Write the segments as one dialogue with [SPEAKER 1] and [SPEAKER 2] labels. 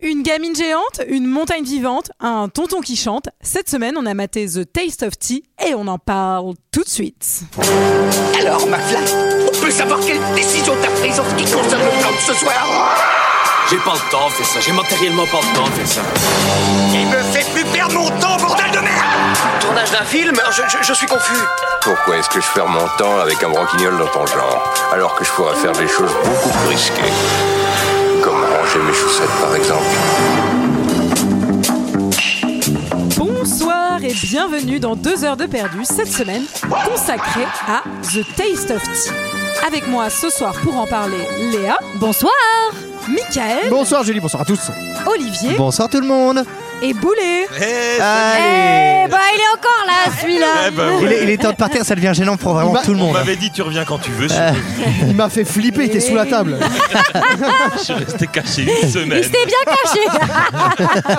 [SPEAKER 1] Une gamine géante, une montagne vivante, un tonton qui chante. Cette semaine, on a maté The Taste of Tea et on en parle tout de suite.
[SPEAKER 2] Alors, McFly, on peut savoir quelle décision t'as prise en ce qui concerne le plan de ce soir
[SPEAKER 3] J'ai pas le temps de faire ça, j'ai matériellement pas le temps de faire ça.
[SPEAKER 2] Oh, Il me fait plus perdre mon temps, bordel de merde
[SPEAKER 4] Tournage d'un film je, je- je suis confus.
[SPEAKER 5] Pourquoi est-ce que je perds mon temps avec un branquignol dans ton genre Alors que je pourrais faire des choses beaucoup plus risquées. Comme ranger mes chaussettes par exemple.
[SPEAKER 1] Bonsoir et bienvenue dans 2 heures de perdu cette semaine consacrée à The Taste of Tea. Avec moi ce soir pour en parler Léa,
[SPEAKER 6] Bonsoir
[SPEAKER 1] Michael,
[SPEAKER 7] Bonsoir Julie, bonsoir à tous.
[SPEAKER 1] Olivier
[SPEAKER 7] Bonsoir tout le monde.
[SPEAKER 1] et Boulet. Eh ben,
[SPEAKER 6] Eh
[SPEAKER 7] Allez.
[SPEAKER 6] bah il est encore là celui-là
[SPEAKER 8] Eh ben ouais.
[SPEAKER 9] Il est, il est temps de partir, ça devient gênant pour vraiment
[SPEAKER 7] Bah,
[SPEAKER 9] tout le
[SPEAKER 8] On
[SPEAKER 9] monde.
[SPEAKER 8] m'avait dit tu reviens quand tu veux, je
[SPEAKER 7] Il m'a fait flipper, il était sous la table.
[SPEAKER 8] je suis resté caché une
[SPEAKER 6] Il
[SPEAKER 8] semaine.
[SPEAKER 6] s'était bien caché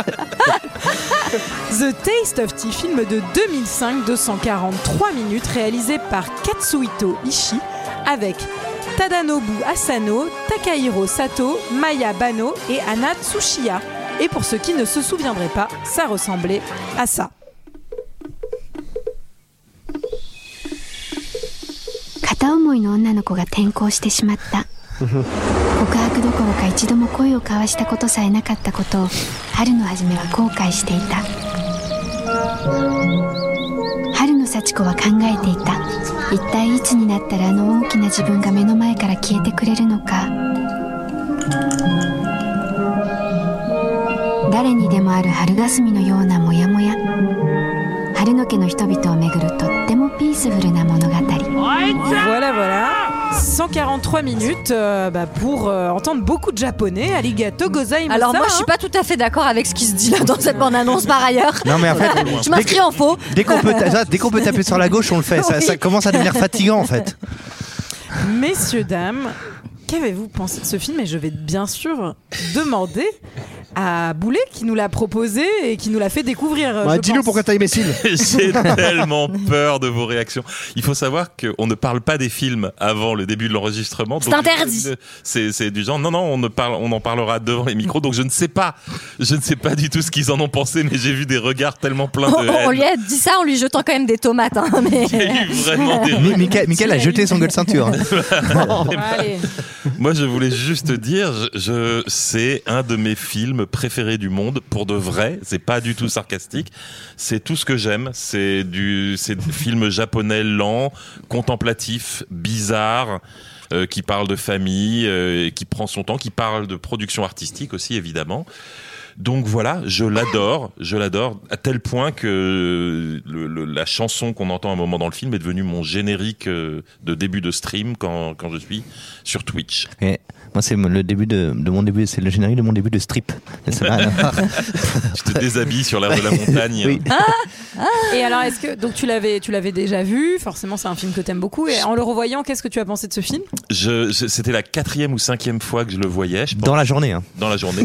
[SPEAKER 1] The Taste of Tea, film de 2005, 243 minutes, réalisé par Katsuhito Ishii, avec Tadanobu Asano, Takahiro Sato, Maya Bano et Anna Tsushiya. Et pour ceux qui ne se souviendraient pas, ça ressemblait à ça.
[SPEAKER 10] 片思いの女の子が転校してしまった告白どころか一度も声を交わしたことさえなかったことを春の初めは後悔していた春の幸子は考えていた一体いつになったらあの大きな自分が目の前から消えてくれるのか誰にでもある春霞のようなモヤモヤ春の家の人々をめぐるとってもピースフルな物語
[SPEAKER 1] Voilà, voilà. 143 minutes euh, bah, pour euh, entendre beaucoup de japonais. Aligato, gozaimasu.
[SPEAKER 6] Alors moi je suis pas tout à fait d'accord avec ce qui se dit là dans cette bande-annonce par ailleurs.
[SPEAKER 9] Non mais en fait,
[SPEAKER 6] Je m'inscris en faux.
[SPEAKER 9] dès qu'on peut, ta- dès qu'on peut taper sur la gauche, on le fait. Ça,
[SPEAKER 6] Oui.
[SPEAKER 9] ça commence à devenir fatigant en fait.
[SPEAKER 1] hein. Messieurs, dames, qu'avez-vous pensé de ce film Et je vais bien sûr demander à Boulet qui nous l'a proposé et qui nous l'a fait découvrir. euh,
[SPEAKER 7] Bah,
[SPEAKER 1] je
[SPEAKER 7] Dis-nous
[SPEAKER 1] pense.
[SPEAKER 7] pourquoi t'as aimé Syl.
[SPEAKER 8] J'ai tellement peur de vos réactions. Il faut savoir qu'on ne parle pas des films avant le début de l'enregistrement.
[SPEAKER 6] C'est
[SPEAKER 8] donc
[SPEAKER 6] interdit.
[SPEAKER 8] je ne- C'est c'est du genre non non on ne parle on en parlera devant les micros donc je ne sais pas je ne sais pas du tout ce qu'ils en ont pensé mais j'ai vu des regards tellement pleins de
[SPEAKER 6] On, on lui
[SPEAKER 8] haine.
[SPEAKER 6] a dit ça en lui jetant quand même des tomates. hein, mais...
[SPEAKER 8] Il y a eu vraiment des
[SPEAKER 9] Mi- Mickaël Mickaël a jeté son gueule ceinture. hein.
[SPEAKER 1] Allez.
[SPEAKER 8] Moi, je voulais juste te dire, je, je- c'est un de mes films préférés du monde pour de vrai. C'est pas du tout sarcastique. C'est tout ce que j'aime. C'est du, c'est des films japonais lents, contemplatifs, bizarres, euh, qui parlent de famille, euh, et qui prend son temps, qui parle de production artistique aussi, évidemment. Donc voilà, je l'adore, je l'adore à tel point que le- le- la chanson qu'on entend à un moment dans le film est devenue mon générique euh, de début de stream quand, quand je suis sur Twitch.
[SPEAKER 9] Et moi c'est le début de, de mon début, c'est le générique de mon début de strip. Mais ça n'a rien à voir.
[SPEAKER 8] Tu te déshabilles sur l'air de la montagne.
[SPEAKER 9] Oui.
[SPEAKER 1] Et alors, est-ce que donc tu l'avais, tu l'avais déjà vu Forcément, c'est un film que t'aimes beaucoup. Et en le revoyant, qu'est-ce que tu as pensé de ce film
[SPEAKER 8] Je, je- c'était la quatrième ou cinquième fois que je le voyais, je pense,
[SPEAKER 9] Dans la journée. hein.
[SPEAKER 8] dans la journée.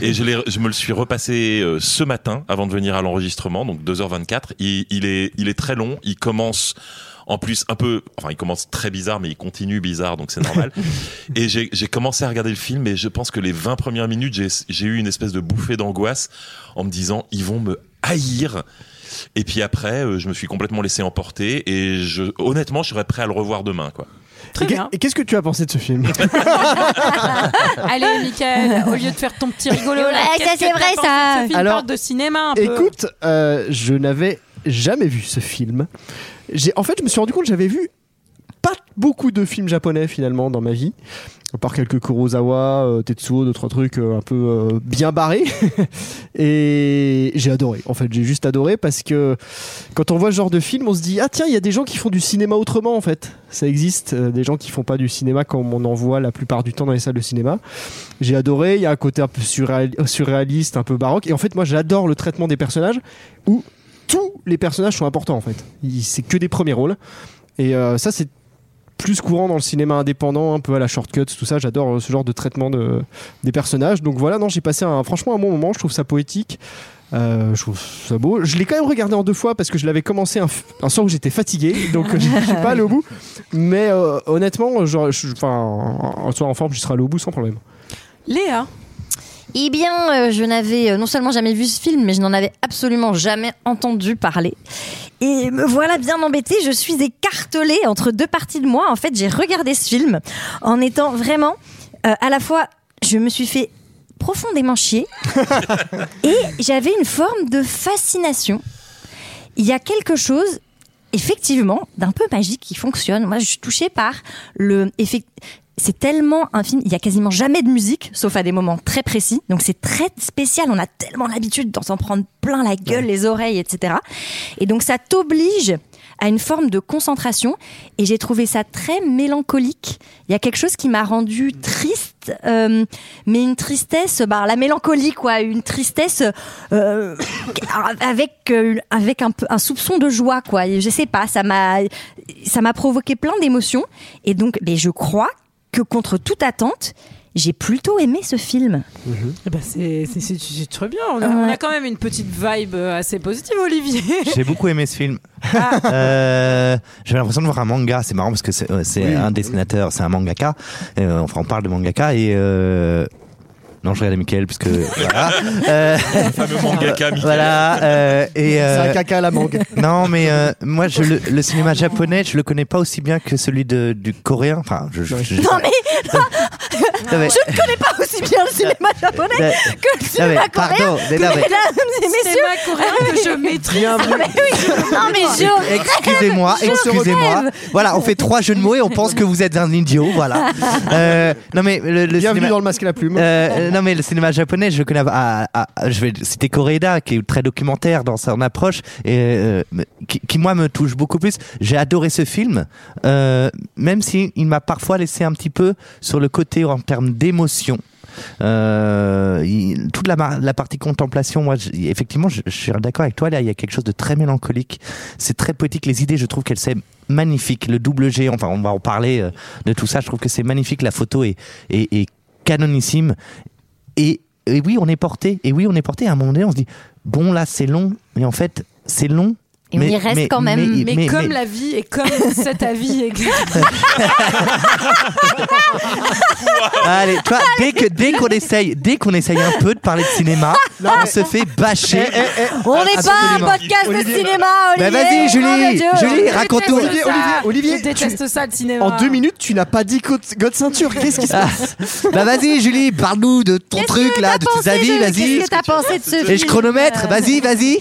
[SPEAKER 8] et je, l'ai, je me le suis repassé euh, ce matin avant de venir à l'enregistrement, donc 2h24. Il, il, est, il est très long, il commence en plus un peu, enfin il commence très bizarre, mais il continue bizarre, donc c'est normal. et j'ai, j'ai commencé à regarder le film et je pense que les 20 premières minutes, j'ai, j'ai eu une espèce de bouffée d'angoisse en me disant, ils vont me haïr. Et puis après, euh, je me suis complètement laissé emporter et je, honnêtement, je serais prêt à le revoir demain, quoi.
[SPEAKER 1] Très
[SPEAKER 7] Et qu'est-
[SPEAKER 1] bien.
[SPEAKER 7] Et qu'est-ce que tu as pensé de ce film
[SPEAKER 1] Allez, Michael, au lieu de faire ton petit rigolo, là,
[SPEAKER 6] Ouais, ça,
[SPEAKER 1] qu'est-ce que
[SPEAKER 6] c'est
[SPEAKER 1] t'as
[SPEAKER 6] vrai,
[SPEAKER 1] pensé de
[SPEAKER 6] ça.
[SPEAKER 1] Ce film
[SPEAKER 7] Alors,
[SPEAKER 1] parle de cinéma un peu.
[SPEAKER 7] Écoute, euh, je n'avais jamais vu ce film. J'ai, en fait, je me suis rendu compte que j'avais vu pas beaucoup de films japonais finalement dans ma vie, à part quelques Kurosawa, euh, Tetsuo, deux trois trucs euh, un peu euh, bien barrés. Et j'ai adoré. En fait, j'ai juste adoré parce que quand on voit ce genre de film, on se dit ah tiens, il y a des gens qui font du cinéma autrement en fait. Ça existe, euh, des gens qui font pas du cinéma comme on en voit la plupart du temps dans les salles de cinéma. J'ai adoré, il y a un côté un peu surréal- surréaliste, un peu baroque. Et en fait, moi, j'adore le traitement des personnages où tous les personnages sont importants, en fait. Il- C'est que des premiers rôles. Et euh, ça, c'est plus courant dans le cinéma indépendant, un peu à la shortcut, tout ça. J'adore euh, ce genre de traitement de, des personnages. Donc voilà, non, j'ai passé un, franchement un bon moment. Je trouve ça poétique. Euh, je trouve ça beau. Je l'ai quand même regardé en deux fois parce que je l'avais commencé un, f- un soir où j'étais fatigué, donc euh, j'ai j'ai pas allé au bout. Mais euh, honnêtement, genre, je- enfin, un soir en forme, je serai allé au bout sans problème.
[SPEAKER 1] Léa,
[SPEAKER 6] Eh bien, euh, je n'avais euh, non seulement jamais vu ce film, mais je n'en avais absolument jamais entendu parler. Et me voilà bien embêtée, je suis écartelée entre deux parties de moi. En fait, j'ai regardé ce film en étant vraiment euh, à la fois, je me suis fait profondément chier et j'avais une forme de fascination. Il y a quelque chose effectivement d'un peu magique qui fonctionne. Moi, je suis touchée par le effect- c'est tellement un film, il y a quasiment jamais de musique, sauf à des moments très précis. Donc c'est très spécial, on a tellement l'habitude d'en s'en prendre plein la gueule, les oreilles, etc. Et donc ça t'oblige à une forme de concentration. Et j'ai trouvé ça très mélancolique. Il y a quelque chose qui m'a rendu triste, euh, mais une tristesse, bah, la mélancolie, quoi, une tristesse euh, avec euh, avec un, peu- un soupçon de joie, quoi. Et Je sais pas, ça m'a ça m'a provoqué plein d'émotions. Et donc, mais je crois que contre toute attente. J'ai plutôt aimé ce film.
[SPEAKER 1] Eh ben, c'est c'est- c'est- c'est très bien. On a, on a quand même une petite vibe euh, assez positive, Olivier.
[SPEAKER 9] J'ai beaucoup aimé ce film. Euh, J'avais l'impression de voir un manga. C'est marrant parce que c'est euh, c'est un dessinateur, c'est un mangaka. Euh, enfin, on parle de mangaka et. euh, Non, je regarde Michael parce que voilà. Euh,
[SPEAKER 8] fameux mangaka, Michael.
[SPEAKER 9] voilà euh, et
[SPEAKER 7] C'est un
[SPEAKER 9] euh,
[SPEAKER 7] caca à la mangue.
[SPEAKER 9] non, mais euh, moi, je le, le cinéma japonais, je le connais pas aussi bien que celui de, du coréen. Enfin, je, je- je-
[SPEAKER 6] Non mais
[SPEAKER 9] Non, mais-
[SPEAKER 6] je ne connais pas Ah, aussi bien le cinéma japonais
[SPEAKER 9] Ben, non,
[SPEAKER 6] que le
[SPEAKER 9] mais
[SPEAKER 6] cinéma coréen.
[SPEAKER 9] pardon, mais non, mais-
[SPEAKER 6] Mesdames et messieurs,
[SPEAKER 1] Cinéma coréen que je maîtrise.
[SPEAKER 6] non mais je
[SPEAKER 9] Excusez-moi, excusez-moi. Voilà, on fait trois jeux de mots et on pense que vous êtes un idiot. Voilà. Euh, non mais le, le
[SPEAKER 7] Bienvenue
[SPEAKER 9] cinéma-
[SPEAKER 7] dans le masque et la plume.
[SPEAKER 9] Euh, non mais le cinéma japonais, je connais. ah, ah, ah, je vais citer Koreeda qui est très documentaire dans son approche et euh, qui, qui, moi me touche beaucoup plus. J'ai adoré ce film, euh, même si il m'a parfois laissé un petit peu sur le côté en termes d'émotion. Euh, il- toute la, mar- la partie contemplation, moi, je- effectivement, je, je suis d'accord avec toi. Là, il y a quelque chose de très mélancolique. C'est très poétique. Les idées, je trouve qu'elles sont magnifiques. Le double G, enfin, on va en parler euh, de tout ça. Je trouve que c'est magnifique. La photo est, est, est canonissime. Et, et oui, on est porté. Et oui, on est porté. À un moment donné, on se dit bon, là, c'est long. Mais en fait, c'est long.
[SPEAKER 6] Et on y reste quand même.
[SPEAKER 1] Mais,
[SPEAKER 9] mais-
[SPEAKER 1] comme
[SPEAKER 9] mais-
[SPEAKER 1] la vie et comme cet avis est
[SPEAKER 9] Allez, toi, dès que dès qu'on essaye, dès qu'on essaye un peu de parler de cinéma, on se fait bâcher.
[SPEAKER 6] On n'est pas un
[SPEAKER 9] Absolument.
[SPEAKER 6] podcast de cinéma, Olivier.
[SPEAKER 9] Bah, vas-y, Julie,
[SPEAKER 6] nom de Dieu.
[SPEAKER 9] Julie,
[SPEAKER 1] Je
[SPEAKER 9] raconte-nous.
[SPEAKER 1] déteste
[SPEAKER 7] Olivier,
[SPEAKER 1] ça.
[SPEAKER 7] Olivier, Olivier,
[SPEAKER 1] je
[SPEAKER 7] tu-
[SPEAKER 1] déteste ça le cinéma.
[SPEAKER 7] En deux minutes, tu n'as pas dit code, code ceinture. Qu'est-ce qui se passe
[SPEAKER 9] Bah vas-y, Julie, parle-nous de ton
[SPEAKER 6] Qu'est-ce
[SPEAKER 9] truc
[SPEAKER 6] que
[SPEAKER 9] là,
[SPEAKER 6] t'as
[SPEAKER 9] de
[SPEAKER 6] pensé
[SPEAKER 9] tes avis,
[SPEAKER 6] de-
[SPEAKER 9] vas-y.
[SPEAKER 6] Qu'est-ce que t'as pensé de ce film
[SPEAKER 9] Et je chronomètre,
[SPEAKER 1] Euh,
[SPEAKER 9] vas-y, vas-y.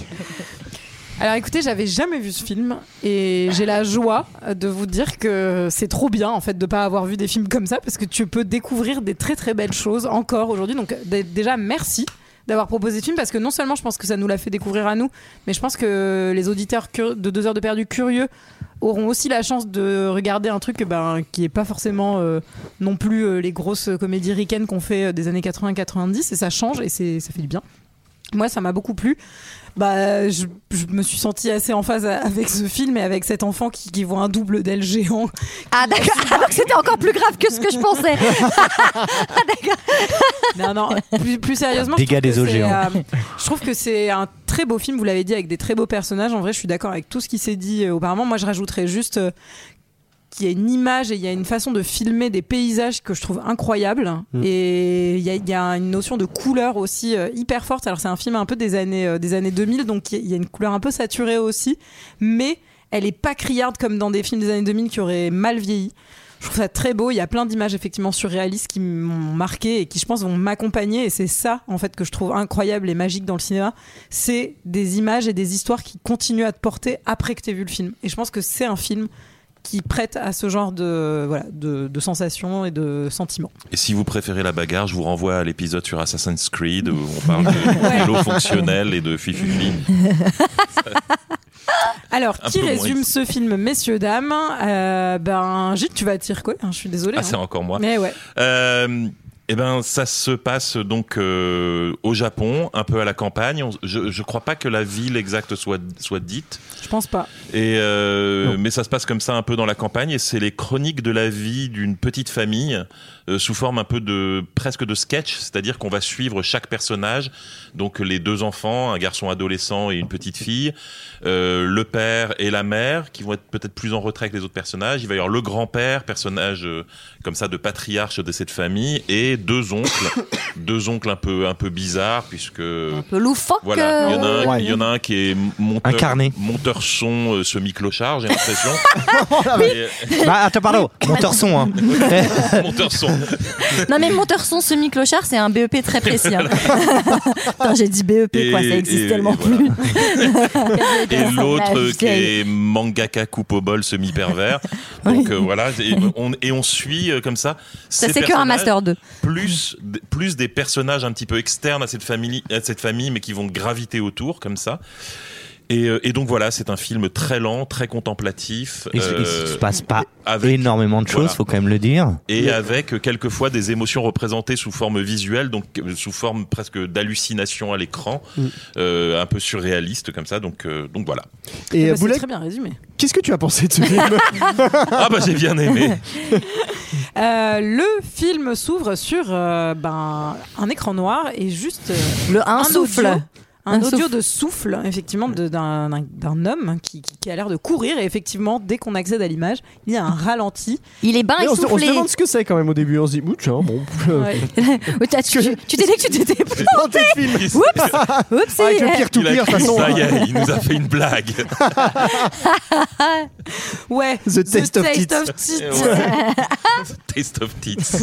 [SPEAKER 1] Alors écoutez, j'avais jamais vu ce film et j'ai la joie de vous dire que c'est trop bien en fait de pas avoir vu des films comme ça parce que tu peux découvrir des très très belles choses encore aujourd'hui. Donc d- déjà merci d'avoir proposé ce film parce que non seulement je pense que ça nous l'a fait découvrir à nous, mais je pense que les auditeurs cur- de deux heures de perdu curieux auront aussi la chance de regarder un truc ben, qui est pas forcément euh, non plus euh, les grosses comédies ricaines qu'on fait euh, des années 80-90 et ça change et c'est ça fait du bien. Moi, ça m'a beaucoup plu bah, je, je me suis sentie assez en phase a- avec ce film et avec cet enfant qui, qui voit un double d'aile géant.
[SPEAKER 6] Ah d'accord, alors que c'était encore plus grave que ce que je pensais.
[SPEAKER 1] Non, non, plus, plus sérieusement.
[SPEAKER 9] Dégâts
[SPEAKER 1] je trouve que
[SPEAKER 9] des eaux
[SPEAKER 1] c'est,
[SPEAKER 9] géants.
[SPEAKER 1] euh, je trouve que c'est un très beau film, vous l'avez dit, avec des très beaux personnages. En vrai, je suis d'accord avec tout ce qui s'est dit euh, auparavant. Moi, je rajouterais juste euh, qu'il y a une image et il y a une façon de filmer des paysages que je trouve incroyable.
[SPEAKER 9] Mm.
[SPEAKER 1] Et il y, a- il y a une notion de couleur aussi euh, hyper forte. Alors, c'est un film un peu des années, euh, des années 2000, donc il y a- il y a une couleur un peu saturée aussi. Mais elle est pas criarde comme dans des films des années 2000 qui auraient mal vieilli. Je trouve ça très beau. Il y a plein d'images effectivement surréalistes qui m'ont marqué et qui, je pense, vont m'accompagner. Et c'est ça, en fait, que je trouve incroyable et magique dans le cinéma. C'est des images et des histoires qui continuent à te porter après que tu aies vu le film. Et je pense que c'est un film qui prête à ce genre de, voilà, de, de sensations et de sentiments.
[SPEAKER 8] Et si vous préférez la bagarre, je vous renvoie à l'épisode sur Assassin's Creed où on parle de vélo fonctionnel et de fifuli.
[SPEAKER 1] Alors,
[SPEAKER 8] Un
[SPEAKER 1] qui
[SPEAKER 8] peu moins
[SPEAKER 1] résume
[SPEAKER 8] ici.
[SPEAKER 1] ce film, messieurs, dames Euh, Ben, Gilles, tu vas tirer quoi Je suis désolée.
[SPEAKER 8] Ah,
[SPEAKER 1] hein.
[SPEAKER 8] c'est encore moi.
[SPEAKER 1] Mais ouais.
[SPEAKER 8] Euh, eh ben, ça se passe donc euh, au Japon, un peu à la campagne. On- je, je crois pas que la ville exacte soit, soit dite.
[SPEAKER 1] Je pense pas.
[SPEAKER 8] Et euh, mais ça se passe comme ça un peu dans la campagne et c'est les chroniques de la vie d'une petite famille euh, sous forme un peu de presque de sketch, c'est-à-dire qu'on va suivre chaque personnage, donc les deux enfants, un garçon adolescent et une petite fille, euh, le père et la mère qui vont être peut-être plus en retrait que les autres personnages. Il va y avoir le grand-père, personnage euh, comme ça de patriarche de cette famille et deux oncles, deux oncles un peu un peu bizarres puisque
[SPEAKER 6] Un peu loufoque.
[SPEAKER 8] voilà, il y en a
[SPEAKER 6] euh,
[SPEAKER 8] un,
[SPEAKER 7] Ouais.
[SPEAKER 8] il y en a un qui est monteur,
[SPEAKER 9] Incarné.
[SPEAKER 8] monteur son euh, semi-clochard, j'ai l'impression. Et- euh,
[SPEAKER 9] Bah, attends, pardon, monteur son. Hein.
[SPEAKER 8] monteur son.
[SPEAKER 6] Non mais monteur son semi-clochard, c'est un BEP très précis. hein. Putain, J'ai dit BEP quoi,
[SPEAKER 8] Et-
[SPEAKER 6] ça existe
[SPEAKER 8] et-
[SPEAKER 6] tellement
[SPEAKER 8] et voilà.
[SPEAKER 6] plus.
[SPEAKER 8] Et
[SPEAKER 6] Personne l'a
[SPEAKER 8] l'autre qui
[SPEAKER 6] vieille.
[SPEAKER 8] est mangaka coupe au bol semi-pervers. Donc euh, voilà, et on, et on suit euh, comme ça.
[SPEAKER 6] Ça
[SPEAKER 8] ces
[SPEAKER 6] c'est que un
[SPEAKER 8] personnages,
[SPEAKER 6] master 2.
[SPEAKER 8] Plus, d- plus des personnages un petit peu externes à cette famille, à cette famille mais qui vont graviter autour comme ça. Et, euh, et donc voilà, c'est un film très lent, très contemplatif.
[SPEAKER 9] Il, se- il
[SPEAKER 8] euh,
[SPEAKER 9] se passe pas
[SPEAKER 8] avec,
[SPEAKER 9] énormément de choses,
[SPEAKER 8] voilà.
[SPEAKER 9] faut quand même le dire.
[SPEAKER 8] et avec euh, quelquefois des émotions représentées sous forme visuelle, donc euh, sous forme presque d'hallucination à l'écran, euh, un peu surréaliste comme ça. Donc, euh, donc voilà.
[SPEAKER 7] Et
[SPEAKER 1] Bah,
[SPEAKER 7] euh,
[SPEAKER 1] c'est
[SPEAKER 7] Boulet,
[SPEAKER 1] très bien résumé.
[SPEAKER 7] qu'est-ce que tu as pensé de ce film
[SPEAKER 8] Ah bah j'ai bien aimé.
[SPEAKER 1] Euh, le film s'ouvre sur euh, ben, un écran noir et juste euh,
[SPEAKER 6] Le un,
[SPEAKER 1] un
[SPEAKER 6] souffle.
[SPEAKER 1] audio- un,
[SPEAKER 6] Un
[SPEAKER 1] audio
[SPEAKER 6] souffle.
[SPEAKER 1] de souffle, effectivement, de- d'un d'un- d'un homme qui, qui- qui a l'air de courir. Et effectivement, dès qu'on accède à l'image, il y a un ralenti.
[SPEAKER 6] Il est bain
[SPEAKER 7] Mais
[SPEAKER 6] et
[SPEAKER 7] on, se, on se
[SPEAKER 6] soufflé.
[SPEAKER 7] demande ce que c'est quand même au début. On se dit, ouh, tiens, bon.
[SPEAKER 1] Ouais.
[SPEAKER 6] Ouais, t'as- tu tu t'es dit que tu t'étais pris.
[SPEAKER 7] Oh, t'es film
[SPEAKER 6] Oups,
[SPEAKER 7] Avec le pire tout
[SPEAKER 8] Il a
[SPEAKER 7] pire, de toute
[SPEAKER 8] cru,
[SPEAKER 7] façon. hein.
[SPEAKER 8] ça y est, il nous a fait une blague.
[SPEAKER 1] Ouais,
[SPEAKER 7] The Taste of Teeth.
[SPEAKER 1] Teeth.
[SPEAKER 8] Taste of tits.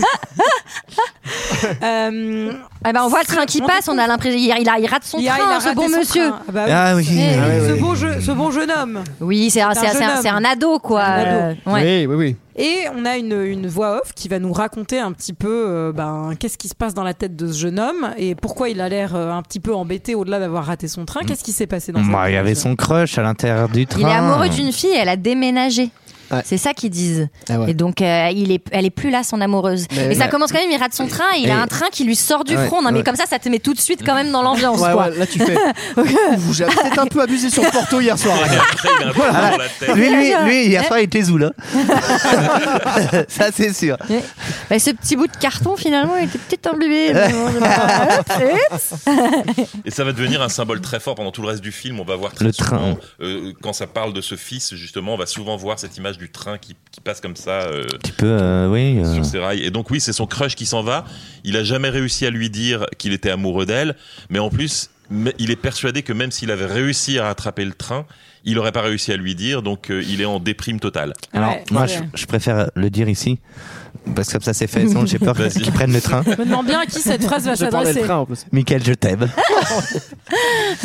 [SPEAKER 1] Euh,
[SPEAKER 6] Eh ben, on voit le train qui passe, on a l'impression il, a- il a- il rate son
[SPEAKER 1] il a- il
[SPEAKER 6] train,
[SPEAKER 1] a
[SPEAKER 6] ce
[SPEAKER 1] raté
[SPEAKER 6] bon
[SPEAKER 1] son
[SPEAKER 6] monsieur.
[SPEAKER 1] train. Ah bah oui.
[SPEAKER 9] Ah oui.
[SPEAKER 6] Eh,
[SPEAKER 9] ah oui,
[SPEAKER 1] Ce
[SPEAKER 9] oui.
[SPEAKER 1] bon, jeu- ce bon jeune homme.
[SPEAKER 6] Oui, c'est un,
[SPEAKER 1] C'est un
[SPEAKER 6] c'est un- c'est un-
[SPEAKER 1] jeune homme.
[SPEAKER 6] c'est un ado quoi.
[SPEAKER 1] Un
[SPEAKER 6] Euh, ouais.
[SPEAKER 7] Oui, oui, oui.
[SPEAKER 1] Et on a une, une voix off qui va nous raconter un petit peu euh, ben, qu'est-ce qui se passe dans la tête de ce jeune homme et pourquoi il a l'air euh, un petit peu embêté au-delà d'avoir raté son train. Qu'est-ce qui s'est passé dans sa
[SPEAKER 9] Bah, il y
[SPEAKER 1] tête,
[SPEAKER 9] avait
[SPEAKER 1] ce-
[SPEAKER 9] son crush à l'intérieur du train.
[SPEAKER 6] Il est amoureux d'une fille, elle a déménagé.
[SPEAKER 7] Ouais.
[SPEAKER 6] C'est ça qu'ils disent.
[SPEAKER 7] Ah ouais.
[SPEAKER 6] Et donc, euh, il est, elle est plus là, son amoureuse.
[SPEAKER 7] Mais-
[SPEAKER 6] et ça
[SPEAKER 7] mais-
[SPEAKER 6] commence quand même, il rate son train, et il
[SPEAKER 9] Et-
[SPEAKER 6] a un train qui lui sort du
[SPEAKER 9] Ouais,
[SPEAKER 6] front. Non, mais
[SPEAKER 9] ouais.
[SPEAKER 6] comme ça, ça te met tout de suite quand même dans l'ambiance.
[SPEAKER 7] Ouais,
[SPEAKER 6] quoi.
[SPEAKER 7] ouais, là tu fais. Ouh, J'ai peut-être un peu abusé sur Porto hier soir. là.
[SPEAKER 8] Et après, il a un peu dans la tête.
[SPEAKER 9] Lui, lui, lui, hier soir, il était zoula. ça, c'est sûr.
[SPEAKER 6] Ouais. Bah, ce petit bout de carton, finalement, il était peut-être enlevé. Mais bon, c'est pas grave.
[SPEAKER 8] Et ça va devenir un symbole très fort pendant tout le reste du film. On va voir très
[SPEAKER 9] Le
[SPEAKER 8] souvent,
[SPEAKER 9] train.
[SPEAKER 8] euh, quand ça parle de ce fils, justement, on va souvent voir cette image du train qui, qui passe comme ça euh,
[SPEAKER 9] Tu peux, euh, oui. euh,
[SPEAKER 8] sur ses rails. Et donc oui, c'est son crush qui s'en va. Il a jamais réussi à lui dire qu'il était amoureux d'elle, mais en plus, m- il est persuadé que même s'il avait réussi à rattraper le train, il n'aurait pas réussi à lui dire. Donc euh, il est en déprime totale.
[SPEAKER 9] Alors,
[SPEAKER 1] Ouais,
[SPEAKER 9] moi,
[SPEAKER 1] c'est
[SPEAKER 9] je,
[SPEAKER 1] vrai.
[SPEAKER 9] je préfère le dire ici. Parce que comme ça, c'est fait. Sinon, j'ai peur
[SPEAKER 8] Vas-y.
[SPEAKER 9] qu'ils prennent le train.
[SPEAKER 1] Je me demande bien à qui cette phrase va
[SPEAKER 7] Je parlais le
[SPEAKER 1] s'adresser.
[SPEAKER 7] train en plus.
[SPEAKER 9] Michael, je t'aime.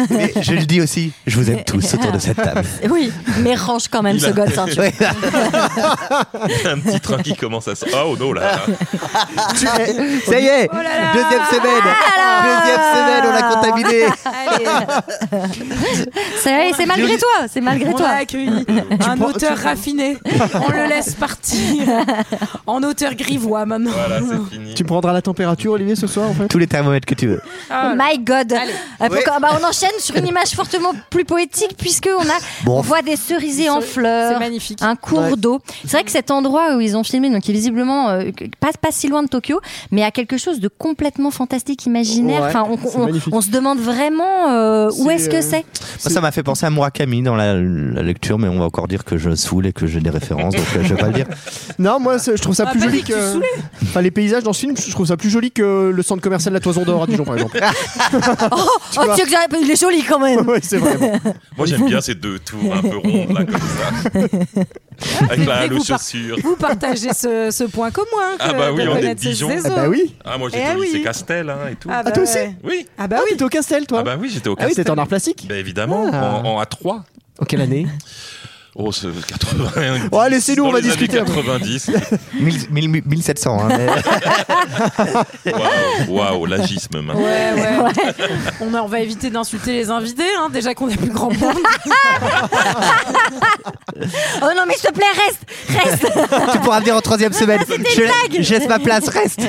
[SPEAKER 9] Mais je le dis aussi, je vous aime tous autour de cette table.
[SPEAKER 6] oui, mais range quand même
[SPEAKER 8] Il
[SPEAKER 6] ce
[SPEAKER 8] a-
[SPEAKER 6] gosse. hein, tu vois.
[SPEAKER 9] Ouais.
[SPEAKER 8] un petit train qui commence à se... Oh non là
[SPEAKER 9] Tu- eh, Ça y est,
[SPEAKER 7] Oh
[SPEAKER 9] deuxième semaine.
[SPEAKER 7] Ah
[SPEAKER 9] Deuxième semaine, on l'a contaminé.
[SPEAKER 1] Allez,
[SPEAKER 6] C'est c'est malgré toi, c'est malgré
[SPEAKER 1] on a
[SPEAKER 6] toi.
[SPEAKER 1] accueilli un auteur raffiné. On le laisse partir en auteur grivois maintenant.
[SPEAKER 8] Voilà, c'est fini.
[SPEAKER 7] Tu me prendras la température, Olivier, ce soir en fait
[SPEAKER 9] Tous les thermomètres que tu veux.
[SPEAKER 1] Ah,
[SPEAKER 6] Oh My God. Euh,
[SPEAKER 9] Ouais.
[SPEAKER 6] pourquoi- bah, on enchaîne sur une image fortement plus poétique puisque on a
[SPEAKER 9] Bon.
[SPEAKER 6] on voit des cerisiers en
[SPEAKER 7] Euh,
[SPEAKER 1] C'est
[SPEAKER 6] fleurs.
[SPEAKER 1] magnifique.
[SPEAKER 6] Un cours
[SPEAKER 9] Ouais.
[SPEAKER 6] d'eau. C'est vrai que cet endroit où ils ont filmé, donc qui est visiblement euh, pas, pas si loin de Tokyo, mais à quelque chose de complètement fantastique, imaginaire.
[SPEAKER 7] Ouais,
[SPEAKER 6] enfin, on,
[SPEAKER 7] c'est
[SPEAKER 6] on-
[SPEAKER 7] magnifique.
[SPEAKER 6] on se demande vraiment euh, où
[SPEAKER 7] C'est,
[SPEAKER 6] est-ce
[SPEAKER 7] euh,
[SPEAKER 6] que c'est.
[SPEAKER 9] Moi, ça m'a fait penser à Murakami dans la, la lecture, mais on va encore dire que je saoule et que j'ai des références, donc euh, je vais pas le dire.
[SPEAKER 7] Non, moi c'est- je trouve ça
[SPEAKER 1] Ah,
[SPEAKER 7] plus
[SPEAKER 1] pas
[SPEAKER 7] joli
[SPEAKER 1] dit que tu
[SPEAKER 7] que.
[SPEAKER 1] saoulais.
[SPEAKER 7] Enfin, les paysages dans ce film, je trouve ça plus joli que le centre commercial de la Toison d'Or à Dijon par exemple.
[SPEAKER 6] Oh, tu sais que j'ai- il est joli quand même.
[SPEAKER 7] ouais, c'est vrai. bon.
[SPEAKER 8] Moi j'aime bien ces deux tours un peu rondes là comme ça. Avec la
[SPEAKER 1] Mais vous
[SPEAKER 8] halo
[SPEAKER 1] par-
[SPEAKER 8] chaussure.
[SPEAKER 1] Vous partagez ce, ce point commun. que-
[SPEAKER 8] Ah bah oui,
[SPEAKER 1] de
[SPEAKER 8] on est de
[SPEAKER 1] connaître ces
[SPEAKER 8] Dijon.
[SPEAKER 1] réseaux.
[SPEAKER 7] Ah bah oui.
[SPEAKER 8] Ah moi
[SPEAKER 1] Eh
[SPEAKER 8] j'étais au
[SPEAKER 1] oui.
[SPEAKER 8] lycée Castel hein, et tout.
[SPEAKER 1] Ah, bah
[SPEAKER 7] Ah, toi aussi
[SPEAKER 1] ouais.
[SPEAKER 8] Oui.
[SPEAKER 1] Ah bah oui.
[SPEAKER 7] T'es au Castel toi
[SPEAKER 8] Ah bah oui, j'étais au
[SPEAKER 7] Ah oui,
[SPEAKER 8] Castel.
[SPEAKER 7] t'étais en art plastique
[SPEAKER 8] Bah évidemment,
[SPEAKER 7] Ah.
[SPEAKER 8] en, en A3.
[SPEAKER 7] En quelle année
[SPEAKER 8] Oh, ce 90.
[SPEAKER 7] Oh, laissez-nous, on
[SPEAKER 8] Dans
[SPEAKER 7] va
[SPEAKER 8] les années
[SPEAKER 7] discuter après.
[SPEAKER 8] 90.
[SPEAKER 9] Mille- mille- mille- 1700. hein, mais-
[SPEAKER 8] Waouh, waouh, l'agisme maintenant.
[SPEAKER 1] Ouais, ouais. on, a- on va éviter d'insulter les invités, hein, déjà qu'on a plus grand monde.
[SPEAKER 6] Oh non, mais s'il te plaît, reste, reste.
[SPEAKER 9] tu pourras venir en troisième
[SPEAKER 6] Ah,
[SPEAKER 9] semaine. Je, je laisse ma place, reste.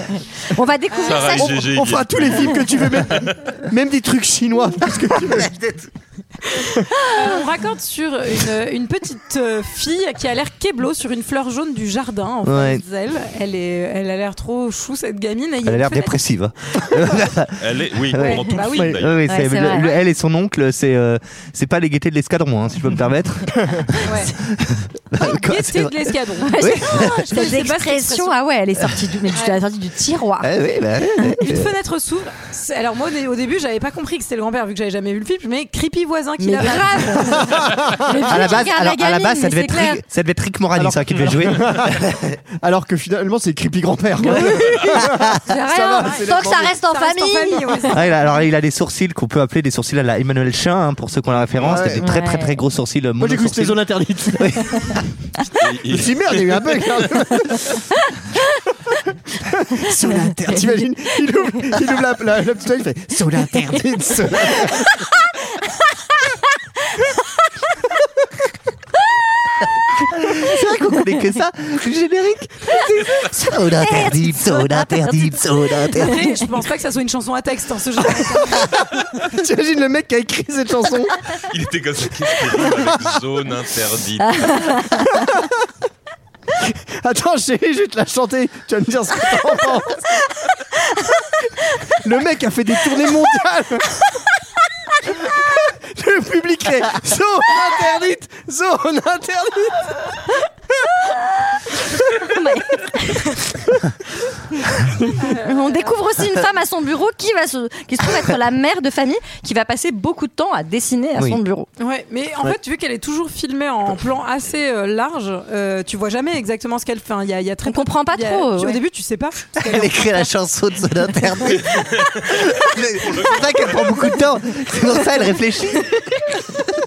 [SPEAKER 6] On va découvrir ça. Oh,
[SPEAKER 8] Sarah
[SPEAKER 7] on,
[SPEAKER 8] GG.
[SPEAKER 7] on fera tous les films que tu veux, même, même des trucs chinois. parce que tu veux.
[SPEAKER 1] Euh, on raconte sur une, une petite euh, fille qui a l'air keblo sur une fleur jaune du jardin en
[SPEAKER 9] Ouais.
[SPEAKER 1] face d'elle. Elle, est, elle a l'air trop chou, cette gamine. Et il y
[SPEAKER 9] Elle a l'air
[SPEAKER 1] une fenêtre-
[SPEAKER 9] dépressive. hein.
[SPEAKER 8] Elle est, oui,
[SPEAKER 9] Ouais.
[SPEAKER 8] pendant tout
[SPEAKER 1] Bah
[SPEAKER 8] le
[SPEAKER 1] oui.
[SPEAKER 8] film,
[SPEAKER 9] Oui,
[SPEAKER 8] d'ailleurs.
[SPEAKER 9] oui, c'est-
[SPEAKER 6] c'est
[SPEAKER 9] le-
[SPEAKER 6] vrai.
[SPEAKER 9] le- elle et son oncle, c'est euh, c'est pas les gaietés de l'escadron, hein, si je peux me permettre.
[SPEAKER 1] Ouais.
[SPEAKER 9] Quoi, c'est
[SPEAKER 1] Gaieté de
[SPEAKER 9] vrai.
[SPEAKER 1] l'escadron.
[SPEAKER 9] Oui.
[SPEAKER 1] Ah, je connaissais
[SPEAKER 6] Cette
[SPEAKER 1] pas cette
[SPEAKER 6] expression,
[SPEAKER 1] expression.
[SPEAKER 6] ah ouais, elle est sortie du, mais tu
[SPEAKER 1] Ouais.
[SPEAKER 6] l'as sortie du tiroir.
[SPEAKER 9] Ah oui, bah, ouais.
[SPEAKER 1] Une fenêtre s'ouvre. C'est- Alors moi au dé- au début j'avais pas compris que c'était le grand-père vu que j'avais jamais vu le film, mais creepy voisin qui
[SPEAKER 6] Mais
[SPEAKER 1] l'a-
[SPEAKER 6] grave Mais
[SPEAKER 9] à la
[SPEAKER 6] puis,
[SPEAKER 9] base,
[SPEAKER 6] regarde
[SPEAKER 9] alors, à la
[SPEAKER 6] gamine,
[SPEAKER 9] base, ça
[SPEAKER 6] mais
[SPEAKER 9] devait
[SPEAKER 6] c'est
[SPEAKER 9] être
[SPEAKER 6] clair.
[SPEAKER 9] Rick- ça devait être Rick Moranis
[SPEAKER 7] Alors-
[SPEAKER 9] hein, qui devait jouer.
[SPEAKER 7] Alors que finalement, c'est creepy grand-père. quoi.
[SPEAKER 6] C'est rien.
[SPEAKER 7] va, c'est
[SPEAKER 6] Tant que ça
[SPEAKER 7] demandé.
[SPEAKER 6] reste en
[SPEAKER 1] Ça reste en
[SPEAKER 6] famille.
[SPEAKER 1] famille, ouais, c'est-
[SPEAKER 9] Ah, il a- alors il a des sourcils qu'on peut appeler des sourcils à la Emmanuel Chin hein, pour ceux qui ont la référence,
[SPEAKER 7] Ouais.
[SPEAKER 9] des très très
[SPEAKER 6] Ouais.
[SPEAKER 9] très gros sourcils. euh,
[SPEAKER 7] Moi, j'ai cru que c'était zone interdite.
[SPEAKER 8] Il- il-
[SPEAKER 7] Si merde, il y a eu un bug. hein. Zone interdite. T'imagines Il ouvre, il ouvre la, la, la petite fenêtre, il fait zone interdite. zone interdite.
[SPEAKER 9] C'est vrai qu'on connaît que ça, le générique. Zone interdite, zone interdite, zone interdite.
[SPEAKER 1] Après, je pense pas que ça soit une chanson à texte en ce genre.
[SPEAKER 7] T'imagines le mec qui a écrit cette chanson
[SPEAKER 8] il était comme ça. Qu'est-ce qu'il rime avec zone interdite
[SPEAKER 7] Attends, chérie, je vais te la chanter. Tu vas me dire ce que t'en penses. Le mec a fait des tournées mondiales. Je publiquerai zone interdite, zone interdite.
[SPEAKER 6] Euh, On découvre aussi une femme à son bureau qui va se, qui se trouve être la mère de famille, qui va passer beaucoup de temps à dessiner à
[SPEAKER 9] Oui.
[SPEAKER 6] son bureau.
[SPEAKER 1] Ouais, mais en fait, vu qu'elle est toujours filmée en plan assez euh, large, euh, tu vois jamais exactement ce qu'elle fait. hein. Il y a, il y a très
[SPEAKER 6] On comprend pas
[SPEAKER 1] il y a-
[SPEAKER 6] trop,
[SPEAKER 1] tu-
[SPEAKER 6] ouais.
[SPEAKER 1] Au début, tu sais pas. parce qu'elle
[SPEAKER 9] Elle
[SPEAKER 1] est-
[SPEAKER 9] écrit la chanson de zone interdite. C'est pour ça qu'elle prend beaucoup de temps. C'est pour ça qu'elle réfléchit.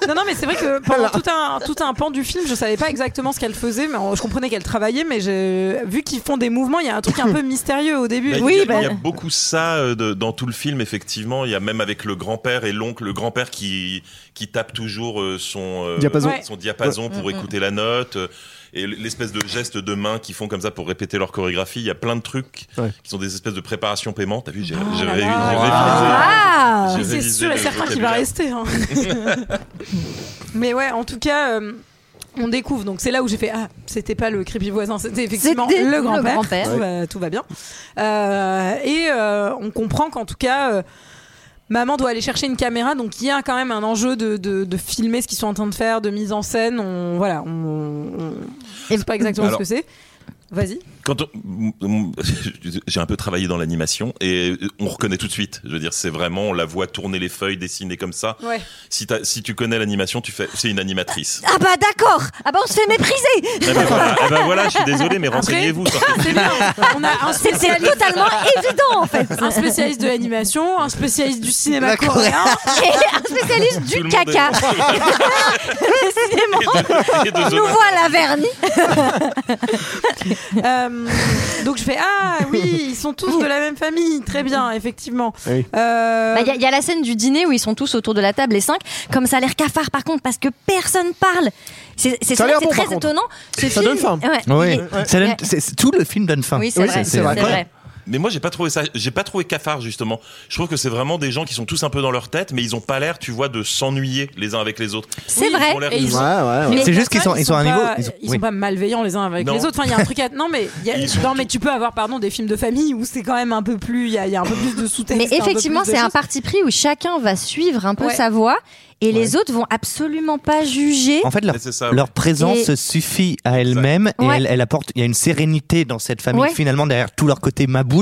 [SPEAKER 1] non, non, mais c'est vrai que pendant tout un, tout un pan du film, je savais pas exactement ce qu'elle faisait, mais on- je comprenais qu'elle travaillait, mais je- vu qu'ils font des mouvements, il y a un truc un peu mystérieux au début.
[SPEAKER 8] Bah, il, y a,
[SPEAKER 6] bah.
[SPEAKER 8] il y a beaucoup ça euh, de- dans tout le film, effectivement. Il y a même avec le grand-père et l'oncle, le grand-père qui, qui tape toujours euh, son, euh,
[SPEAKER 7] Diapason.
[SPEAKER 1] Ouais.
[SPEAKER 8] son diapason pour écouter la note. euh, Et l'espèce de geste de main qu'ils font comme ça pour répéter leur chorégraphie. Il y a plein de trucs
[SPEAKER 7] Ouais.
[SPEAKER 8] qui sont des espèces de préparation paiement. T'as vu, j'ai j'ai
[SPEAKER 1] Oh là
[SPEAKER 8] ré-
[SPEAKER 1] là. Ah.
[SPEAKER 8] j'ai
[SPEAKER 6] Ah
[SPEAKER 8] révisé. j'ai
[SPEAKER 1] C'est
[SPEAKER 8] révisé
[SPEAKER 1] sûr et
[SPEAKER 8] le
[SPEAKER 1] certain qu'il va
[SPEAKER 8] vocabulaire.
[SPEAKER 1] rester. hein. mais ouais, en tout cas, euh, on découvre. Donc c'est là où j'ai fait ah, c'était pas le creepy voisin, c'était effectivement
[SPEAKER 6] C'était
[SPEAKER 1] le
[SPEAKER 6] le
[SPEAKER 1] grand-père.
[SPEAKER 6] grand-père.
[SPEAKER 1] tout, va, tout va bien. Euh, et euh, on comprend qu'en tout cas. euh, Maman doit aller chercher une caméra, donc il y a quand même un enjeu de, de- de filmer ce qu'ils sont en train de faire, de mise en scène. On voilà, on, on- on sait pas exactement
[SPEAKER 8] Alors-
[SPEAKER 1] ce que c'est. Vas-y.
[SPEAKER 8] Quand on- j'ai un peu travaillé dans l'animation et euh, on reconnaît tout de suite. Je veux dire, c'est vraiment on la voit tourner les feuilles, dessiner comme ça.
[SPEAKER 1] Ouais.
[SPEAKER 8] Si, t'as- si tu connais l'animation, tu fais, c'est une animatrice.
[SPEAKER 6] Ah bah d'accord Ah bah on se fait mépriser
[SPEAKER 8] Eh ben voilà, eh ben voilà, je suis désolé, mais renseignez-vous. sur-
[SPEAKER 1] C'est bien. On a un
[SPEAKER 6] C'est c'est
[SPEAKER 1] spécialiste
[SPEAKER 6] totalement évident en fait
[SPEAKER 1] un spécialiste de l'animation, un spécialiste du cinéma
[SPEAKER 9] La Corée.
[SPEAKER 1] coréen.
[SPEAKER 6] Et un spécialiste
[SPEAKER 8] Tout
[SPEAKER 6] du
[SPEAKER 8] le monde est-
[SPEAKER 6] caca Décidément,
[SPEAKER 8] et de
[SPEAKER 6] Ah, nous
[SPEAKER 8] Zola.
[SPEAKER 6] voilà vernis
[SPEAKER 1] Euh, donc je fais ah oui, ils sont tous de la même famille, très bien, effectivement.
[SPEAKER 7] Oui.
[SPEAKER 1] Euh,
[SPEAKER 6] Bah, Il y, a- il y a la scène du dîner où ils sont tous autour de la table, les cinq. Comme ça a l'air cafard, par contre, parce que personne parle. C'est c'est-
[SPEAKER 7] Ça a
[SPEAKER 6] c'est
[SPEAKER 7] l'air bon,
[SPEAKER 6] très
[SPEAKER 7] par contre.
[SPEAKER 6] étonnant. Ce
[SPEAKER 7] Ça
[SPEAKER 6] film-
[SPEAKER 7] donne faim.
[SPEAKER 6] Ouais.
[SPEAKER 9] Oui,
[SPEAKER 6] Il est-
[SPEAKER 9] Ça donne- c'est- c'est- tout le film donne faim.
[SPEAKER 6] Oui, c'est
[SPEAKER 7] Oui,
[SPEAKER 6] vrai.
[SPEAKER 7] c'est-
[SPEAKER 6] C'est
[SPEAKER 7] c'est
[SPEAKER 6] vrai.
[SPEAKER 9] vrai.
[SPEAKER 8] Mais moi, j'ai pas trouvé ça. J'ai pas trouvé cafard justement. Je trouve que c'est vraiment des gens qui sont tous un peu dans leur tête, mais ils ont pas l'air, tu vois, de s'ennuyer les uns avec les autres.
[SPEAKER 6] C'est vrai.
[SPEAKER 8] Ils ont l'air-
[SPEAKER 1] Et
[SPEAKER 8] ils
[SPEAKER 1] ils
[SPEAKER 8] ont-
[SPEAKER 7] ouais,
[SPEAKER 1] mais
[SPEAKER 9] C'est
[SPEAKER 1] personne,
[SPEAKER 9] juste qu'ils sont- ils sont à un niveau-
[SPEAKER 1] pas-
[SPEAKER 9] ils sont-
[SPEAKER 1] Ils
[SPEAKER 9] oui.
[SPEAKER 1] sont pas malveillants les uns avec
[SPEAKER 8] Non.
[SPEAKER 1] les autres. Enfin, il y a un truc à. Non, mais il y a-
[SPEAKER 8] Ils sont-
[SPEAKER 1] non, mais tu peux avoir pardon des films de famille où c'est quand même un peu plus. Il y, a- il y a un peu plus de sous-texte.
[SPEAKER 6] Mais
[SPEAKER 1] un peu
[SPEAKER 6] effectivement,
[SPEAKER 1] plus de
[SPEAKER 6] c'est un
[SPEAKER 1] choses.
[SPEAKER 6] parti pris où chacun va suivre un peu
[SPEAKER 1] Ouais.
[SPEAKER 6] sa voix et les autres vont absolument pas juger.
[SPEAKER 9] En fait, leur,
[SPEAKER 8] Mais c'est ça,
[SPEAKER 9] leur présence
[SPEAKER 6] Et-
[SPEAKER 9] suffit à elle-même et
[SPEAKER 6] Ouais.
[SPEAKER 9] elle, elle apporte. Il y a une sérénité dans cette famille
[SPEAKER 6] Ouais.
[SPEAKER 9] finalement derrière tout leur côté maboule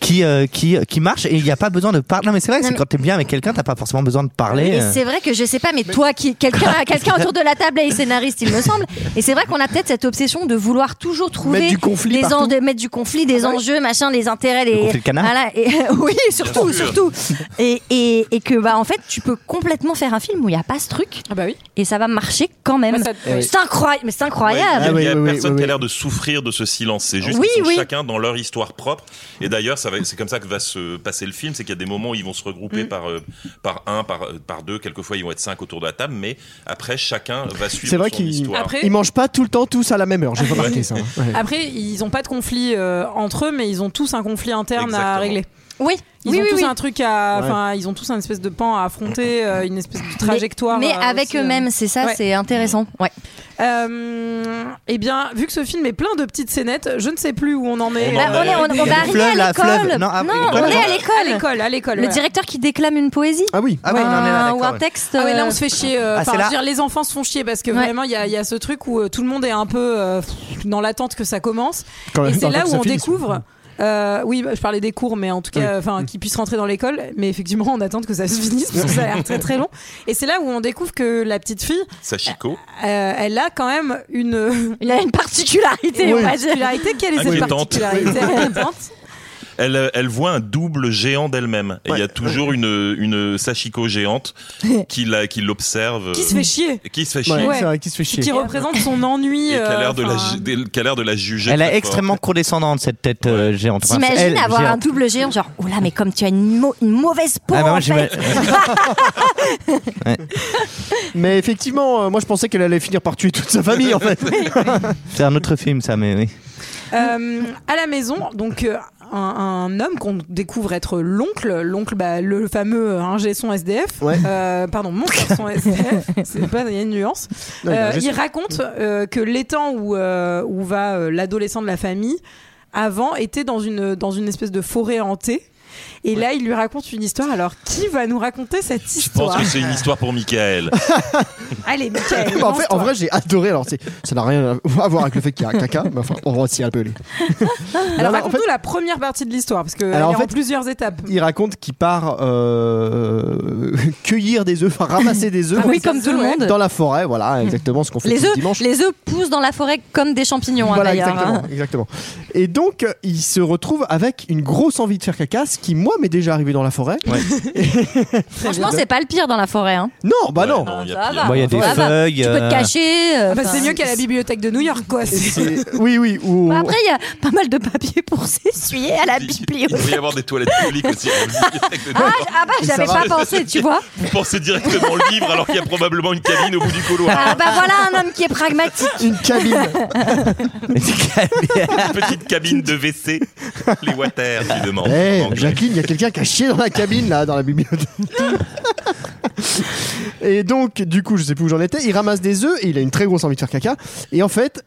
[SPEAKER 9] qui euh, qui qui marche et il n'y a pas besoin de parler. Non mais c'est vrai,
[SPEAKER 6] Non,
[SPEAKER 9] c'est
[SPEAKER 6] mais-
[SPEAKER 9] quand t'es bien avec quelqu'un, t'as pas forcément besoin de parler.
[SPEAKER 6] Et
[SPEAKER 9] euh.
[SPEAKER 6] c'est vrai que je sais pas, mais toi, qui
[SPEAKER 7] Bah,
[SPEAKER 6] quelqu'un quelqu'un autour de la table est scénariste, il me semble. Et c'est vrai qu'on a peut-être cette obsession de vouloir toujours trouver
[SPEAKER 7] Mettre du conflit
[SPEAKER 6] des
[SPEAKER 7] partout.
[SPEAKER 6] enjeux, mettre du conflit, des
[SPEAKER 1] Ah
[SPEAKER 6] enjeux, machin, les intérêts, les
[SPEAKER 9] conflit de canard.
[SPEAKER 6] Voilà, et- oui, surtout,
[SPEAKER 8] Bien sûr.
[SPEAKER 6] surtout. Et, et, et que bah en fait, tu peux complètement faire un film où il y a pas ce truc
[SPEAKER 1] Ah bah oui.
[SPEAKER 6] et ça va marcher quand même.
[SPEAKER 1] Bah, ça-
[SPEAKER 7] Eh
[SPEAKER 1] oui.
[SPEAKER 6] C'est incroyable, mais c'est
[SPEAKER 8] Ouais,
[SPEAKER 6] incroyable.
[SPEAKER 8] Il n'y a
[SPEAKER 7] Ah oui, oui, oui,
[SPEAKER 8] personne
[SPEAKER 7] oui,
[SPEAKER 8] qui a
[SPEAKER 7] oui.
[SPEAKER 8] l'air de souffrir de ce silence. C'est juste
[SPEAKER 6] Oui,
[SPEAKER 8] qu'ils sont
[SPEAKER 6] oui.
[SPEAKER 8] chacun dans leur histoire propre. Et d'ailleurs, ça va- c'est comme ça que va se passer le film. C'est qu'il y a des moments où ils vont se
[SPEAKER 6] Mm.
[SPEAKER 8] regrouper par, euh, par un, par, euh, par deux. Quelquefois, ils vont être cinq autour de la table. Mais après, chacun va suivre
[SPEAKER 7] C'est vrai
[SPEAKER 8] son
[SPEAKER 7] qu'ils-
[SPEAKER 8] histoire.
[SPEAKER 1] Après,
[SPEAKER 7] Ils mangent pas tout le temps tous à la même heure. J'ai pas remarqué ça. Ouais.
[SPEAKER 1] après, ils ont pas de conflit euh, entre eux, mais ils ont tous un conflit interne à
[SPEAKER 8] Exactement.
[SPEAKER 1] régler.
[SPEAKER 6] Oui,
[SPEAKER 1] Ils
[SPEAKER 6] oui,
[SPEAKER 1] ont
[SPEAKER 6] oui,
[SPEAKER 1] tous
[SPEAKER 6] oui.
[SPEAKER 1] un truc à,
[SPEAKER 7] Ouais.
[SPEAKER 1] enfin, ils ont tous un espèce de pan à affronter, euh, une espèce de trajectoire.
[SPEAKER 6] Mais
[SPEAKER 1] euh,
[SPEAKER 6] avec
[SPEAKER 1] aussi, euh.
[SPEAKER 6] eux-mêmes, c'est ça,
[SPEAKER 1] Ouais.
[SPEAKER 6] c'est intéressant. Ouais.
[SPEAKER 1] Euh, eh bien, vu que ce film est plein de petites scénettes, je ne sais plus où Ah, on en est.
[SPEAKER 8] On
[SPEAKER 6] Là, on, est, on, on
[SPEAKER 9] Il y
[SPEAKER 6] va
[SPEAKER 9] a le
[SPEAKER 6] arriver
[SPEAKER 9] fleuve,
[SPEAKER 6] à
[SPEAKER 9] là,
[SPEAKER 6] l'école.
[SPEAKER 9] fleuve. Non, ah,
[SPEAKER 6] on
[SPEAKER 9] l'école.
[SPEAKER 6] est à
[SPEAKER 1] à
[SPEAKER 6] l'école.
[SPEAKER 1] l'école, à l'école.
[SPEAKER 6] Le
[SPEAKER 1] ouais.
[SPEAKER 6] directeur qui déclame une poésie
[SPEAKER 7] Ah oui.
[SPEAKER 9] Ah oui,
[SPEAKER 6] ou,
[SPEAKER 9] non, on est là,
[SPEAKER 6] un, ou un
[SPEAKER 9] d'accord.
[SPEAKER 6] texte.
[SPEAKER 1] Ah ouais, là on
[SPEAKER 6] euh,
[SPEAKER 1] se fait chier. euh,
[SPEAKER 9] Ah,
[SPEAKER 1] enfin,
[SPEAKER 9] c'est
[SPEAKER 1] je
[SPEAKER 9] là.
[SPEAKER 1] veux dire, les enfants se font chier parce que
[SPEAKER 6] Ouais.
[SPEAKER 1] vraiment, il y, a- il y a ce truc où euh, tout le monde est un peu euh, dans l'attente que ça commence.
[SPEAKER 7] Quand
[SPEAKER 1] Et
[SPEAKER 7] même,
[SPEAKER 1] c'est
[SPEAKER 7] quand
[SPEAKER 1] là où
[SPEAKER 7] ça
[SPEAKER 1] on
[SPEAKER 7] finit,
[SPEAKER 1] découvre. euh, oui, bah, je parlais des cours, mais en tout cas, enfin, qu'ils puissent rentrer dans l'école. Mais effectivement, on attend que ça se finisse parce que ça a l'air très très long. Et c'est là où on découvre que la petite fille,
[SPEAKER 8] Sachiko.
[SPEAKER 1] euh, elle a quand même une
[SPEAKER 6] Il a une particularité, on va dire.
[SPEAKER 1] particularité. Quelle est cette
[SPEAKER 8] Inquiétante.
[SPEAKER 1] particularité Inquiétante.
[SPEAKER 8] Elle, euh, elle voit un double géant d'elle-même. Et il y a toujours une, une Sachiko géante qui la- qui l'observe.
[SPEAKER 1] Qui se fait chier
[SPEAKER 8] Qui se fait chier.
[SPEAKER 7] Ouais,
[SPEAKER 1] Ouais.
[SPEAKER 7] c'est vrai, qui se fait chier.
[SPEAKER 1] Qui représente son ennui.
[SPEAKER 8] Et qui a
[SPEAKER 1] euh,
[SPEAKER 8] l'air de, la
[SPEAKER 1] enfin,
[SPEAKER 8] ju- des- qui a l'air de la juger.
[SPEAKER 9] Elle
[SPEAKER 8] très
[SPEAKER 9] est
[SPEAKER 8] fort.
[SPEAKER 9] extrêmement condescendante, cette tête euh, géante. Enfin,
[SPEAKER 6] T'imagines
[SPEAKER 9] elle,
[SPEAKER 6] avoir un
[SPEAKER 9] géante.
[SPEAKER 6] double géant, genre, oh là, mais comme tu as une, mau- une mauvaise peau.
[SPEAKER 9] Ah, bah, moi,
[SPEAKER 6] en
[SPEAKER 9] j'ima-
[SPEAKER 6] fait.
[SPEAKER 7] Mais effectivement, euh, moi je pensais qu'elle allait finir par tuer toute sa famille en fait.
[SPEAKER 9] C'est un autre film, ça, mais oui.
[SPEAKER 1] Euh, à la maison, donc euh, un, un homme qu'on découvre être l'oncle, l'oncle, bah, le fameux euh, ingé son SDF,
[SPEAKER 7] Ouais.
[SPEAKER 1] Euh, pardon, mon son SDF, c'est pas, il y a une nuance.
[SPEAKER 7] Non, il a
[SPEAKER 1] Euh,
[SPEAKER 7] un geste-
[SPEAKER 1] il raconte euh, que l'étang où, euh, où va euh, l'adolescent de la famille avant était dans une, dans une espèce de forêt hantée. Et là, il lui raconte une histoire. Alors, qui va nous raconter cette
[SPEAKER 8] Je pense
[SPEAKER 1] histoire
[SPEAKER 8] que c'est une histoire pour Michael.
[SPEAKER 1] Allez, Mickaël,
[SPEAKER 7] Bah, en, fait, en
[SPEAKER 1] lance-toi.
[SPEAKER 7] vrai, j'ai adoré. Alors, c'est- ça n'a rien à voir avec le fait qu'il y a un caca, mais enfin, on va s'y appeler. Non,
[SPEAKER 1] Alors,
[SPEAKER 7] non, en
[SPEAKER 1] raconte-nous la première partie de l'histoire, parce que elle est
[SPEAKER 7] Alors, en
[SPEAKER 1] en
[SPEAKER 7] fait,
[SPEAKER 1] plusieurs étapes.
[SPEAKER 7] Il raconte qu'il part euh, cueillir des œufs, enfin ramasser des œufs
[SPEAKER 1] Ah
[SPEAKER 6] oui, comme tout le monde.
[SPEAKER 7] dans la forêt. Voilà, exactement ce qu'on fait
[SPEAKER 6] Les
[SPEAKER 7] tous
[SPEAKER 6] œufs,
[SPEAKER 7] dimanche.
[SPEAKER 6] les œufs poussent dans la forêt comme des champignons, hein,
[SPEAKER 7] Voilà,
[SPEAKER 6] d'ailleurs.
[SPEAKER 7] exactement, exactement. Et donc, euh, il se retrouve avec une grosse envie de faire caca, ce qui, moi, m'est déjà arrivé dans la forêt.
[SPEAKER 6] Franchement, c'est pas le pire dans la forêt. hein.
[SPEAKER 7] Non, bah
[SPEAKER 8] Ouais,
[SPEAKER 7] non.
[SPEAKER 8] il y a
[SPEAKER 6] Ça
[SPEAKER 8] pire.
[SPEAKER 6] va.
[SPEAKER 9] Bon, il y a des
[SPEAKER 6] Ah bah,
[SPEAKER 9] feuilles.
[SPEAKER 6] Tu peux
[SPEAKER 9] euh,
[SPEAKER 6] te cacher. euh,
[SPEAKER 1] Ah bah,
[SPEAKER 6] enfin,
[SPEAKER 1] c'est mieux qu'à la bibliothèque de New York, quoi.
[SPEAKER 7] Et
[SPEAKER 1] C'est-
[SPEAKER 7] c'est- Oui, oui. Ou...
[SPEAKER 6] Bah, après, il y a pas mal de papier pour s'essuyer à la
[SPEAKER 8] Il
[SPEAKER 6] bibliothèque.
[SPEAKER 8] peut y avoir des toilettes publiques aussi.
[SPEAKER 6] Ah, j- ah bah, j'avais
[SPEAKER 7] va.
[SPEAKER 6] pas pensé, tu vois.
[SPEAKER 8] Vous pensez directement au livre alors qu'il y a probablement une cabine au bout du couloir.
[SPEAKER 6] Ah bah voilà un homme qui est pragmatique.
[SPEAKER 7] Une cabine.
[SPEAKER 8] Une petite cabine de WC. Les water, évidemment.
[SPEAKER 7] Eh,
[SPEAKER 8] en anglais.
[SPEAKER 7] Jacqueline, il y a quelqu'un qui a chié dans la cabine, là, dans la bibliothèque. et donc, du coup, je sais plus où j'en étais. Il ramasse des œufs et il a une très grosse envie de faire caca. Et en fait,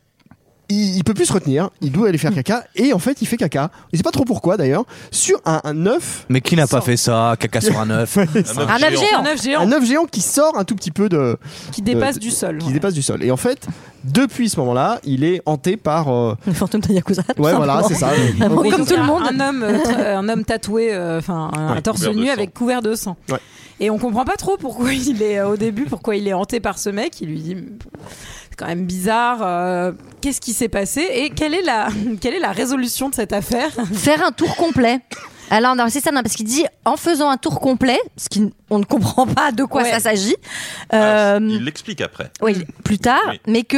[SPEAKER 7] il, il peut plus se retenir. Il doit aller faire caca. Et en fait, il fait caca. Il sait pas trop pourquoi, d'ailleurs. Sur un, un œuf.
[SPEAKER 9] Mais qui n'a pas fait ça Caca sur un œuf.
[SPEAKER 6] Un œuf
[SPEAKER 8] géant.
[SPEAKER 6] géant.
[SPEAKER 1] un œuf géant
[SPEAKER 7] Un œuf géant qui sort un tout petit peu de.
[SPEAKER 1] qui dépasse
[SPEAKER 7] de-
[SPEAKER 1] du sol.
[SPEAKER 7] qui
[SPEAKER 1] ouais.
[SPEAKER 7] dépasse du sol. Et en fait, depuis ce moment-là, il est hanté par. euh,
[SPEAKER 6] Le fantôme de Yakuza. tout
[SPEAKER 7] Ouais, voilà,
[SPEAKER 6] simplement.
[SPEAKER 7] c'est ça.
[SPEAKER 6] Ah
[SPEAKER 7] En
[SPEAKER 6] oui,
[SPEAKER 7] gros,
[SPEAKER 6] comme
[SPEAKER 7] c'est-
[SPEAKER 6] tout le monde.
[SPEAKER 1] Un homme, euh, tr- euh, un homme tatoué, euh, enfin un
[SPEAKER 8] Ouais,
[SPEAKER 1] torse
[SPEAKER 8] couvert de
[SPEAKER 1] nu
[SPEAKER 8] sang.
[SPEAKER 1] avec couvert de sang.
[SPEAKER 7] Ouais.
[SPEAKER 1] Et on comprend pas trop pourquoi il est euh, au début, pourquoi il est hanté par ce mec. Il lui dit c'est quand même bizarre. euh, Qu'est-ce qui s'est passé et quelle est la quelle est la résolution de cette affaire
[SPEAKER 6] Faire un tour complet. Alors non, c'est ça, non, parce qu'il dit en faisant un tour complet, ce qui on ne comprend pas de quoi
[SPEAKER 1] Ouais.
[SPEAKER 6] ça s'agit.
[SPEAKER 8] Ah,
[SPEAKER 6] euh,
[SPEAKER 8] Il l'explique après.
[SPEAKER 6] oui, plus tard,
[SPEAKER 8] Oui.
[SPEAKER 6] mais que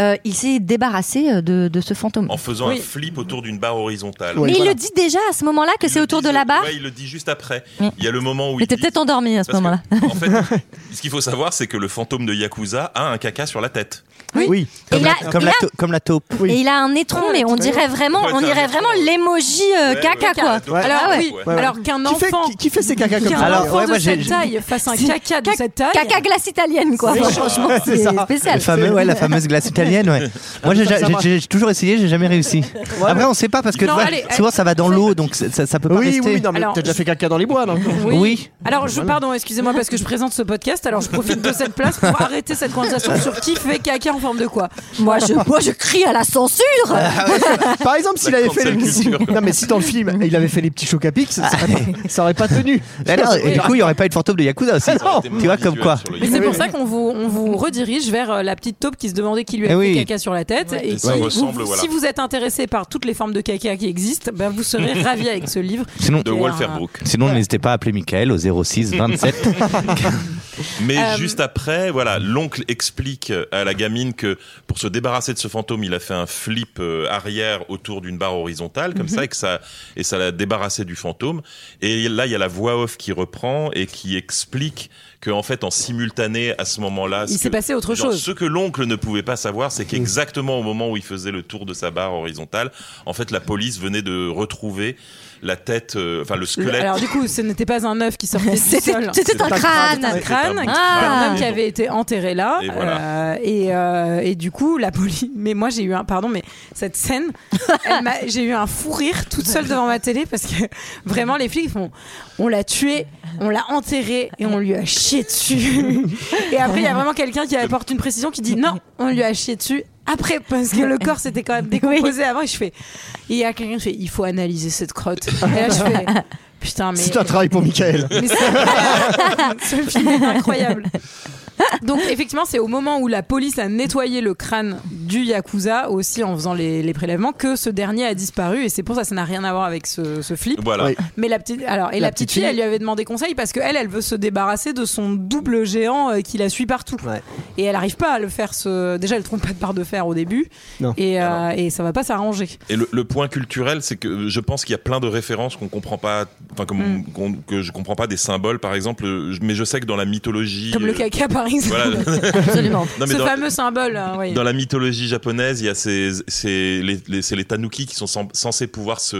[SPEAKER 6] euh, il s'est débarrassé euh, de, de ce fantôme.
[SPEAKER 8] En faisant
[SPEAKER 1] Oui.
[SPEAKER 8] un flip autour d'une barre horizontale.
[SPEAKER 7] Ouais,
[SPEAKER 6] mais
[SPEAKER 7] voilà.
[SPEAKER 6] il le dit déjà à ce moment-là que
[SPEAKER 8] Il
[SPEAKER 6] c'est
[SPEAKER 8] le
[SPEAKER 6] autour
[SPEAKER 8] dit-
[SPEAKER 6] de la barre.
[SPEAKER 8] ouais, il le dit juste après.
[SPEAKER 6] Mm.
[SPEAKER 8] Il y a le moment où
[SPEAKER 6] Mais
[SPEAKER 8] il.
[SPEAKER 6] t'es
[SPEAKER 8] dit-
[SPEAKER 6] peut-être endormi à ce
[SPEAKER 8] Parce que,
[SPEAKER 6] moment-là.
[SPEAKER 8] En fait, ce qu'il faut savoir, c'est que le fantôme de Yakuza a un caca sur la tête.
[SPEAKER 6] Oui.
[SPEAKER 7] Oui.
[SPEAKER 6] Et
[SPEAKER 9] Comme
[SPEAKER 6] il
[SPEAKER 9] la,
[SPEAKER 6] a-
[SPEAKER 9] comme
[SPEAKER 6] il
[SPEAKER 9] la
[SPEAKER 6] a-
[SPEAKER 9] tau- comme la taupe.
[SPEAKER 7] Oui.
[SPEAKER 6] Et il a un étron, mais on dirait vraiment,
[SPEAKER 8] Ouais,
[SPEAKER 6] on
[SPEAKER 8] c'est un
[SPEAKER 6] dirait
[SPEAKER 8] étron.
[SPEAKER 6] vraiment l'émoji euh,
[SPEAKER 8] Ouais,
[SPEAKER 6] caca
[SPEAKER 8] ouais,
[SPEAKER 6] quoi.
[SPEAKER 8] ouais.
[SPEAKER 1] Alors
[SPEAKER 6] Ah ouais.
[SPEAKER 1] oui,
[SPEAKER 8] Ouais,
[SPEAKER 7] ouais.
[SPEAKER 1] alors qu'un
[SPEAKER 7] Qui fait,
[SPEAKER 1] enfant
[SPEAKER 7] qui, qui fait ses caca comme
[SPEAKER 1] qu'un
[SPEAKER 7] ça
[SPEAKER 9] Alors,
[SPEAKER 1] enfant
[SPEAKER 9] ouais,
[SPEAKER 1] de
[SPEAKER 9] moi, j'ai-
[SPEAKER 1] cette taille fasse un
[SPEAKER 6] C'est-
[SPEAKER 1] caca de
[SPEAKER 6] cac-
[SPEAKER 1] cette taille.
[SPEAKER 6] Caca glace italienne quoi.
[SPEAKER 7] C'est-
[SPEAKER 6] Franchement,
[SPEAKER 7] c'est
[SPEAKER 6] c'est
[SPEAKER 7] ça.
[SPEAKER 9] Le
[SPEAKER 6] spécial. Bah,
[SPEAKER 9] fameux, ouais, la fameuse glace italienne, ouais. Moi, j'ai-
[SPEAKER 7] ça, ça
[SPEAKER 9] j'ai-
[SPEAKER 7] marche.
[SPEAKER 9] j'ai j'ai toujours essayé, j'ai jamais réussi. Après, on sait pas parce que
[SPEAKER 1] Non,
[SPEAKER 9] ouais,
[SPEAKER 1] allez,
[SPEAKER 9] souvent
[SPEAKER 1] allez.
[SPEAKER 9] ça va dans l'eau, donc ça, ça- ça peut pas
[SPEAKER 7] Oui,
[SPEAKER 9] rester.
[SPEAKER 7] oui, non, mais
[SPEAKER 1] Alors-
[SPEAKER 7] t'as déjà fait caca dans les bois, non
[SPEAKER 1] Oui.
[SPEAKER 9] Oui.
[SPEAKER 1] Alors, je, pardon, excusez-moi parce que je présente ce podcast, alors je profite de cette place pour arrêter cette conversation sur qui fait caca en forme de quoi.
[SPEAKER 6] Moi je, moi je crie à la censure.
[SPEAKER 7] Par exemple, s'il
[SPEAKER 8] La
[SPEAKER 7] avait fait les...
[SPEAKER 8] cancel culture.
[SPEAKER 7] non mais si dans le film il avait fait les petits chocs à pic, ça, ça aurait pas- ça aurait pas tenu.
[SPEAKER 9] Mais non, et du coup, il y aurait pas eu de fantôme de Yakuza aussi.
[SPEAKER 8] Ça aurait été
[SPEAKER 9] Oh, Tu vois,
[SPEAKER 8] moins
[SPEAKER 9] comme
[SPEAKER 8] visuel
[SPEAKER 9] quoi.
[SPEAKER 8] sur le
[SPEAKER 1] Mais c'est
[SPEAKER 8] Yakuza.
[SPEAKER 1] pour ça qu'on vous, on vous redirige vers euh, la petite taupe qui se demandait qui lui avait
[SPEAKER 9] Eh oui.
[SPEAKER 1] fait caca sur la tête. Et
[SPEAKER 8] Et ça
[SPEAKER 1] qui-
[SPEAKER 8] ressemble,
[SPEAKER 1] vous-
[SPEAKER 8] voilà.
[SPEAKER 1] Si vous êtes intéressé par toutes les formes de caca qui existent, ben vous serez ravi avec ce livre.
[SPEAKER 9] Sinon,
[SPEAKER 8] De Walter Brook.
[SPEAKER 9] sinon n'hésitez pas à appeler Michael au 06 27.
[SPEAKER 8] Mais
[SPEAKER 1] Euh,
[SPEAKER 8] juste après, voilà, l'oncle explique à la gamine que pour se débarrasser de ce fantôme, il a fait un flip euh, arrière autour d'une barre horizontale, comme
[SPEAKER 6] Mhm.
[SPEAKER 8] ça, et que ça, et ça l'a débarrassé du fantôme. Et là, il y a la voix off qui reprend et qui explique que, en fait, en simultané, à ce moment-là,
[SPEAKER 1] Il
[SPEAKER 8] ce
[SPEAKER 1] s'est
[SPEAKER 8] que-
[SPEAKER 1] passé autre
[SPEAKER 8] genre,
[SPEAKER 1] chose. Mm.
[SPEAKER 8] Ce que l'oncle ne pouvait pas savoir, c'est qu'exactement au moment où il faisait le tour de sa barre horizontale, en fait, la police venait de retrouver la tête, euh, enfin le squelette.
[SPEAKER 1] Alors du coup, ce n'était pas un œuf qui sortait du
[SPEAKER 6] C'était
[SPEAKER 1] sol.
[SPEAKER 6] c'était
[SPEAKER 8] C'est
[SPEAKER 6] un
[SPEAKER 8] un
[SPEAKER 1] C'était un
[SPEAKER 6] crâne.
[SPEAKER 1] crâne,
[SPEAKER 8] C'est un
[SPEAKER 1] qui-
[SPEAKER 6] Ah.
[SPEAKER 1] un homme Bah, qui avait été enterré là.
[SPEAKER 8] Et voilà.
[SPEAKER 1] euh, et, euh, et du coup, la police. Mais moi, j'ai eu un. Pardon, mais cette scène, elle m'a- j'ai eu un fou rire toute seule devant ma télé parce que vraiment, les flics font on l'a tué, on l'a enterré et on lui a chié dessus. et après, il y a vraiment quelqu'un qui apporte une précision qui dit non, on lui a chié dessus. Après, parce que le corps s'était quand même décomposé avant, et je fais. et Il y a quelqu'un qui fait il faut analyser cette crotte. Et là, je fais putain, mais.
[SPEAKER 7] C'est un travail pour Michael.
[SPEAKER 1] Mais c'est- ce film est incroyable. Donc effectivement, c'est au moment où la police a nettoyé le crâne du yakuza aussi en faisant les, les prélèvements que ce dernier a disparu et c'est pour ça ça n'a rien à voir avec ce, ce flip.
[SPEAKER 8] Voilà.
[SPEAKER 7] Oui.
[SPEAKER 1] Mais la petite alors et la, petite fille, elle lui avait demandé conseil parce que elle elle veut se débarrasser de son double géant euh, qui la suit partout.
[SPEAKER 7] Ouais.
[SPEAKER 1] Et elle arrive pas à le faire ce déjà elle trouve pas de barre de fer au début
[SPEAKER 7] Non.
[SPEAKER 1] et euh, et ça va pas s'arranger.
[SPEAKER 8] Et le, le point culturel, c'est que euh, je pense qu'il y a plein de références qu'on comprend pas, enfin que,
[SPEAKER 1] Mm.
[SPEAKER 8] mon- qu'on- que je comprends pas des symboles, par exemple. euh, je- Mais je sais que dans la mythologie,
[SPEAKER 1] Comme le
[SPEAKER 8] euh,
[SPEAKER 1] caca par exemple.
[SPEAKER 8] voilà.
[SPEAKER 6] Absolument.
[SPEAKER 8] Non, mais
[SPEAKER 1] ce
[SPEAKER 8] dans-
[SPEAKER 1] fameux symbole euh, oui.
[SPEAKER 8] Dans la mythologie japonaise, il y a ces, ces- les, les- c'est les tanuki qui sont sem- censés pouvoir se,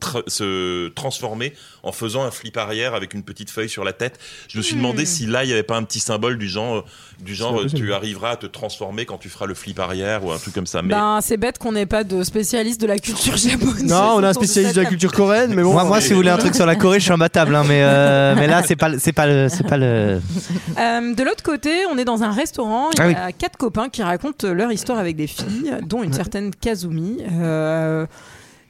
[SPEAKER 8] tra- se transformer en faisant un flip arrière avec une petite feuille sur la tête. Je me
[SPEAKER 1] Hmm.
[SPEAKER 8] suis demandé si là, il n'y avait pas un petit symbole du genre, euh, du genre euh, tu arriveras à te transformer quand tu feras le flip arrière ou un truc comme ça. Mais
[SPEAKER 1] Ben, c'est bête qu'on n'ait pas de spécialiste de la culture japonaise.
[SPEAKER 7] Non, on a un
[SPEAKER 1] autour de
[SPEAKER 7] spécialiste de
[SPEAKER 1] cette
[SPEAKER 7] la culture coréenne, mais bon.
[SPEAKER 9] moi, moi, si vous voulez un truc sur la Corée, je suis imbattable, hein, mais, euh, mais là, c'est pas, le- c'est pas le, c'est pas le.
[SPEAKER 1] table. Euh, de l'autre côté, on est dans un restaurant. Il
[SPEAKER 9] Ah
[SPEAKER 1] y a quatre copains qui racontent leur histoire avec des filles, dont une certaine Kazumi. Euh,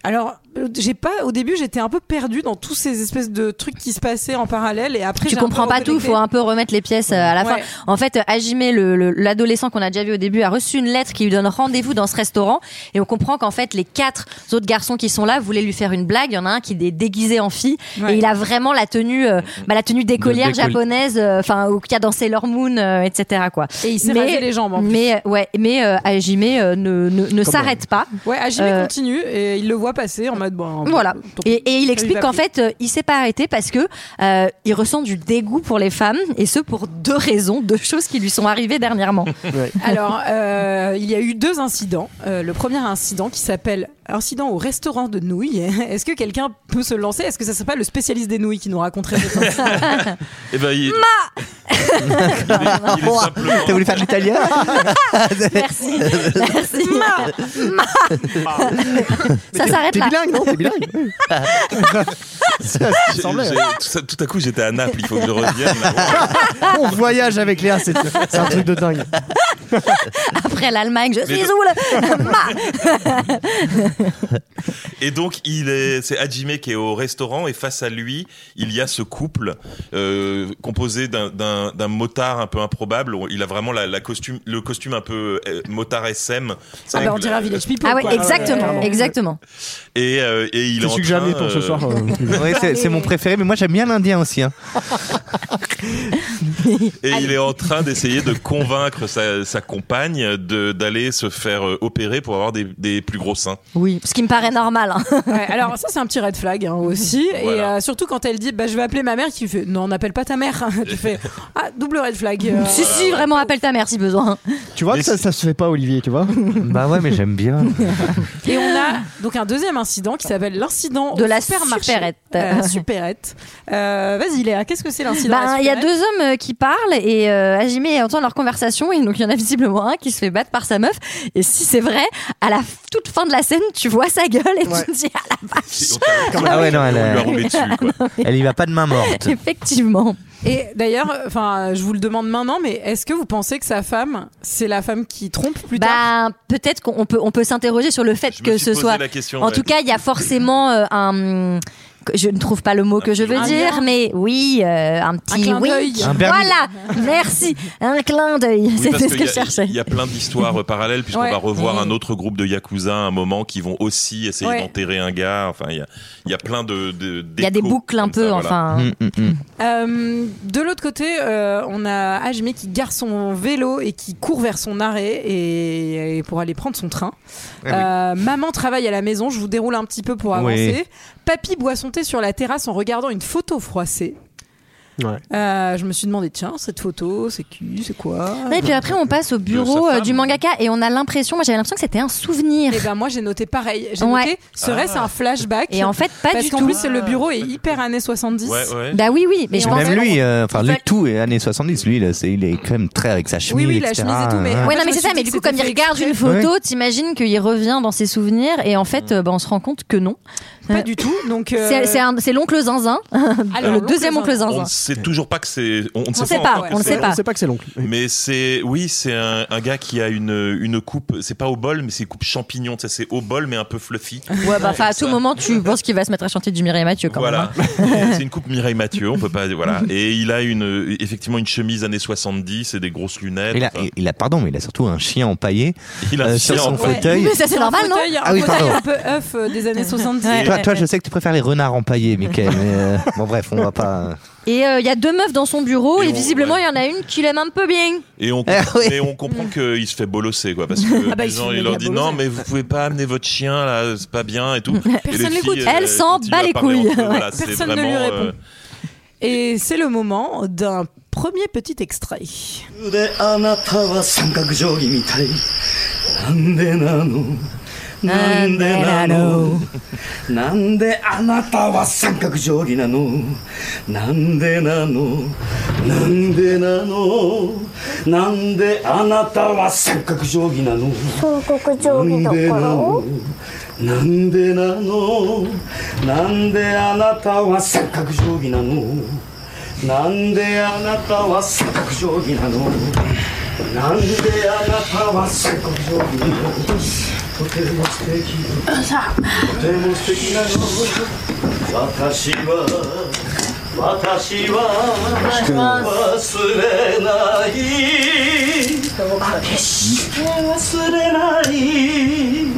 [SPEAKER 1] alors, j'ai pas. Au début, j'étais un peu perdue dans tous ces espèces de trucs qui se passaient en parallèle, et après,
[SPEAKER 6] Tu
[SPEAKER 1] j'ai un peu
[SPEAKER 6] comprends pas tout,
[SPEAKER 1] reconnecté.
[SPEAKER 6] faut un peu remettre les pièces euh, à la fin.
[SPEAKER 1] Ouais.
[SPEAKER 6] En fait, euh, Hajime, le- le- l'adolescent qu'on a déjà vu au début, a reçu une lettre qui lui donne rendez-vous dans ce restaurant. Et on comprend qu'en fait, les quatre autres garçons qui sont là voulaient lui faire une blague. Il y en a un qui est déguisé en fille.
[SPEAKER 1] Ouais.
[SPEAKER 6] Et il a vraiment la tenue, euh, bah, la tenue d'écolière
[SPEAKER 9] décolli-
[SPEAKER 6] japonaise, euh, enfin, ou qu'il y a dans Sailor Moon, euh, etc. Quoi.
[SPEAKER 1] Et il s'est
[SPEAKER 6] Mais-
[SPEAKER 1] rasé les jambes. en plus.
[SPEAKER 6] Mais euh, ouais, mais euh, Hajime euh, ne, ne, ne s'arrête pas.
[SPEAKER 1] Ouais, Hajime
[SPEAKER 6] Euh,
[SPEAKER 1] continue et il le voit passer en mode bon.
[SPEAKER 6] Voilà.
[SPEAKER 1] bon,
[SPEAKER 6] Et, et il
[SPEAKER 1] lui
[SPEAKER 6] explique
[SPEAKER 1] a
[SPEAKER 6] qu'en
[SPEAKER 1] plu.
[SPEAKER 6] fait, euh, il s'est pas arrêté parce que euh, il ressent du dégoût pour les femmes, et ce pour deux raisons, deux choses qui lui sont arrivées dernièrement.
[SPEAKER 1] Alors, euh, il y a eu deux incidents. Euh, le premier incident qui s'appelle incident au restaurant de nouilles. Est-ce que quelqu'un peut se lancer Est-ce que ça serait pas le spécialiste des nouilles qui nous raconterait Ah bah, cette incident
[SPEAKER 8] eh ben, il, il est- il est simplement-
[SPEAKER 9] T'as voulu faire de l'italien
[SPEAKER 6] Merci. Merci. Ça s'arrête
[SPEAKER 7] T'es
[SPEAKER 6] là.
[SPEAKER 7] bilingue, non T'es bilingue oui. Ça, ça me
[SPEAKER 8] j'ai-
[SPEAKER 7] semblait.
[SPEAKER 8] j'ai- tout, à- tout à coup, j'étais à Naples, il faut que je revienne. là.
[SPEAKER 7] hein. On voyage avec Léa, c'est c'est un truc de dingue.
[SPEAKER 6] Après l'Allemagne, je suis
[SPEAKER 8] Mais-
[SPEAKER 6] où le
[SPEAKER 8] Et donc, il est, c'est Hajime qui est au restaurant et face à lui, il y a ce couple euh, composé d'un- d'un d'un motard un peu improbable. Il a vraiment la, la costume, le costume un peu euh, motard SM.
[SPEAKER 1] ah bah, On
[SPEAKER 8] Simple.
[SPEAKER 1] dirait un village people.
[SPEAKER 6] Ah ouais,
[SPEAKER 1] quoi.
[SPEAKER 6] exactement,
[SPEAKER 1] Ouais.
[SPEAKER 6] exactement.
[SPEAKER 8] Et, euh, et il est
[SPEAKER 7] C'est
[SPEAKER 8] en
[SPEAKER 7] celui que j'ai
[SPEAKER 8] train.
[SPEAKER 7] amené pour ce
[SPEAKER 8] euh,
[SPEAKER 7] soir.
[SPEAKER 9] Oui, c'est c'est mon préféré, mais moi j'aime bien l'Indien aussi. Hein.
[SPEAKER 8] Et il est en train d'essayer de convaincre sa, sa compagne de d'aller se faire euh, opérer pour avoir des, des plus gros seins.
[SPEAKER 6] Oui, ce qui me paraît normal. hein.
[SPEAKER 1] Ouais, alors ça c'est un petit red flag hein, aussi et
[SPEAKER 8] Voilà.
[SPEAKER 1] euh, surtout quand elle dit bah je vais appeler ma mère qui fait non n'appelle pas ta mère tu fais ah double red flag euh,
[SPEAKER 6] Si si, vraiment appelle ta mère si besoin.
[SPEAKER 7] Tu vois
[SPEAKER 8] Mais
[SPEAKER 7] que ça,
[SPEAKER 8] c'est-
[SPEAKER 7] ça se fait pas, Olivier, tu vois
[SPEAKER 9] Bah ouais, mais j'aime bien.
[SPEAKER 1] Et on a donc un deuxième incident qui s'appelle l'incident
[SPEAKER 6] De
[SPEAKER 1] au
[SPEAKER 6] la
[SPEAKER 1] supermarché.
[SPEAKER 6] supérette.
[SPEAKER 1] Euh, superette. Euh, Vas-y Léa, qu'est-ce que c'est l'incident à la
[SPEAKER 6] Ben, il y a
[SPEAKER 1] supérette
[SPEAKER 6] deux hommes euh, qui parlent et euh, Hajime entend leur conversation et donc il y en a visiblement un qui se fait battre par sa meuf et si c'est vrai, à la f- toute fin de la scène, tu vois sa gueule et tu te dis ah la vache.
[SPEAKER 9] Ah ouais, non, elle,
[SPEAKER 8] On lui a
[SPEAKER 9] euh,
[SPEAKER 8] roulé dessus. Quoi.
[SPEAKER 9] elle y va pas de main morte.
[SPEAKER 6] Effectivement.
[SPEAKER 1] Et d'ailleurs, enfin, je vous le demande maintenant, mais est-ce que vous pensez que sa femme, c'est la femme qui trompe plus tard
[SPEAKER 6] Ben, peut-être qu'on on peut on peut s'interroger sur le fait
[SPEAKER 8] Je me
[SPEAKER 6] que
[SPEAKER 8] suis
[SPEAKER 6] ce
[SPEAKER 8] posé
[SPEAKER 6] soit
[SPEAKER 8] la question,
[SPEAKER 6] En
[SPEAKER 8] ouais.
[SPEAKER 6] tout cas, il y a forcément euh, un. Je ne trouve pas le mot que je veux
[SPEAKER 1] Un
[SPEAKER 6] dire,
[SPEAKER 1] lien.
[SPEAKER 6] mais oui, euh, un petit
[SPEAKER 1] clin
[SPEAKER 6] oui. Ah.
[SPEAKER 1] d'œil.
[SPEAKER 9] Un bermi-
[SPEAKER 6] Voilà, merci. Un clin d'œil,
[SPEAKER 8] Oui, parce
[SPEAKER 6] c'était
[SPEAKER 8] qu'il
[SPEAKER 6] ce que
[SPEAKER 8] y
[SPEAKER 6] je
[SPEAKER 8] a-
[SPEAKER 6] cherchais. Mm.
[SPEAKER 8] Il y a plein d'histoires euh, parallèles puisqu'on
[SPEAKER 1] Ouais.
[SPEAKER 8] va revoir
[SPEAKER 6] Oui.
[SPEAKER 8] un autre groupe de yakuza à un moment qui vont aussi essayer
[SPEAKER 1] Ouais.
[SPEAKER 8] d'enterrer un gars. Enfin, il y a, il y a plein de. de
[SPEAKER 6] Il y a des
[SPEAKER 8] d'échos
[SPEAKER 6] boucles un
[SPEAKER 8] comme ça,
[SPEAKER 6] peu,
[SPEAKER 8] voilà.
[SPEAKER 1] Hmm.
[SPEAKER 6] enfin. hein.
[SPEAKER 9] Mm, mm, mm.
[SPEAKER 1] Euh, De l'autre côté, euh, on a Hajime qui gare son vélo et qui court vers son arrêt et, et pour aller prendre son train. Euh, Maman travaille à la maison, je vous déroule un petit peu pour
[SPEAKER 9] Oui.
[SPEAKER 1] avancer. Papy boit son thé sur la terrasse en regardant une photo froissée.
[SPEAKER 7] Ouais.
[SPEAKER 1] Euh, je me suis demandé, tiens, cette photo, c'est qui, c'est quoi
[SPEAKER 6] Et puis après, on passe au
[SPEAKER 8] sa
[SPEAKER 6] bureau euh,
[SPEAKER 8] femme.
[SPEAKER 6] du mangaka et on a l'impression, moi j'avais l'impression que c'était un souvenir.
[SPEAKER 1] Et ben moi j'ai noté pareil. J'ai
[SPEAKER 6] Ouais.
[SPEAKER 1] noté, serait-ce un flashback
[SPEAKER 6] Et en fait, pas
[SPEAKER 1] Parce
[SPEAKER 6] du
[SPEAKER 1] qu'en
[SPEAKER 6] tout.
[SPEAKER 1] plus le bureau est hyper années 70.
[SPEAKER 8] Ah. Ouais, ouais.
[SPEAKER 6] Bah oui, oui, mais
[SPEAKER 1] Et
[SPEAKER 6] je
[SPEAKER 1] en
[SPEAKER 6] pense.
[SPEAKER 1] fait,
[SPEAKER 9] Même lui, euh, enfin,
[SPEAKER 6] en
[SPEAKER 9] lui,
[SPEAKER 6] fait-
[SPEAKER 9] tout est années 70. Lui, là, c'est- il est quand même très avec sa chemise.
[SPEAKER 1] Oui, oui, la
[SPEAKER 9] etc.,
[SPEAKER 1] chemise et tout, mais-
[SPEAKER 9] hein.
[SPEAKER 6] Ouais, non,
[SPEAKER 1] Moi, je
[SPEAKER 6] mais
[SPEAKER 1] me
[SPEAKER 6] c'est
[SPEAKER 1] suis
[SPEAKER 6] ça,
[SPEAKER 1] dit
[SPEAKER 6] mais
[SPEAKER 1] que
[SPEAKER 6] du coup,
[SPEAKER 1] c'était
[SPEAKER 6] comme il
[SPEAKER 1] fait
[SPEAKER 6] regarde
[SPEAKER 1] exprès.
[SPEAKER 6] une photo, t'imagines qu'il revient dans ses souvenirs, et en fait, euh, bah, on se rend compte que non.
[SPEAKER 1] Pas du tout. Donc euh,
[SPEAKER 6] C'est- C'est un- c'est l'oncle Zinzin,
[SPEAKER 1] alors,
[SPEAKER 6] le
[SPEAKER 1] l'oncle
[SPEAKER 6] deuxième
[SPEAKER 1] Zin-
[SPEAKER 6] oncle
[SPEAKER 8] On
[SPEAKER 6] Zinzin.
[SPEAKER 8] ne sait toujours pas que c'est. On ne
[SPEAKER 6] sait
[SPEAKER 8] sait
[SPEAKER 6] pas,
[SPEAKER 8] pas. encore
[SPEAKER 6] on
[SPEAKER 8] que
[SPEAKER 6] le
[SPEAKER 8] c'est-
[SPEAKER 6] sait pas.
[SPEAKER 7] On sait pas que c'est l'oncle.
[SPEAKER 8] Mais c'est oui, c'est un, un gars qui a une, une coupe. C'est pas au bol, mais c'est coupe champignon. tu sais, C'est au bol, mais un peu fluffy.
[SPEAKER 6] Ouais, bah, enfin, à
[SPEAKER 8] Ça.
[SPEAKER 6] tout moment, tu penses qu'il va se mettre à chanter du Mireille Mathieu quand même. hein.
[SPEAKER 8] Voilà. c'est une coupe Mireille Mathieu. On peut pas. Voilà. Et il a une effectivement une chemise années 70 et des grosses lunettes.
[SPEAKER 9] Il a,
[SPEAKER 8] Enfin,
[SPEAKER 9] il- il a- pardon, mais il a surtout un chien empaillé
[SPEAKER 8] il a
[SPEAKER 9] euh,
[SPEAKER 8] un
[SPEAKER 9] sur
[SPEAKER 8] chien
[SPEAKER 9] son
[SPEAKER 8] en fait.
[SPEAKER 9] fauteuil.
[SPEAKER 6] Mais ça, c'est
[SPEAKER 1] un
[SPEAKER 6] normal, non
[SPEAKER 1] fauteuil, un
[SPEAKER 9] Ah oui,
[SPEAKER 1] fauteuil
[SPEAKER 9] pardon.
[SPEAKER 1] un peu œuf euh, des années 70.
[SPEAKER 6] Ouais.
[SPEAKER 9] Toi, toi, je sais que tu préfères les renards empaillés, Mickaël. mais euh, bon, bref, on va pas. euh.
[SPEAKER 6] Et euh, il y a deux meufs dans son bureau, et,
[SPEAKER 8] Et on-
[SPEAKER 6] visiblement, il
[SPEAKER 8] ouais.
[SPEAKER 6] y en a une qui l'aime un peu bien.
[SPEAKER 8] Et on,
[SPEAKER 9] Ah oui.
[SPEAKER 8] mais on comprend qu'il se fait bolosser, quoi. Parce que
[SPEAKER 1] Ah bah,
[SPEAKER 8] les
[SPEAKER 1] il se
[SPEAKER 8] gens,
[SPEAKER 1] fait
[SPEAKER 8] il leur
[SPEAKER 1] méga
[SPEAKER 8] dit non,
[SPEAKER 1] bolosser.
[SPEAKER 8] mais vous pouvez pas amener votre chien, là, c'est pas bien et euh, tout.
[SPEAKER 1] Personne l'écoute.
[SPEAKER 8] l'écoute.
[SPEAKER 6] Elle s'en bat les couilles.
[SPEAKER 8] Voilà, c'est
[SPEAKER 1] Personne ne lui
[SPEAKER 8] vraiment.
[SPEAKER 1] répond.
[SPEAKER 8] euh,
[SPEAKER 1] Et c'est le moment d'un premier petit extrait.
[SPEAKER 4] であなたは三角定規みたいなんでなのなんでなの なんであなたは三角定規なのなんでなのなんでなのなんであなたは三角定規なのなんでなのなんでなのなんであなたは三角定規なのなんであなたは三角定規なのなんであなたは三角定規なのとても素敵とても素敵なの私は私は忘れないあ決して忘れない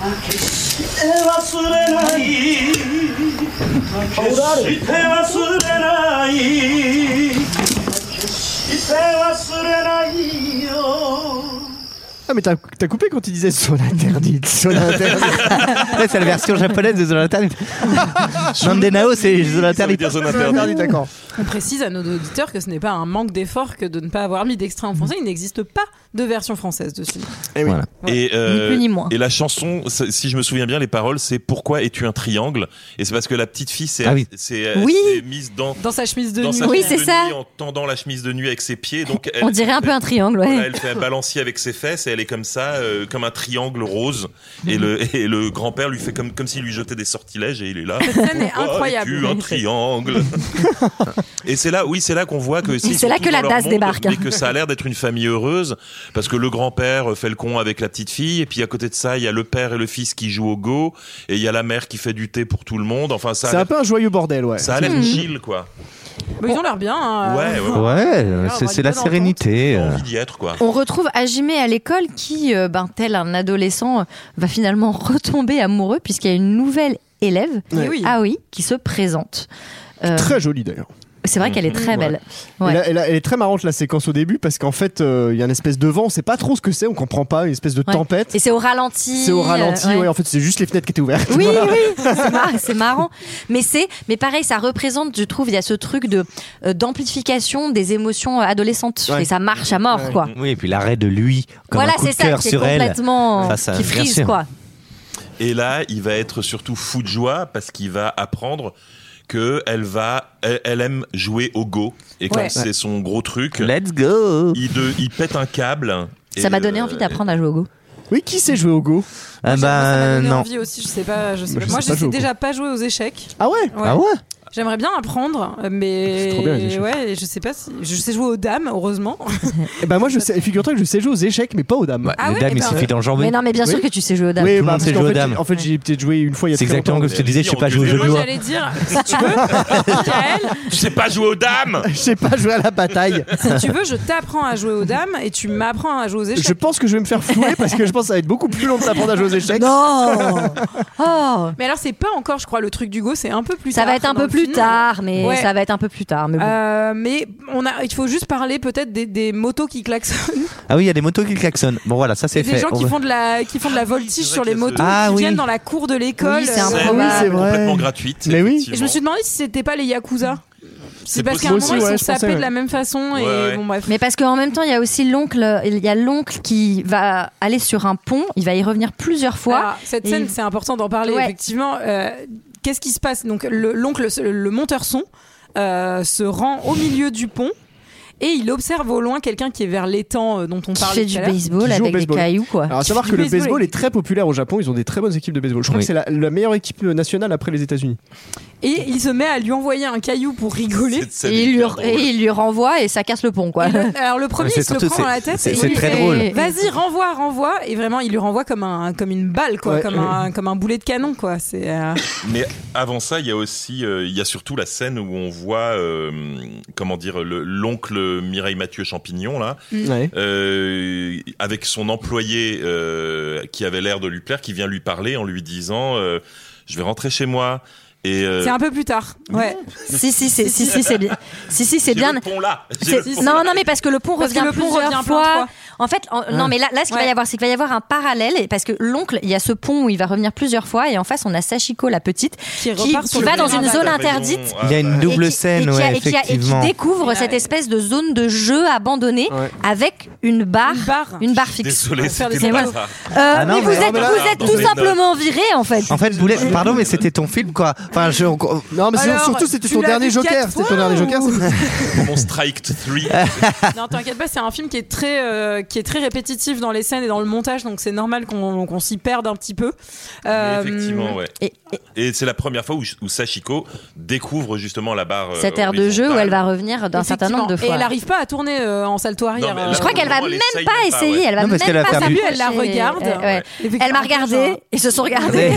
[SPEAKER 4] あ決して忘れないあ決して忘れないあ決して忘れないよ
[SPEAKER 7] Ah, mais t'as t'as coupé quand il disait zone interdite, zone interdite.
[SPEAKER 9] Là, c'est la version japonaise de Zone Interdite. Nandenao, c'est Zone
[SPEAKER 8] Ça veut
[SPEAKER 9] Interdite.
[SPEAKER 8] dire zone
[SPEAKER 7] Zone
[SPEAKER 8] interdite.
[SPEAKER 7] interdite, d'accord.
[SPEAKER 1] On précise à nos auditeurs que ce n'est pas un manque d'effort que de ne pas avoir mis d'extrait en français. Il n'existe pas de version française de ce film.
[SPEAKER 9] Voilà.
[SPEAKER 8] Et, euh,
[SPEAKER 6] Ni plus ni moins.
[SPEAKER 8] et la chanson, ça- si je me souviens bien, les paroles, c'est Pourquoi es-tu un triangle Et c'est parce que la petite fille s'est
[SPEAKER 9] Ah oui.
[SPEAKER 8] s'est, euh,
[SPEAKER 6] Oui.
[SPEAKER 8] s'est mise dans,
[SPEAKER 1] Dans sa chemise de
[SPEAKER 8] dans
[SPEAKER 1] nuit.
[SPEAKER 8] sa
[SPEAKER 6] Oui,
[SPEAKER 8] chemise
[SPEAKER 6] c'est
[SPEAKER 8] de
[SPEAKER 6] ça.
[SPEAKER 8] nuit en tendant la chemise de nuit avec ses pieds. Donc elle-
[SPEAKER 6] On dirait un peu un triangle,
[SPEAKER 8] Voilà,
[SPEAKER 6] ouais.
[SPEAKER 8] elle fait un balancier avec ses fesses et elle est comme ça, euh, comme un triangle rose. Et le, et le grand-père lui fait comme, comme s'il lui jetait des sortilèges et il est là.
[SPEAKER 1] Cette scène est
[SPEAKER 8] Pourquoi
[SPEAKER 1] incroyable.
[SPEAKER 8] es-tu un triangle. et c'est là, oui, c'est là qu'on voit que
[SPEAKER 6] Et
[SPEAKER 8] ils
[SPEAKER 6] c'est
[SPEAKER 8] sont
[SPEAKER 6] là
[SPEAKER 8] tous
[SPEAKER 6] que la
[SPEAKER 8] dans leur
[SPEAKER 6] DAS
[SPEAKER 8] monde,
[SPEAKER 6] débarque.
[SPEAKER 8] Mais que ça a l'air d'être une famille heureuse parce que le grand-père fait le con avec la petite fille et puis à côté de ça, il y a le père et le fils qui jouent au go et il y a la mère qui fait du thé pour tout le monde. Enfin, ça a
[SPEAKER 7] C'est un
[SPEAKER 8] l'air,
[SPEAKER 7] peu un joyeux bordel, ouais.
[SPEAKER 8] ça a
[SPEAKER 6] Mmh.
[SPEAKER 8] l'air chill, quoi.
[SPEAKER 1] Mais ils ont l'air bien. hein.
[SPEAKER 8] Ouais, ouais.
[SPEAKER 9] Ouais,
[SPEAKER 1] on
[SPEAKER 9] c'est
[SPEAKER 1] va
[SPEAKER 9] c'est
[SPEAKER 1] dire
[SPEAKER 9] la
[SPEAKER 1] dans
[SPEAKER 9] sérénité.
[SPEAKER 8] J'ai
[SPEAKER 9] euh.
[SPEAKER 8] envie d'y être, quoi.
[SPEAKER 6] On retrouve Hajime à l'école qui, euh, ben, tel un adolescent, euh, va finalement retomber amoureux puisqu'il y a une nouvelle élève,
[SPEAKER 1] Eh oui.
[SPEAKER 6] ah oui, qui se présente. Euh,
[SPEAKER 7] Très joli d'ailleurs.
[SPEAKER 6] c'est vrai qu'elle est très
[SPEAKER 7] Ouais.
[SPEAKER 6] belle. Ouais.
[SPEAKER 7] Et là- et là, Elle est très marrante la séquence au début parce qu'en fait euh, il y a une espèce de vent, on sait pas trop ce que c'est, on comprend pas, une espèce de
[SPEAKER 6] Ouais.
[SPEAKER 7] tempête.
[SPEAKER 6] Et c'est au ralenti.
[SPEAKER 7] C'est au ralenti,
[SPEAKER 6] euh, ouais.
[SPEAKER 7] ouais, en fait c'est juste les fenêtres qui étaient ouvertes.
[SPEAKER 6] Oui,
[SPEAKER 7] Voilà.
[SPEAKER 6] oui, c'est mar- c'est marrant. Mais c'est, mais pareil, ça représente, je trouve, il y a ce truc de euh, d'amplification des émotions euh, adolescentes
[SPEAKER 7] Ouais.
[SPEAKER 6] et ça marche à mort, quoi.
[SPEAKER 9] Oui, et puis l'arrêt de lui, comme un
[SPEAKER 6] Voilà,
[SPEAKER 9] coup
[SPEAKER 6] c'est
[SPEAKER 9] de
[SPEAKER 6] ça
[SPEAKER 9] cœur
[SPEAKER 6] qui est
[SPEAKER 9] sur elle.
[SPEAKER 6] complètement euh,
[SPEAKER 9] Face à-
[SPEAKER 6] qui
[SPEAKER 9] bien
[SPEAKER 6] frise,
[SPEAKER 9] sûr.
[SPEAKER 6] quoi.
[SPEAKER 8] Et là, il va être surtout fou de joie parce qu'il va apprendre que elle va, elle, elle aime jouer au go. Et comme
[SPEAKER 1] Ouais.
[SPEAKER 8] c'est son gros truc,
[SPEAKER 9] Let's go
[SPEAKER 8] il, de- il pète un câble.
[SPEAKER 6] Ça
[SPEAKER 8] Et,
[SPEAKER 6] m'a donné
[SPEAKER 8] euh,
[SPEAKER 6] envie d'apprendre à jouer au go.
[SPEAKER 7] Oui, qui sait jouer au go
[SPEAKER 9] Ah
[SPEAKER 1] Moi, ça m'a
[SPEAKER 9] bah
[SPEAKER 1] donné
[SPEAKER 9] non.
[SPEAKER 1] envie aussi, je sais pas. Je sais
[SPEAKER 7] Moi,
[SPEAKER 1] pas.
[SPEAKER 7] je
[SPEAKER 1] Moi,
[SPEAKER 7] sais
[SPEAKER 1] je
[SPEAKER 7] pas
[SPEAKER 1] sais
[SPEAKER 7] jouer au
[SPEAKER 1] déjà pas jouer aux échecs.
[SPEAKER 7] Ah ouais
[SPEAKER 1] Ouais.
[SPEAKER 9] Ah ouais
[SPEAKER 1] J'aimerais bien apprendre, mais
[SPEAKER 7] C'est trop bien, les échecs.
[SPEAKER 1] ouais, je sais pas. Si... Je sais jouer aux dames, heureusement.
[SPEAKER 7] Et bah moi je sais, figure-toi que je sais jouer aux échecs mais pas aux dames.
[SPEAKER 9] Ouais,
[SPEAKER 1] Ah
[SPEAKER 9] les
[SPEAKER 1] ouais,
[SPEAKER 9] dames,
[SPEAKER 1] eh
[SPEAKER 9] il
[SPEAKER 1] ben,
[SPEAKER 9] suffit d'enjamber.
[SPEAKER 6] Mais non, mais bien sûr
[SPEAKER 7] Oui.
[SPEAKER 6] que tu sais jouer aux dames.
[SPEAKER 7] Oui,
[SPEAKER 9] Tout le
[SPEAKER 7] bah,
[SPEAKER 9] monde
[SPEAKER 7] parce
[SPEAKER 9] sait
[SPEAKER 7] qu'en
[SPEAKER 9] jouer aux
[SPEAKER 7] fait,
[SPEAKER 9] dames.
[SPEAKER 7] j'ai- En fait, j'ai peut-être joué une fois il y a
[SPEAKER 9] C'est
[SPEAKER 7] très
[SPEAKER 9] exactement
[SPEAKER 7] longtemps.
[SPEAKER 9] comme je te disais, je sais pas jouer aux
[SPEAKER 8] Engueulez-le.
[SPEAKER 9] jeux
[SPEAKER 1] Moi,
[SPEAKER 9] de loi.
[SPEAKER 1] j'allais dire, si tu veux, Michael,
[SPEAKER 8] Je sais pas jouer aux dames.
[SPEAKER 7] Je sais pas jouer à la bataille.
[SPEAKER 1] si tu veux, je t'apprends à jouer aux dames et tu m'apprends à jouer aux
[SPEAKER 7] Je
[SPEAKER 1] échecs.
[SPEAKER 7] pense que je vais me faire flouer parce que je pense que ça va être beaucoup plus long de s'apprendre à jouer aux échecs.
[SPEAKER 6] Non Oh
[SPEAKER 1] Mais alors, c'est pas encore, je crois, le truc du go, c'est un peu plus
[SPEAKER 6] Ça
[SPEAKER 1] tard.
[SPEAKER 6] va être un
[SPEAKER 1] dans
[SPEAKER 6] peu
[SPEAKER 1] le
[SPEAKER 6] plus
[SPEAKER 1] film.
[SPEAKER 6] tard, mais
[SPEAKER 1] Ouais.
[SPEAKER 6] ça va être un peu plus tard.
[SPEAKER 7] Ah
[SPEAKER 6] Mais bon.
[SPEAKER 1] Euh, mais on a, il faut juste parler peut-être des, des motos qui klaxonnent,
[SPEAKER 9] Ah oui, il y a des motos qui klaxonnent. Bon voilà, ça c'est
[SPEAKER 1] des
[SPEAKER 9] fait.
[SPEAKER 1] gens
[SPEAKER 9] On
[SPEAKER 1] qui
[SPEAKER 9] va-
[SPEAKER 1] font de la qui font de la
[SPEAKER 8] c'est
[SPEAKER 1] voltige
[SPEAKER 8] vrai
[SPEAKER 1] sur les
[SPEAKER 8] qu'il y a ce-
[SPEAKER 1] motos, et
[SPEAKER 9] Ah
[SPEAKER 1] qui
[SPEAKER 9] oui.
[SPEAKER 1] viennent dans la cour de l'école.
[SPEAKER 6] Oui, c'est
[SPEAKER 1] euh,
[SPEAKER 6] un
[SPEAKER 8] C'est
[SPEAKER 6] improbable.
[SPEAKER 7] Oui, c'est vrai.
[SPEAKER 8] complètement gratuite.
[SPEAKER 7] Mais oui.
[SPEAKER 1] Et je me suis demandé si c'était pas les yakuza. C'est
[SPEAKER 8] C'est
[SPEAKER 1] parce qu'à un
[SPEAKER 8] possible.
[SPEAKER 1] moment,
[SPEAKER 7] Moi
[SPEAKER 1] ils
[SPEAKER 7] aussi,
[SPEAKER 1] sont
[SPEAKER 7] ouais, je
[SPEAKER 1] sapés
[SPEAKER 7] pensais,
[SPEAKER 1] de la
[SPEAKER 7] ouais.
[SPEAKER 1] même façon. et
[SPEAKER 8] Ouais, ouais.
[SPEAKER 1] bon, bref.
[SPEAKER 6] Mais parce qu'en même temps, il y a aussi l'oncle, il y a l'oncle qui va aller sur un pont, il va y revenir plusieurs fois.
[SPEAKER 1] Alors, cette
[SPEAKER 6] Et
[SPEAKER 1] scène,
[SPEAKER 6] il-
[SPEAKER 1] c'est important d'en parler,
[SPEAKER 6] Ouais.
[SPEAKER 1] effectivement. Euh, Qu'est-ce qui se passe Donc, le- l'oncle, le, le monteur son, euh, se rend au milieu du pont et il observe au loin quelqu'un qui est vers l'étang euh, dont on
[SPEAKER 6] Qui
[SPEAKER 1] parlait
[SPEAKER 6] fait
[SPEAKER 1] tout
[SPEAKER 6] du
[SPEAKER 1] à l'heure.
[SPEAKER 6] baseball
[SPEAKER 7] Qui joue au
[SPEAKER 6] avec des
[SPEAKER 7] baseball.
[SPEAKER 6] cailloux,
[SPEAKER 8] Ah,
[SPEAKER 6] quoi.
[SPEAKER 7] Alors, à savoir
[SPEAKER 1] Du
[SPEAKER 7] que le
[SPEAKER 1] baseball.
[SPEAKER 7] baseball est très populaire au Japon. Ils ont des très bonnes équipes de baseball. Je crois
[SPEAKER 9] Oui.
[SPEAKER 7] que c'est la, la meilleure équipe nationale après les États-Unis.
[SPEAKER 1] Et il se met à lui envoyer un caillou pour rigoler.
[SPEAKER 8] Cette scène
[SPEAKER 6] Et il,
[SPEAKER 8] est
[SPEAKER 6] lui,
[SPEAKER 8] hyper drôle.
[SPEAKER 6] et il lui renvoie et ça casse le pont, quoi.
[SPEAKER 1] Et le- alors le premier,
[SPEAKER 9] Mais c'est
[SPEAKER 1] il se le
[SPEAKER 9] surtout,
[SPEAKER 1] prend dans
[SPEAKER 9] c'est-
[SPEAKER 1] la tête.
[SPEAKER 9] c'est-
[SPEAKER 1] et
[SPEAKER 9] c'est
[SPEAKER 1] il lui
[SPEAKER 9] très
[SPEAKER 1] fait,
[SPEAKER 9] drôle.
[SPEAKER 1] Vas-y, renvoie, renvoie. Et vraiment, il lui renvoie comme un, comme une balle, quoi,
[SPEAKER 7] Ouais.
[SPEAKER 1] comme un, comme un boulet de canon, quoi. C'est. euh,
[SPEAKER 8] Mais avant ça, il y a aussi, euh, il y a surtout la scène où on voit, euh, comment dire, le- l'oncle Mireille Mathieu Champignon là,
[SPEAKER 6] Mm.
[SPEAKER 7] Ouais.
[SPEAKER 8] euh, avec son employé euh, qui avait l'air de lui plaire, qui vient lui parler en lui disant, euh, je vais rentrer chez moi. Et euh,
[SPEAKER 1] C'est un peu plus tard. Ouais.
[SPEAKER 6] si, si, c'est- si, si, c'est bien. Si, si, c'est
[SPEAKER 8] j'ai
[SPEAKER 6] bien.
[SPEAKER 8] le pont là. J'ai
[SPEAKER 6] C'est-
[SPEAKER 8] le pont
[SPEAKER 6] Non,
[SPEAKER 8] là.
[SPEAKER 6] non, mais parce que le pont
[SPEAKER 1] Parce que
[SPEAKER 6] revient
[SPEAKER 1] le pont
[SPEAKER 6] plusieurs
[SPEAKER 1] revient plein de
[SPEAKER 6] fois.
[SPEAKER 1] fois.
[SPEAKER 6] En fait, en- non, mais là, là ce qu'il va
[SPEAKER 1] Ouais.
[SPEAKER 6] y avoir, c'est qu'il va y avoir un parallèle, et- parce que l'oncle, il y a ce pont où il va revenir plusieurs fois, et en face, on a Sachiko, la petite,
[SPEAKER 1] Qui,
[SPEAKER 6] qui,
[SPEAKER 1] repart sur
[SPEAKER 6] qui
[SPEAKER 1] le
[SPEAKER 6] va
[SPEAKER 1] pont.
[SPEAKER 6] dans une
[SPEAKER 8] T'as
[SPEAKER 6] zone
[SPEAKER 8] raison.
[SPEAKER 6] interdite.
[SPEAKER 8] Ah,
[SPEAKER 9] Il y a une
[SPEAKER 8] bah,
[SPEAKER 9] double
[SPEAKER 6] et qui-
[SPEAKER 9] scène,
[SPEAKER 6] et qui,
[SPEAKER 9] ouais,
[SPEAKER 6] et qui- et qui
[SPEAKER 9] effectivement.
[SPEAKER 6] découvre
[SPEAKER 1] Ouais.
[SPEAKER 6] cette espèce de zone de jeu abandonnée
[SPEAKER 7] Ouais.
[SPEAKER 6] avec une barre,
[SPEAKER 1] Ah. Une barre.
[SPEAKER 6] fixe.
[SPEAKER 8] Désolé,
[SPEAKER 1] Faire des
[SPEAKER 8] c'était
[SPEAKER 1] étoiles.
[SPEAKER 8] le hasard.
[SPEAKER 6] Euh,
[SPEAKER 9] non,
[SPEAKER 6] mais
[SPEAKER 9] mais
[SPEAKER 6] vous
[SPEAKER 9] alors
[SPEAKER 6] êtes,
[SPEAKER 8] là,
[SPEAKER 6] vous êtes
[SPEAKER 8] dans
[SPEAKER 6] tout
[SPEAKER 8] les
[SPEAKER 6] simplement viré en fait.
[SPEAKER 9] En fait, Boulet, pardon, mais c'était ton film, quoi. Enfin, je.
[SPEAKER 7] Non, mais sinon,
[SPEAKER 1] Alors,
[SPEAKER 7] surtout, c'était
[SPEAKER 1] tu
[SPEAKER 7] son
[SPEAKER 1] l'as
[SPEAKER 7] dernier
[SPEAKER 1] vu
[SPEAKER 7] joker.
[SPEAKER 1] quatre
[SPEAKER 7] C'était
[SPEAKER 1] fois
[SPEAKER 7] son dernier joker.
[SPEAKER 1] ou-
[SPEAKER 7] c'est-
[SPEAKER 8] Mon Strike 3.
[SPEAKER 1] Non, t'inquiète pas, c'est un film qui est très, euh, qui est très répétitif dans les scènes et dans le montage, donc c'est normal qu'on qu'on s'y perde un petit peu. Euh,
[SPEAKER 8] Effectivement, ouais.
[SPEAKER 6] Et, et
[SPEAKER 8] Et c'est la première fois où, où Sachiko découvre justement la barre. euh,
[SPEAKER 6] cette aire de jeu où elle
[SPEAKER 8] horizontale.
[SPEAKER 6] va revenir d'un certain nombre de
[SPEAKER 1] effectivement.
[SPEAKER 6] fois.
[SPEAKER 1] Et elle n'arrive pas à tourner euh, en salto
[SPEAKER 8] Non,
[SPEAKER 1] arrière.
[SPEAKER 8] mais là,
[SPEAKER 1] euh,
[SPEAKER 6] Je crois qu'elle va
[SPEAKER 8] Au moment où
[SPEAKER 6] même
[SPEAKER 8] elle essaye,
[SPEAKER 6] pas
[SPEAKER 8] elle part,
[SPEAKER 6] essayer.
[SPEAKER 8] ouais.
[SPEAKER 6] Elle va
[SPEAKER 9] Non,
[SPEAKER 6] même
[SPEAKER 9] parce qu'elle va
[SPEAKER 6] pas
[SPEAKER 9] faire du-
[SPEAKER 6] s'approcher.
[SPEAKER 1] Elle la regarde.
[SPEAKER 6] Ouais, ouais. Elle m'a
[SPEAKER 1] effectivement, genre,
[SPEAKER 6] regardé et se sont regardés.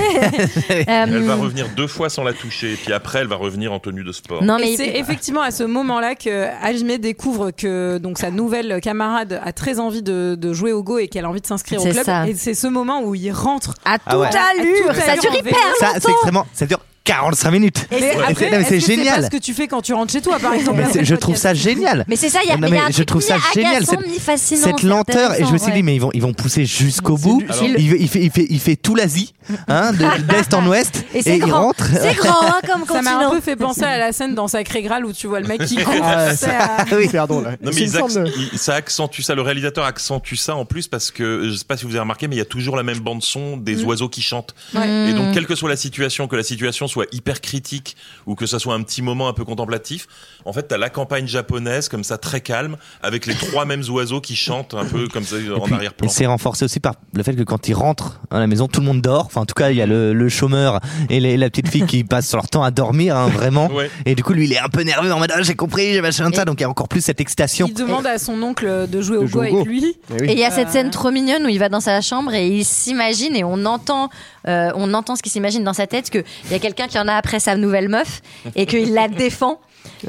[SPEAKER 8] Elle va
[SPEAKER 6] Euh,
[SPEAKER 8] revenir deux fois sans la toucher, et puis après, elle va revenir en tenue de sport.
[SPEAKER 6] Non
[SPEAKER 1] Et
[SPEAKER 6] mais
[SPEAKER 1] c'est effectivement à ce moment-là que Hajime découvre que donc sa nouvelle camarade a très envie de, de jouer au go et qu'elle a envie de s'inscrire au
[SPEAKER 6] C'est
[SPEAKER 1] club.
[SPEAKER 6] ça.
[SPEAKER 1] Et c'est ce moment où il rentre.
[SPEAKER 6] à
[SPEAKER 9] Ah ouais.
[SPEAKER 6] toute allure,
[SPEAKER 1] À toute
[SPEAKER 6] ça
[SPEAKER 1] allure
[SPEAKER 6] dure
[SPEAKER 1] en
[SPEAKER 6] hyper
[SPEAKER 1] vélo.
[SPEAKER 9] Ça, c'est
[SPEAKER 6] longtemps.
[SPEAKER 9] extrêmement. Ça dure 45 minutes.
[SPEAKER 1] Et
[SPEAKER 9] Ouais.
[SPEAKER 1] après,
[SPEAKER 9] Non, mais
[SPEAKER 1] est-ce
[SPEAKER 9] c'est
[SPEAKER 1] que
[SPEAKER 9] génial.
[SPEAKER 1] pas ce que tu fais quand tu rentres chez toi, par exemple.
[SPEAKER 9] Mais c'est- je trouve
[SPEAKER 1] ça
[SPEAKER 9] ça génial.
[SPEAKER 6] Mais c'est ça, il y a,
[SPEAKER 9] Non,
[SPEAKER 6] il y a
[SPEAKER 9] mais
[SPEAKER 6] un
[SPEAKER 9] je
[SPEAKER 6] truc
[SPEAKER 9] trouve ça
[SPEAKER 6] mi
[SPEAKER 9] génial,
[SPEAKER 6] agaçant,
[SPEAKER 9] cette-
[SPEAKER 6] mi fascinant,
[SPEAKER 9] Cette
[SPEAKER 6] c'est
[SPEAKER 9] lenteur, et je me suis
[SPEAKER 6] intéressant,
[SPEAKER 9] dit, mais ils vont, ils vont pousser jusqu'au bout.
[SPEAKER 8] Alors-
[SPEAKER 9] Il, il fait, il, fait, il fait tout l'Asie, hein, de- d'est en ouest,
[SPEAKER 6] ouais.
[SPEAKER 9] et,
[SPEAKER 6] Et c'est
[SPEAKER 9] il
[SPEAKER 6] grand.
[SPEAKER 9] rentre.
[SPEAKER 6] C'est grand hein, comme
[SPEAKER 1] Ça m'a
[SPEAKER 6] continent.
[SPEAKER 1] un peu fait penser à la scène dans Sacré Graal où tu vois le mec qui court.
[SPEAKER 7] Ah, ouais,
[SPEAKER 1] C'est, euh,
[SPEAKER 9] Oui.
[SPEAKER 7] Pardon, là.
[SPEAKER 8] Non, mais
[SPEAKER 7] C'est une
[SPEAKER 8] ils acc-
[SPEAKER 7] forme de-
[SPEAKER 8] ils- ça accentue ça, le réalisateur accentue ça en plus parce que, je sais pas si vous avez remarqué, mais il y a toujours la même bande son des
[SPEAKER 1] Mm.
[SPEAKER 8] oiseaux qui chantent.
[SPEAKER 1] Ouais.
[SPEAKER 8] Et donc, quelle que soit la situation, que la situation soit hyper critique ou que ça soit un petit moment un peu contemplatif, en fait, t'as la campagne japonaise comme ça, très calme, avec les trois mêmes oiseaux qui chantent un peu comme ça en
[SPEAKER 9] Puis,
[SPEAKER 8] arrière-plan.
[SPEAKER 9] C'est renforcé aussi par le fait que quand ils rentrent à la maison, tout le monde dort. Enfin, en tout cas, il y a le, le chômeur et les- la petite fille qui passent leur temps à dormir, hein, vraiment.
[SPEAKER 8] Ouais.
[SPEAKER 9] Et du coup, lui, il est un peu nerveux en mode ah, j'ai compris, j'ai machin de ça. Donc, il y a encore plus cette excitation.
[SPEAKER 1] il demande à son oncle de jouer au
[SPEAKER 7] De
[SPEAKER 1] go
[SPEAKER 7] jouer au
[SPEAKER 1] avec
[SPEAKER 7] go.
[SPEAKER 1] lui.
[SPEAKER 7] Eh oui.
[SPEAKER 6] Et il y a cette
[SPEAKER 1] Euh.
[SPEAKER 6] scène trop mignonne où il va dans sa chambre et il s'imagine et on entend, euh, on entend ce qu'il s'imagine dans sa tête qu'il y a quelqu'un qui en a après sa nouvelle meuf et qu'il la défend.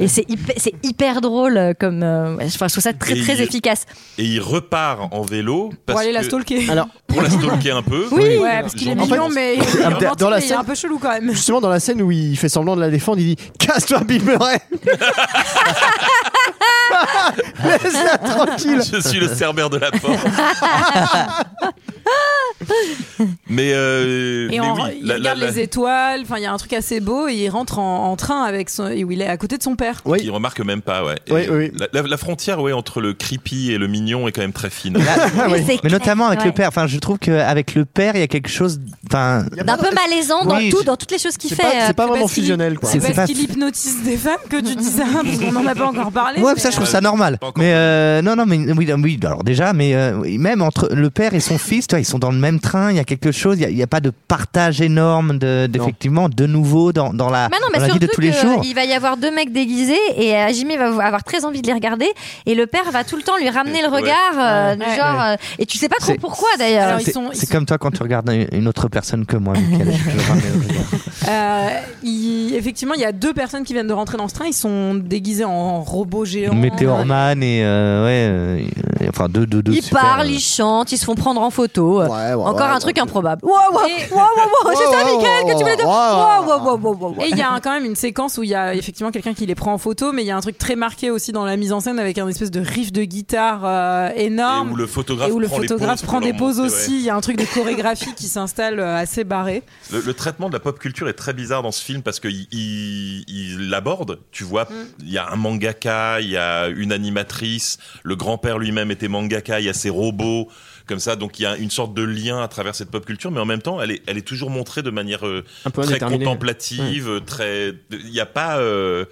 [SPEAKER 6] Et c'est hyper, c'est hyper drôle euh, comme. euh, ouais, enfin, je trouve ça très
[SPEAKER 8] Et
[SPEAKER 6] très
[SPEAKER 8] il-
[SPEAKER 6] efficace.
[SPEAKER 8] Et il repart en vélo parce
[SPEAKER 1] Pour aller la
[SPEAKER 8] que-
[SPEAKER 1] stalker.
[SPEAKER 7] Alors,
[SPEAKER 8] pour la stalker un peu.
[SPEAKER 6] Oui.
[SPEAKER 1] Ouais, parce qu'il est
[SPEAKER 8] J'en-
[SPEAKER 1] mignon,
[SPEAKER 8] en fait-
[SPEAKER 1] mais
[SPEAKER 7] dans- dans la
[SPEAKER 1] il est un
[SPEAKER 7] scène-
[SPEAKER 1] peu chelou quand même.
[SPEAKER 7] justement, dans la scène où il fait semblant de la défendre, il dit Casse-toi, Bill
[SPEAKER 6] Ah,
[SPEAKER 7] Murray Laisse-la tranquille
[SPEAKER 8] Je suis le cerbère de la porte. mais euh, mais
[SPEAKER 1] Et en-
[SPEAKER 8] oui,
[SPEAKER 1] il
[SPEAKER 8] la- la-
[SPEAKER 1] regarde
[SPEAKER 8] la-
[SPEAKER 1] les étoiles. Enfin, il y a un truc assez beau et il rentre en, en train avec son, et où il est à côté de son père.
[SPEAKER 7] Oui.
[SPEAKER 8] qui remarque même pas, ouais. Et
[SPEAKER 7] Oui, oui, oui.
[SPEAKER 8] La, la- la frontière, ouais, entre le creepy et le mignon est quand même très fine.
[SPEAKER 6] Mais c'est
[SPEAKER 9] Mais
[SPEAKER 6] clair,
[SPEAKER 9] notamment avec
[SPEAKER 6] ouais.
[SPEAKER 9] le père. Enfin, je trouve qu'avec le père, il y a quelque chose. Enfin,
[SPEAKER 6] D'un peu malaisant dans
[SPEAKER 9] Oui,
[SPEAKER 6] tout,
[SPEAKER 9] c'est-
[SPEAKER 6] dans toutes les choses qu'il
[SPEAKER 7] C'est
[SPEAKER 6] fait.
[SPEAKER 7] pas,
[SPEAKER 6] euh,
[SPEAKER 7] c'est pas vraiment
[SPEAKER 1] parce qu'il-
[SPEAKER 7] fusionnel, quoi.
[SPEAKER 1] C'est
[SPEAKER 9] C'est
[SPEAKER 1] parce
[SPEAKER 9] pas-
[SPEAKER 1] qu'il hypnotise des femmes que tu dis ça, parce qu'on n'en a pas encore parlé.
[SPEAKER 9] Ouais,
[SPEAKER 1] mais-
[SPEAKER 9] ça je trouve
[SPEAKER 8] euh,
[SPEAKER 9] ça normal.
[SPEAKER 8] pas encore.
[SPEAKER 9] Mais euh, non, non, mais oui, oui, alors déjà, mais euh, oui, même entre le père et son fils, toi, ils sont dans le même train. Il y a quelque chose. Il n'y a, pas de partage énorme de, d'effectivement de nouveau dans, dans la,
[SPEAKER 6] Bah non, mais
[SPEAKER 9] dans la vie de
[SPEAKER 6] surtout
[SPEAKER 9] tous les
[SPEAKER 6] que,
[SPEAKER 9] jours.
[SPEAKER 6] euh, il va y avoir deux mecs déguisés et euh, Jimmy va avoir très envie de les regarder et le père va tout le temps lui ramener le
[SPEAKER 8] Ouais.
[SPEAKER 6] regard euh, du
[SPEAKER 1] Ouais.
[SPEAKER 6] genre euh, et tu sais pas trop
[SPEAKER 9] C'est-
[SPEAKER 6] pourquoi
[SPEAKER 1] Alors,
[SPEAKER 6] d'ailleurs.
[SPEAKER 1] ils
[SPEAKER 9] C'est,
[SPEAKER 1] sont- ils
[SPEAKER 9] c'est
[SPEAKER 1] sont-
[SPEAKER 9] comme toi quand tu regardes une- une autre personne que moi, Mickaël. Je ramène le regard.
[SPEAKER 1] Euh, il- effectivement, il y a deux personnes qui viennent de rentrer dans ce train. Ils sont déguisés en, robots géants.
[SPEAKER 9] Meteorman et euh, ouais, euh, et- enfin deux, deux, deux.
[SPEAKER 6] Ils
[SPEAKER 9] super,
[SPEAKER 6] parlent,
[SPEAKER 9] euh,
[SPEAKER 6] ils chantent, ils se font prendre en photo.
[SPEAKER 7] Ouais, ouais,
[SPEAKER 6] Encore
[SPEAKER 7] ouais,
[SPEAKER 6] un
[SPEAKER 7] ouais.
[SPEAKER 6] truc improbable. Waouh, waouh,
[SPEAKER 1] Et-
[SPEAKER 6] waouh, waouh, waouh, c'est ça,
[SPEAKER 7] Waouh,
[SPEAKER 6] Michael, que tu voulais dire. Waouh,
[SPEAKER 7] waouh,
[SPEAKER 6] waouh, waouh, waouh, waouh.
[SPEAKER 1] Et il y a un- quand même une séquence où il y a effectivement quelqu'un qui les prend en photo, mais il y a un truc très marqué aussi dans la mise en scène avec un espèce de riff de guitare euh, énorme.
[SPEAKER 8] Et où le photographe
[SPEAKER 1] Et où le
[SPEAKER 8] prend les
[SPEAKER 1] photographe
[SPEAKER 8] poses
[SPEAKER 1] prend
[SPEAKER 8] pour
[SPEAKER 1] des
[SPEAKER 8] leur
[SPEAKER 1] poses
[SPEAKER 8] montrer,
[SPEAKER 1] aussi. Il y a un truc de chorégraphie qui s'installe euh, assez barré.
[SPEAKER 8] Le, le traitement de la pop culture est très bizarre dans ce film parce qu'il il, il l'aborde. Tu vois,
[SPEAKER 1] Mm.
[SPEAKER 8] il y a un mangaka, il y a une animatrice, le grand-père lui-même était mangaka, il y a ses robots, comme ça. Donc il y a une sorte de lien à travers cette pop culture, mais en même temps, elle est, elle est toujours montrée de manière euh,
[SPEAKER 7] Un peu
[SPEAKER 8] très
[SPEAKER 7] indéterminé.
[SPEAKER 8] contemplative, euh, très. Il n'y a pas. Euh,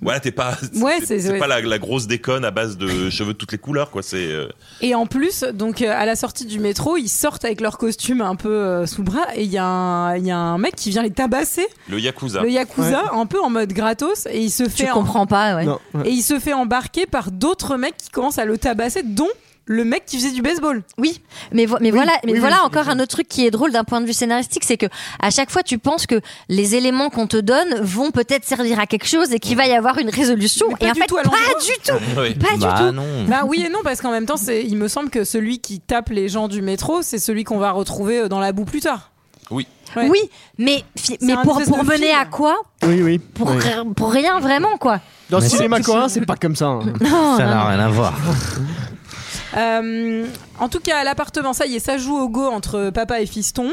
[SPEAKER 8] voilà, t'es pas.
[SPEAKER 1] Ouais, c'est-
[SPEAKER 8] c'est c'est
[SPEAKER 1] ouais.
[SPEAKER 8] pas la, la grosse déconne à base de cheveux de toutes les couleurs, quoi. C'est. euh,
[SPEAKER 1] Et en plus, donc euh, à la sortie du métro, ils sortent avec leur costume un peu euh, sous le bras et il y, a un- il y a un mec qui vient les tabasser,
[SPEAKER 8] le yakuza.
[SPEAKER 1] le yakuza, un peu en mode gratos, et il se
[SPEAKER 6] Tu
[SPEAKER 1] fait en-
[SPEAKER 6] comprends pas, ouais.
[SPEAKER 7] Non, ouais.
[SPEAKER 1] et il se fait embarquer par d'autres mecs qui commencent à le tabasser, dont le mec qui faisait du baseball.
[SPEAKER 6] Oui, mais, vo- mais voilà, mais
[SPEAKER 7] oui,
[SPEAKER 6] voilà
[SPEAKER 7] oui,
[SPEAKER 6] encore un autre truc qui est drôle d'un point de vue scénaristique, c'est que à chaque fois tu penses que les éléments qu'on te donne vont peut-être servir à quelque chose et qu'il va y avoir une résolution.
[SPEAKER 1] Mais pas
[SPEAKER 6] et en
[SPEAKER 1] du
[SPEAKER 6] fait,
[SPEAKER 1] tout,
[SPEAKER 6] pas
[SPEAKER 1] alors on
[SPEAKER 6] du tout,
[SPEAKER 8] Oui.
[SPEAKER 6] pas du
[SPEAKER 9] Bah
[SPEAKER 6] tout.
[SPEAKER 9] non.
[SPEAKER 1] Bah oui et non parce qu'en même temps, c'est, il me semble que celui qui tape les gens du métro, c'est celui qu'on va retrouver euh, dans la boue plus tard. Ouais.
[SPEAKER 6] Oui, mais fi-
[SPEAKER 1] C'est
[SPEAKER 6] mais
[SPEAKER 1] un
[SPEAKER 6] pour
[SPEAKER 1] espèce
[SPEAKER 6] pour
[SPEAKER 1] de
[SPEAKER 6] mener
[SPEAKER 1] fil.
[SPEAKER 6] à quoi
[SPEAKER 7] Oui, oui.
[SPEAKER 6] Pour
[SPEAKER 7] oui.
[SPEAKER 6] ri- pour rien vraiment quoi.
[SPEAKER 7] Dans le
[SPEAKER 9] Mais
[SPEAKER 7] cinéma coréen, c'est pas comme ça. hein.
[SPEAKER 1] Oh,
[SPEAKER 6] Non,
[SPEAKER 9] Ça
[SPEAKER 6] non,
[SPEAKER 9] n'a
[SPEAKER 6] non.
[SPEAKER 9] rien à voir.
[SPEAKER 1] Euh, en tout cas, à l'appartement, ça y est, ça joue au go entre papa et fiston.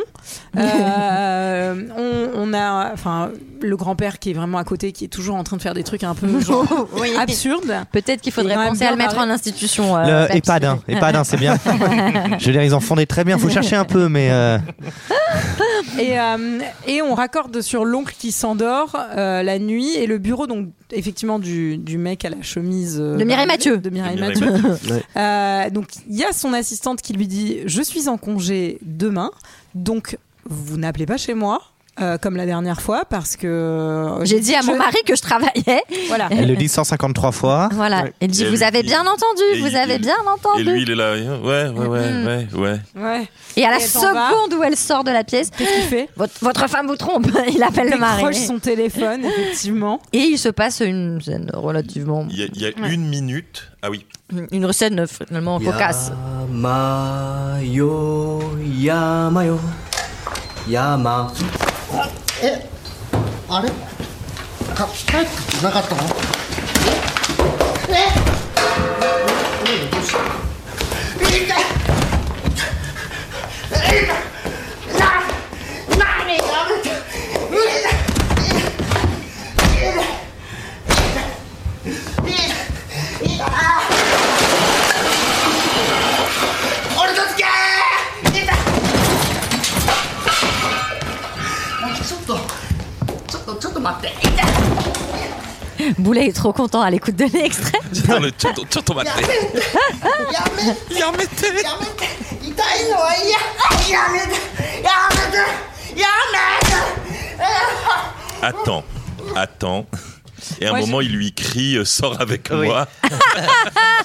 [SPEAKER 1] Euh, on, on a, enfin, le grand-père qui est vraiment à côté, qui est toujours en train de faire des trucs un peu genre,
[SPEAKER 6] Oui.
[SPEAKER 1] absurdes.
[SPEAKER 6] Peut-être qu'il
[SPEAKER 1] Il
[SPEAKER 6] faudrait
[SPEAKER 1] est quand
[SPEAKER 6] penser
[SPEAKER 1] même
[SPEAKER 6] à le
[SPEAKER 1] bien
[SPEAKER 6] mettre en institution. euh,
[SPEAKER 9] Le
[SPEAKER 6] Babs.
[SPEAKER 9] EHPAD,
[SPEAKER 1] Bah,
[SPEAKER 9] hein. EHPAD, hein, c'est bien. Je veux dire, ils en font des très bien. Faut chercher un peu, mais euh,
[SPEAKER 1] Et, euh, et on raccorde sur l'oncle qui s'endort euh, la nuit et le bureau, donc effectivement, du, du mec à la chemise. euh,
[SPEAKER 6] De Mireille Mathieu.
[SPEAKER 1] De Mireille
[SPEAKER 8] De Mireille
[SPEAKER 1] Mathieu.
[SPEAKER 7] Ouais.
[SPEAKER 1] Euh, donc il y a son assistante qui lui dit Je suis en congé demain, donc vous n'appelez pas chez moi. euh, comme la dernière fois parce que euh,
[SPEAKER 6] J'ai dit à mon
[SPEAKER 1] Je-
[SPEAKER 6] mari que je travaillais.
[SPEAKER 1] voilà
[SPEAKER 9] elle le dit 153 fois.
[SPEAKER 6] Voilà.
[SPEAKER 7] Ouais.
[SPEAKER 6] Elle dit
[SPEAKER 8] Et
[SPEAKER 6] vous
[SPEAKER 8] lui-
[SPEAKER 6] avez bien entendu,
[SPEAKER 8] et
[SPEAKER 6] vous
[SPEAKER 8] il-
[SPEAKER 6] avez
[SPEAKER 8] il-
[SPEAKER 6] bien
[SPEAKER 8] Et lui,
[SPEAKER 6] entendu.
[SPEAKER 8] il est là. Ouais, ouais,
[SPEAKER 1] Mm.
[SPEAKER 8] ouais, ouais, ouais.
[SPEAKER 1] ouais
[SPEAKER 6] Et à la
[SPEAKER 1] Et elle s'en va.
[SPEAKER 6] seconde où elle sort de la pièce,
[SPEAKER 1] qu'est-ce qu'il fait
[SPEAKER 6] votre, votre femme vous trompe. Il appelle le
[SPEAKER 1] décroche
[SPEAKER 6] mari.
[SPEAKER 1] son téléphone effectivement
[SPEAKER 6] Et il se passe une scène relativement.
[SPEAKER 8] Il y a, il y a une minute. Ah oui.
[SPEAKER 6] Une scène finalement cocasse.
[SPEAKER 4] 山よ山よ山
[SPEAKER 11] あれか帰ってなかったのえ
[SPEAKER 2] 俺と付き合え痛い
[SPEAKER 11] ちょっとちょっとちょっと待って
[SPEAKER 6] Boulet est trop content à l'écoute de l'extrait.
[SPEAKER 8] Dans le chat- chat- chat- chat-
[SPEAKER 11] やめてやめてやめて痛いのは嫌やめてやめてやめてあ
[SPEAKER 8] Attends, attends. Et à un
[SPEAKER 1] Moi,
[SPEAKER 8] moment, il lui crie euh, Sors avec
[SPEAKER 9] Oui.
[SPEAKER 8] moi.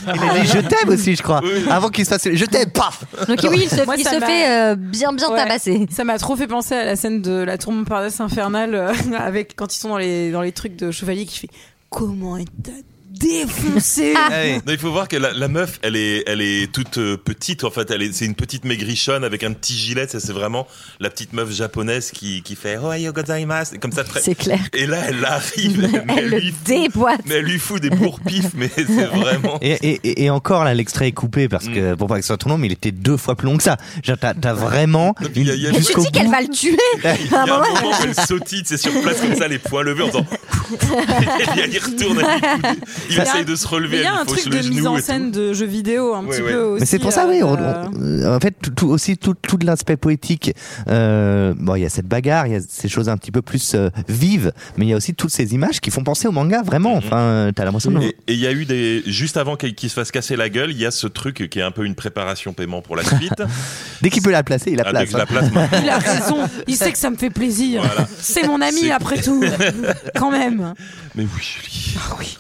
[SPEAKER 9] Il a dit je t'aime aussi, je crois. Avant qu'il se fasse, je t'aime, paf.
[SPEAKER 6] Donc oui, il se,
[SPEAKER 1] Moi,
[SPEAKER 6] il
[SPEAKER 1] ça
[SPEAKER 6] se
[SPEAKER 1] m'a-
[SPEAKER 6] fait euh, bien bien
[SPEAKER 1] Ouais.
[SPEAKER 6] tabasser.
[SPEAKER 1] ça m'a trop fait penser à la scène de la tour Montparnasse infernale euh, avec quand ils sont dans les dans les trucs de chevalier qui fait comment il t'a défoncé
[SPEAKER 9] Ah.
[SPEAKER 8] Non, il faut voir que la, la meuf, elle est, elle est toute euh, petite. En fait, elle est, c'est une petite maigrichonne avec un petit gilet. Ça, c'est vraiment la petite meuf japonaise qui, qui fait Ohayou gozaimasu. Et Comme ça, très.
[SPEAKER 6] C'est clair.
[SPEAKER 8] Et là, elle arrive. mais
[SPEAKER 6] Elle le
[SPEAKER 8] lui-
[SPEAKER 6] déboîte.
[SPEAKER 8] mais elle lui fout des bourre-pifs, mais c'est vraiment.
[SPEAKER 9] Et, et- et- et encore là, l'extrait est coupé parce
[SPEAKER 8] Mm.
[SPEAKER 9] que pour pas que ce soit trop long, mais il était deux fois plus long que ça. Genre, t'as, t'as vraiment
[SPEAKER 8] Il y a- il y a-
[SPEAKER 6] Et tu
[SPEAKER 9] jusqu'au
[SPEAKER 6] dis qu'elle
[SPEAKER 9] bout.
[SPEAKER 6] va le tuer.
[SPEAKER 8] Il y
[SPEAKER 1] Ah,
[SPEAKER 8] a un
[SPEAKER 1] bah
[SPEAKER 8] moment où elle sautille, c'est sur place comme ça, les poings levés en faisant. Et il retourne, elle lui fout des- il
[SPEAKER 1] Ça-
[SPEAKER 8] essaye de se
[SPEAKER 1] Mais
[SPEAKER 8] relever,
[SPEAKER 1] il y
[SPEAKER 8] elle
[SPEAKER 1] a un
[SPEAKER 8] lui
[SPEAKER 1] truc
[SPEAKER 8] fauche
[SPEAKER 1] de
[SPEAKER 8] le
[SPEAKER 1] mise
[SPEAKER 8] genou.
[SPEAKER 1] en
[SPEAKER 8] et tout.
[SPEAKER 1] scène de jeux vidéo un
[SPEAKER 8] Ouais,
[SPEAKER 1] petit
[SPEAKER 8] ouais.
[SPEAKER 1] peu aussi
[SPEAKER 9] Mais c'est pour ça,
[SPEAKER 1] euh,
[SPEAKER 9] oui. on-
[SPEAKER 1] euh,
[SPEAKER 9] on- en fait, tout, tout- aussi tout, tout de l'aspect poétique. euh, bon, il y a cette bagarre, il y a ces choses un petit peu plus euh, vives, mais il y a aussi toutes ces images qui font penser au manga, vraiment. Enfin, euh, t'as l'impression. de-
[SPEAKER 8] Mm-hmm. Et et il y a eu des juste avant qu'il qu'il se fasse casser la gueule, il y a ce truc qui est un peu une préparation paiement pour la suite
[SPEAKER 9] Dès qu'il peut la placer, il la place.
[SPEAKER 8] avec Ah,
[SPEAKER 9] hein.
[SPEAKER 8] la place.
[SPEAKER 1] il a raison, il sait que ça me fait plaisir.
[SPEAKER 8] Voilà.
[SPEAKER 1] C'est mon ami
[SPEAKER 8] C'est-
[SPEAKER 1] après tout, quand même.
[SPEAKER 8] Mais oui, Julie. Ah oui.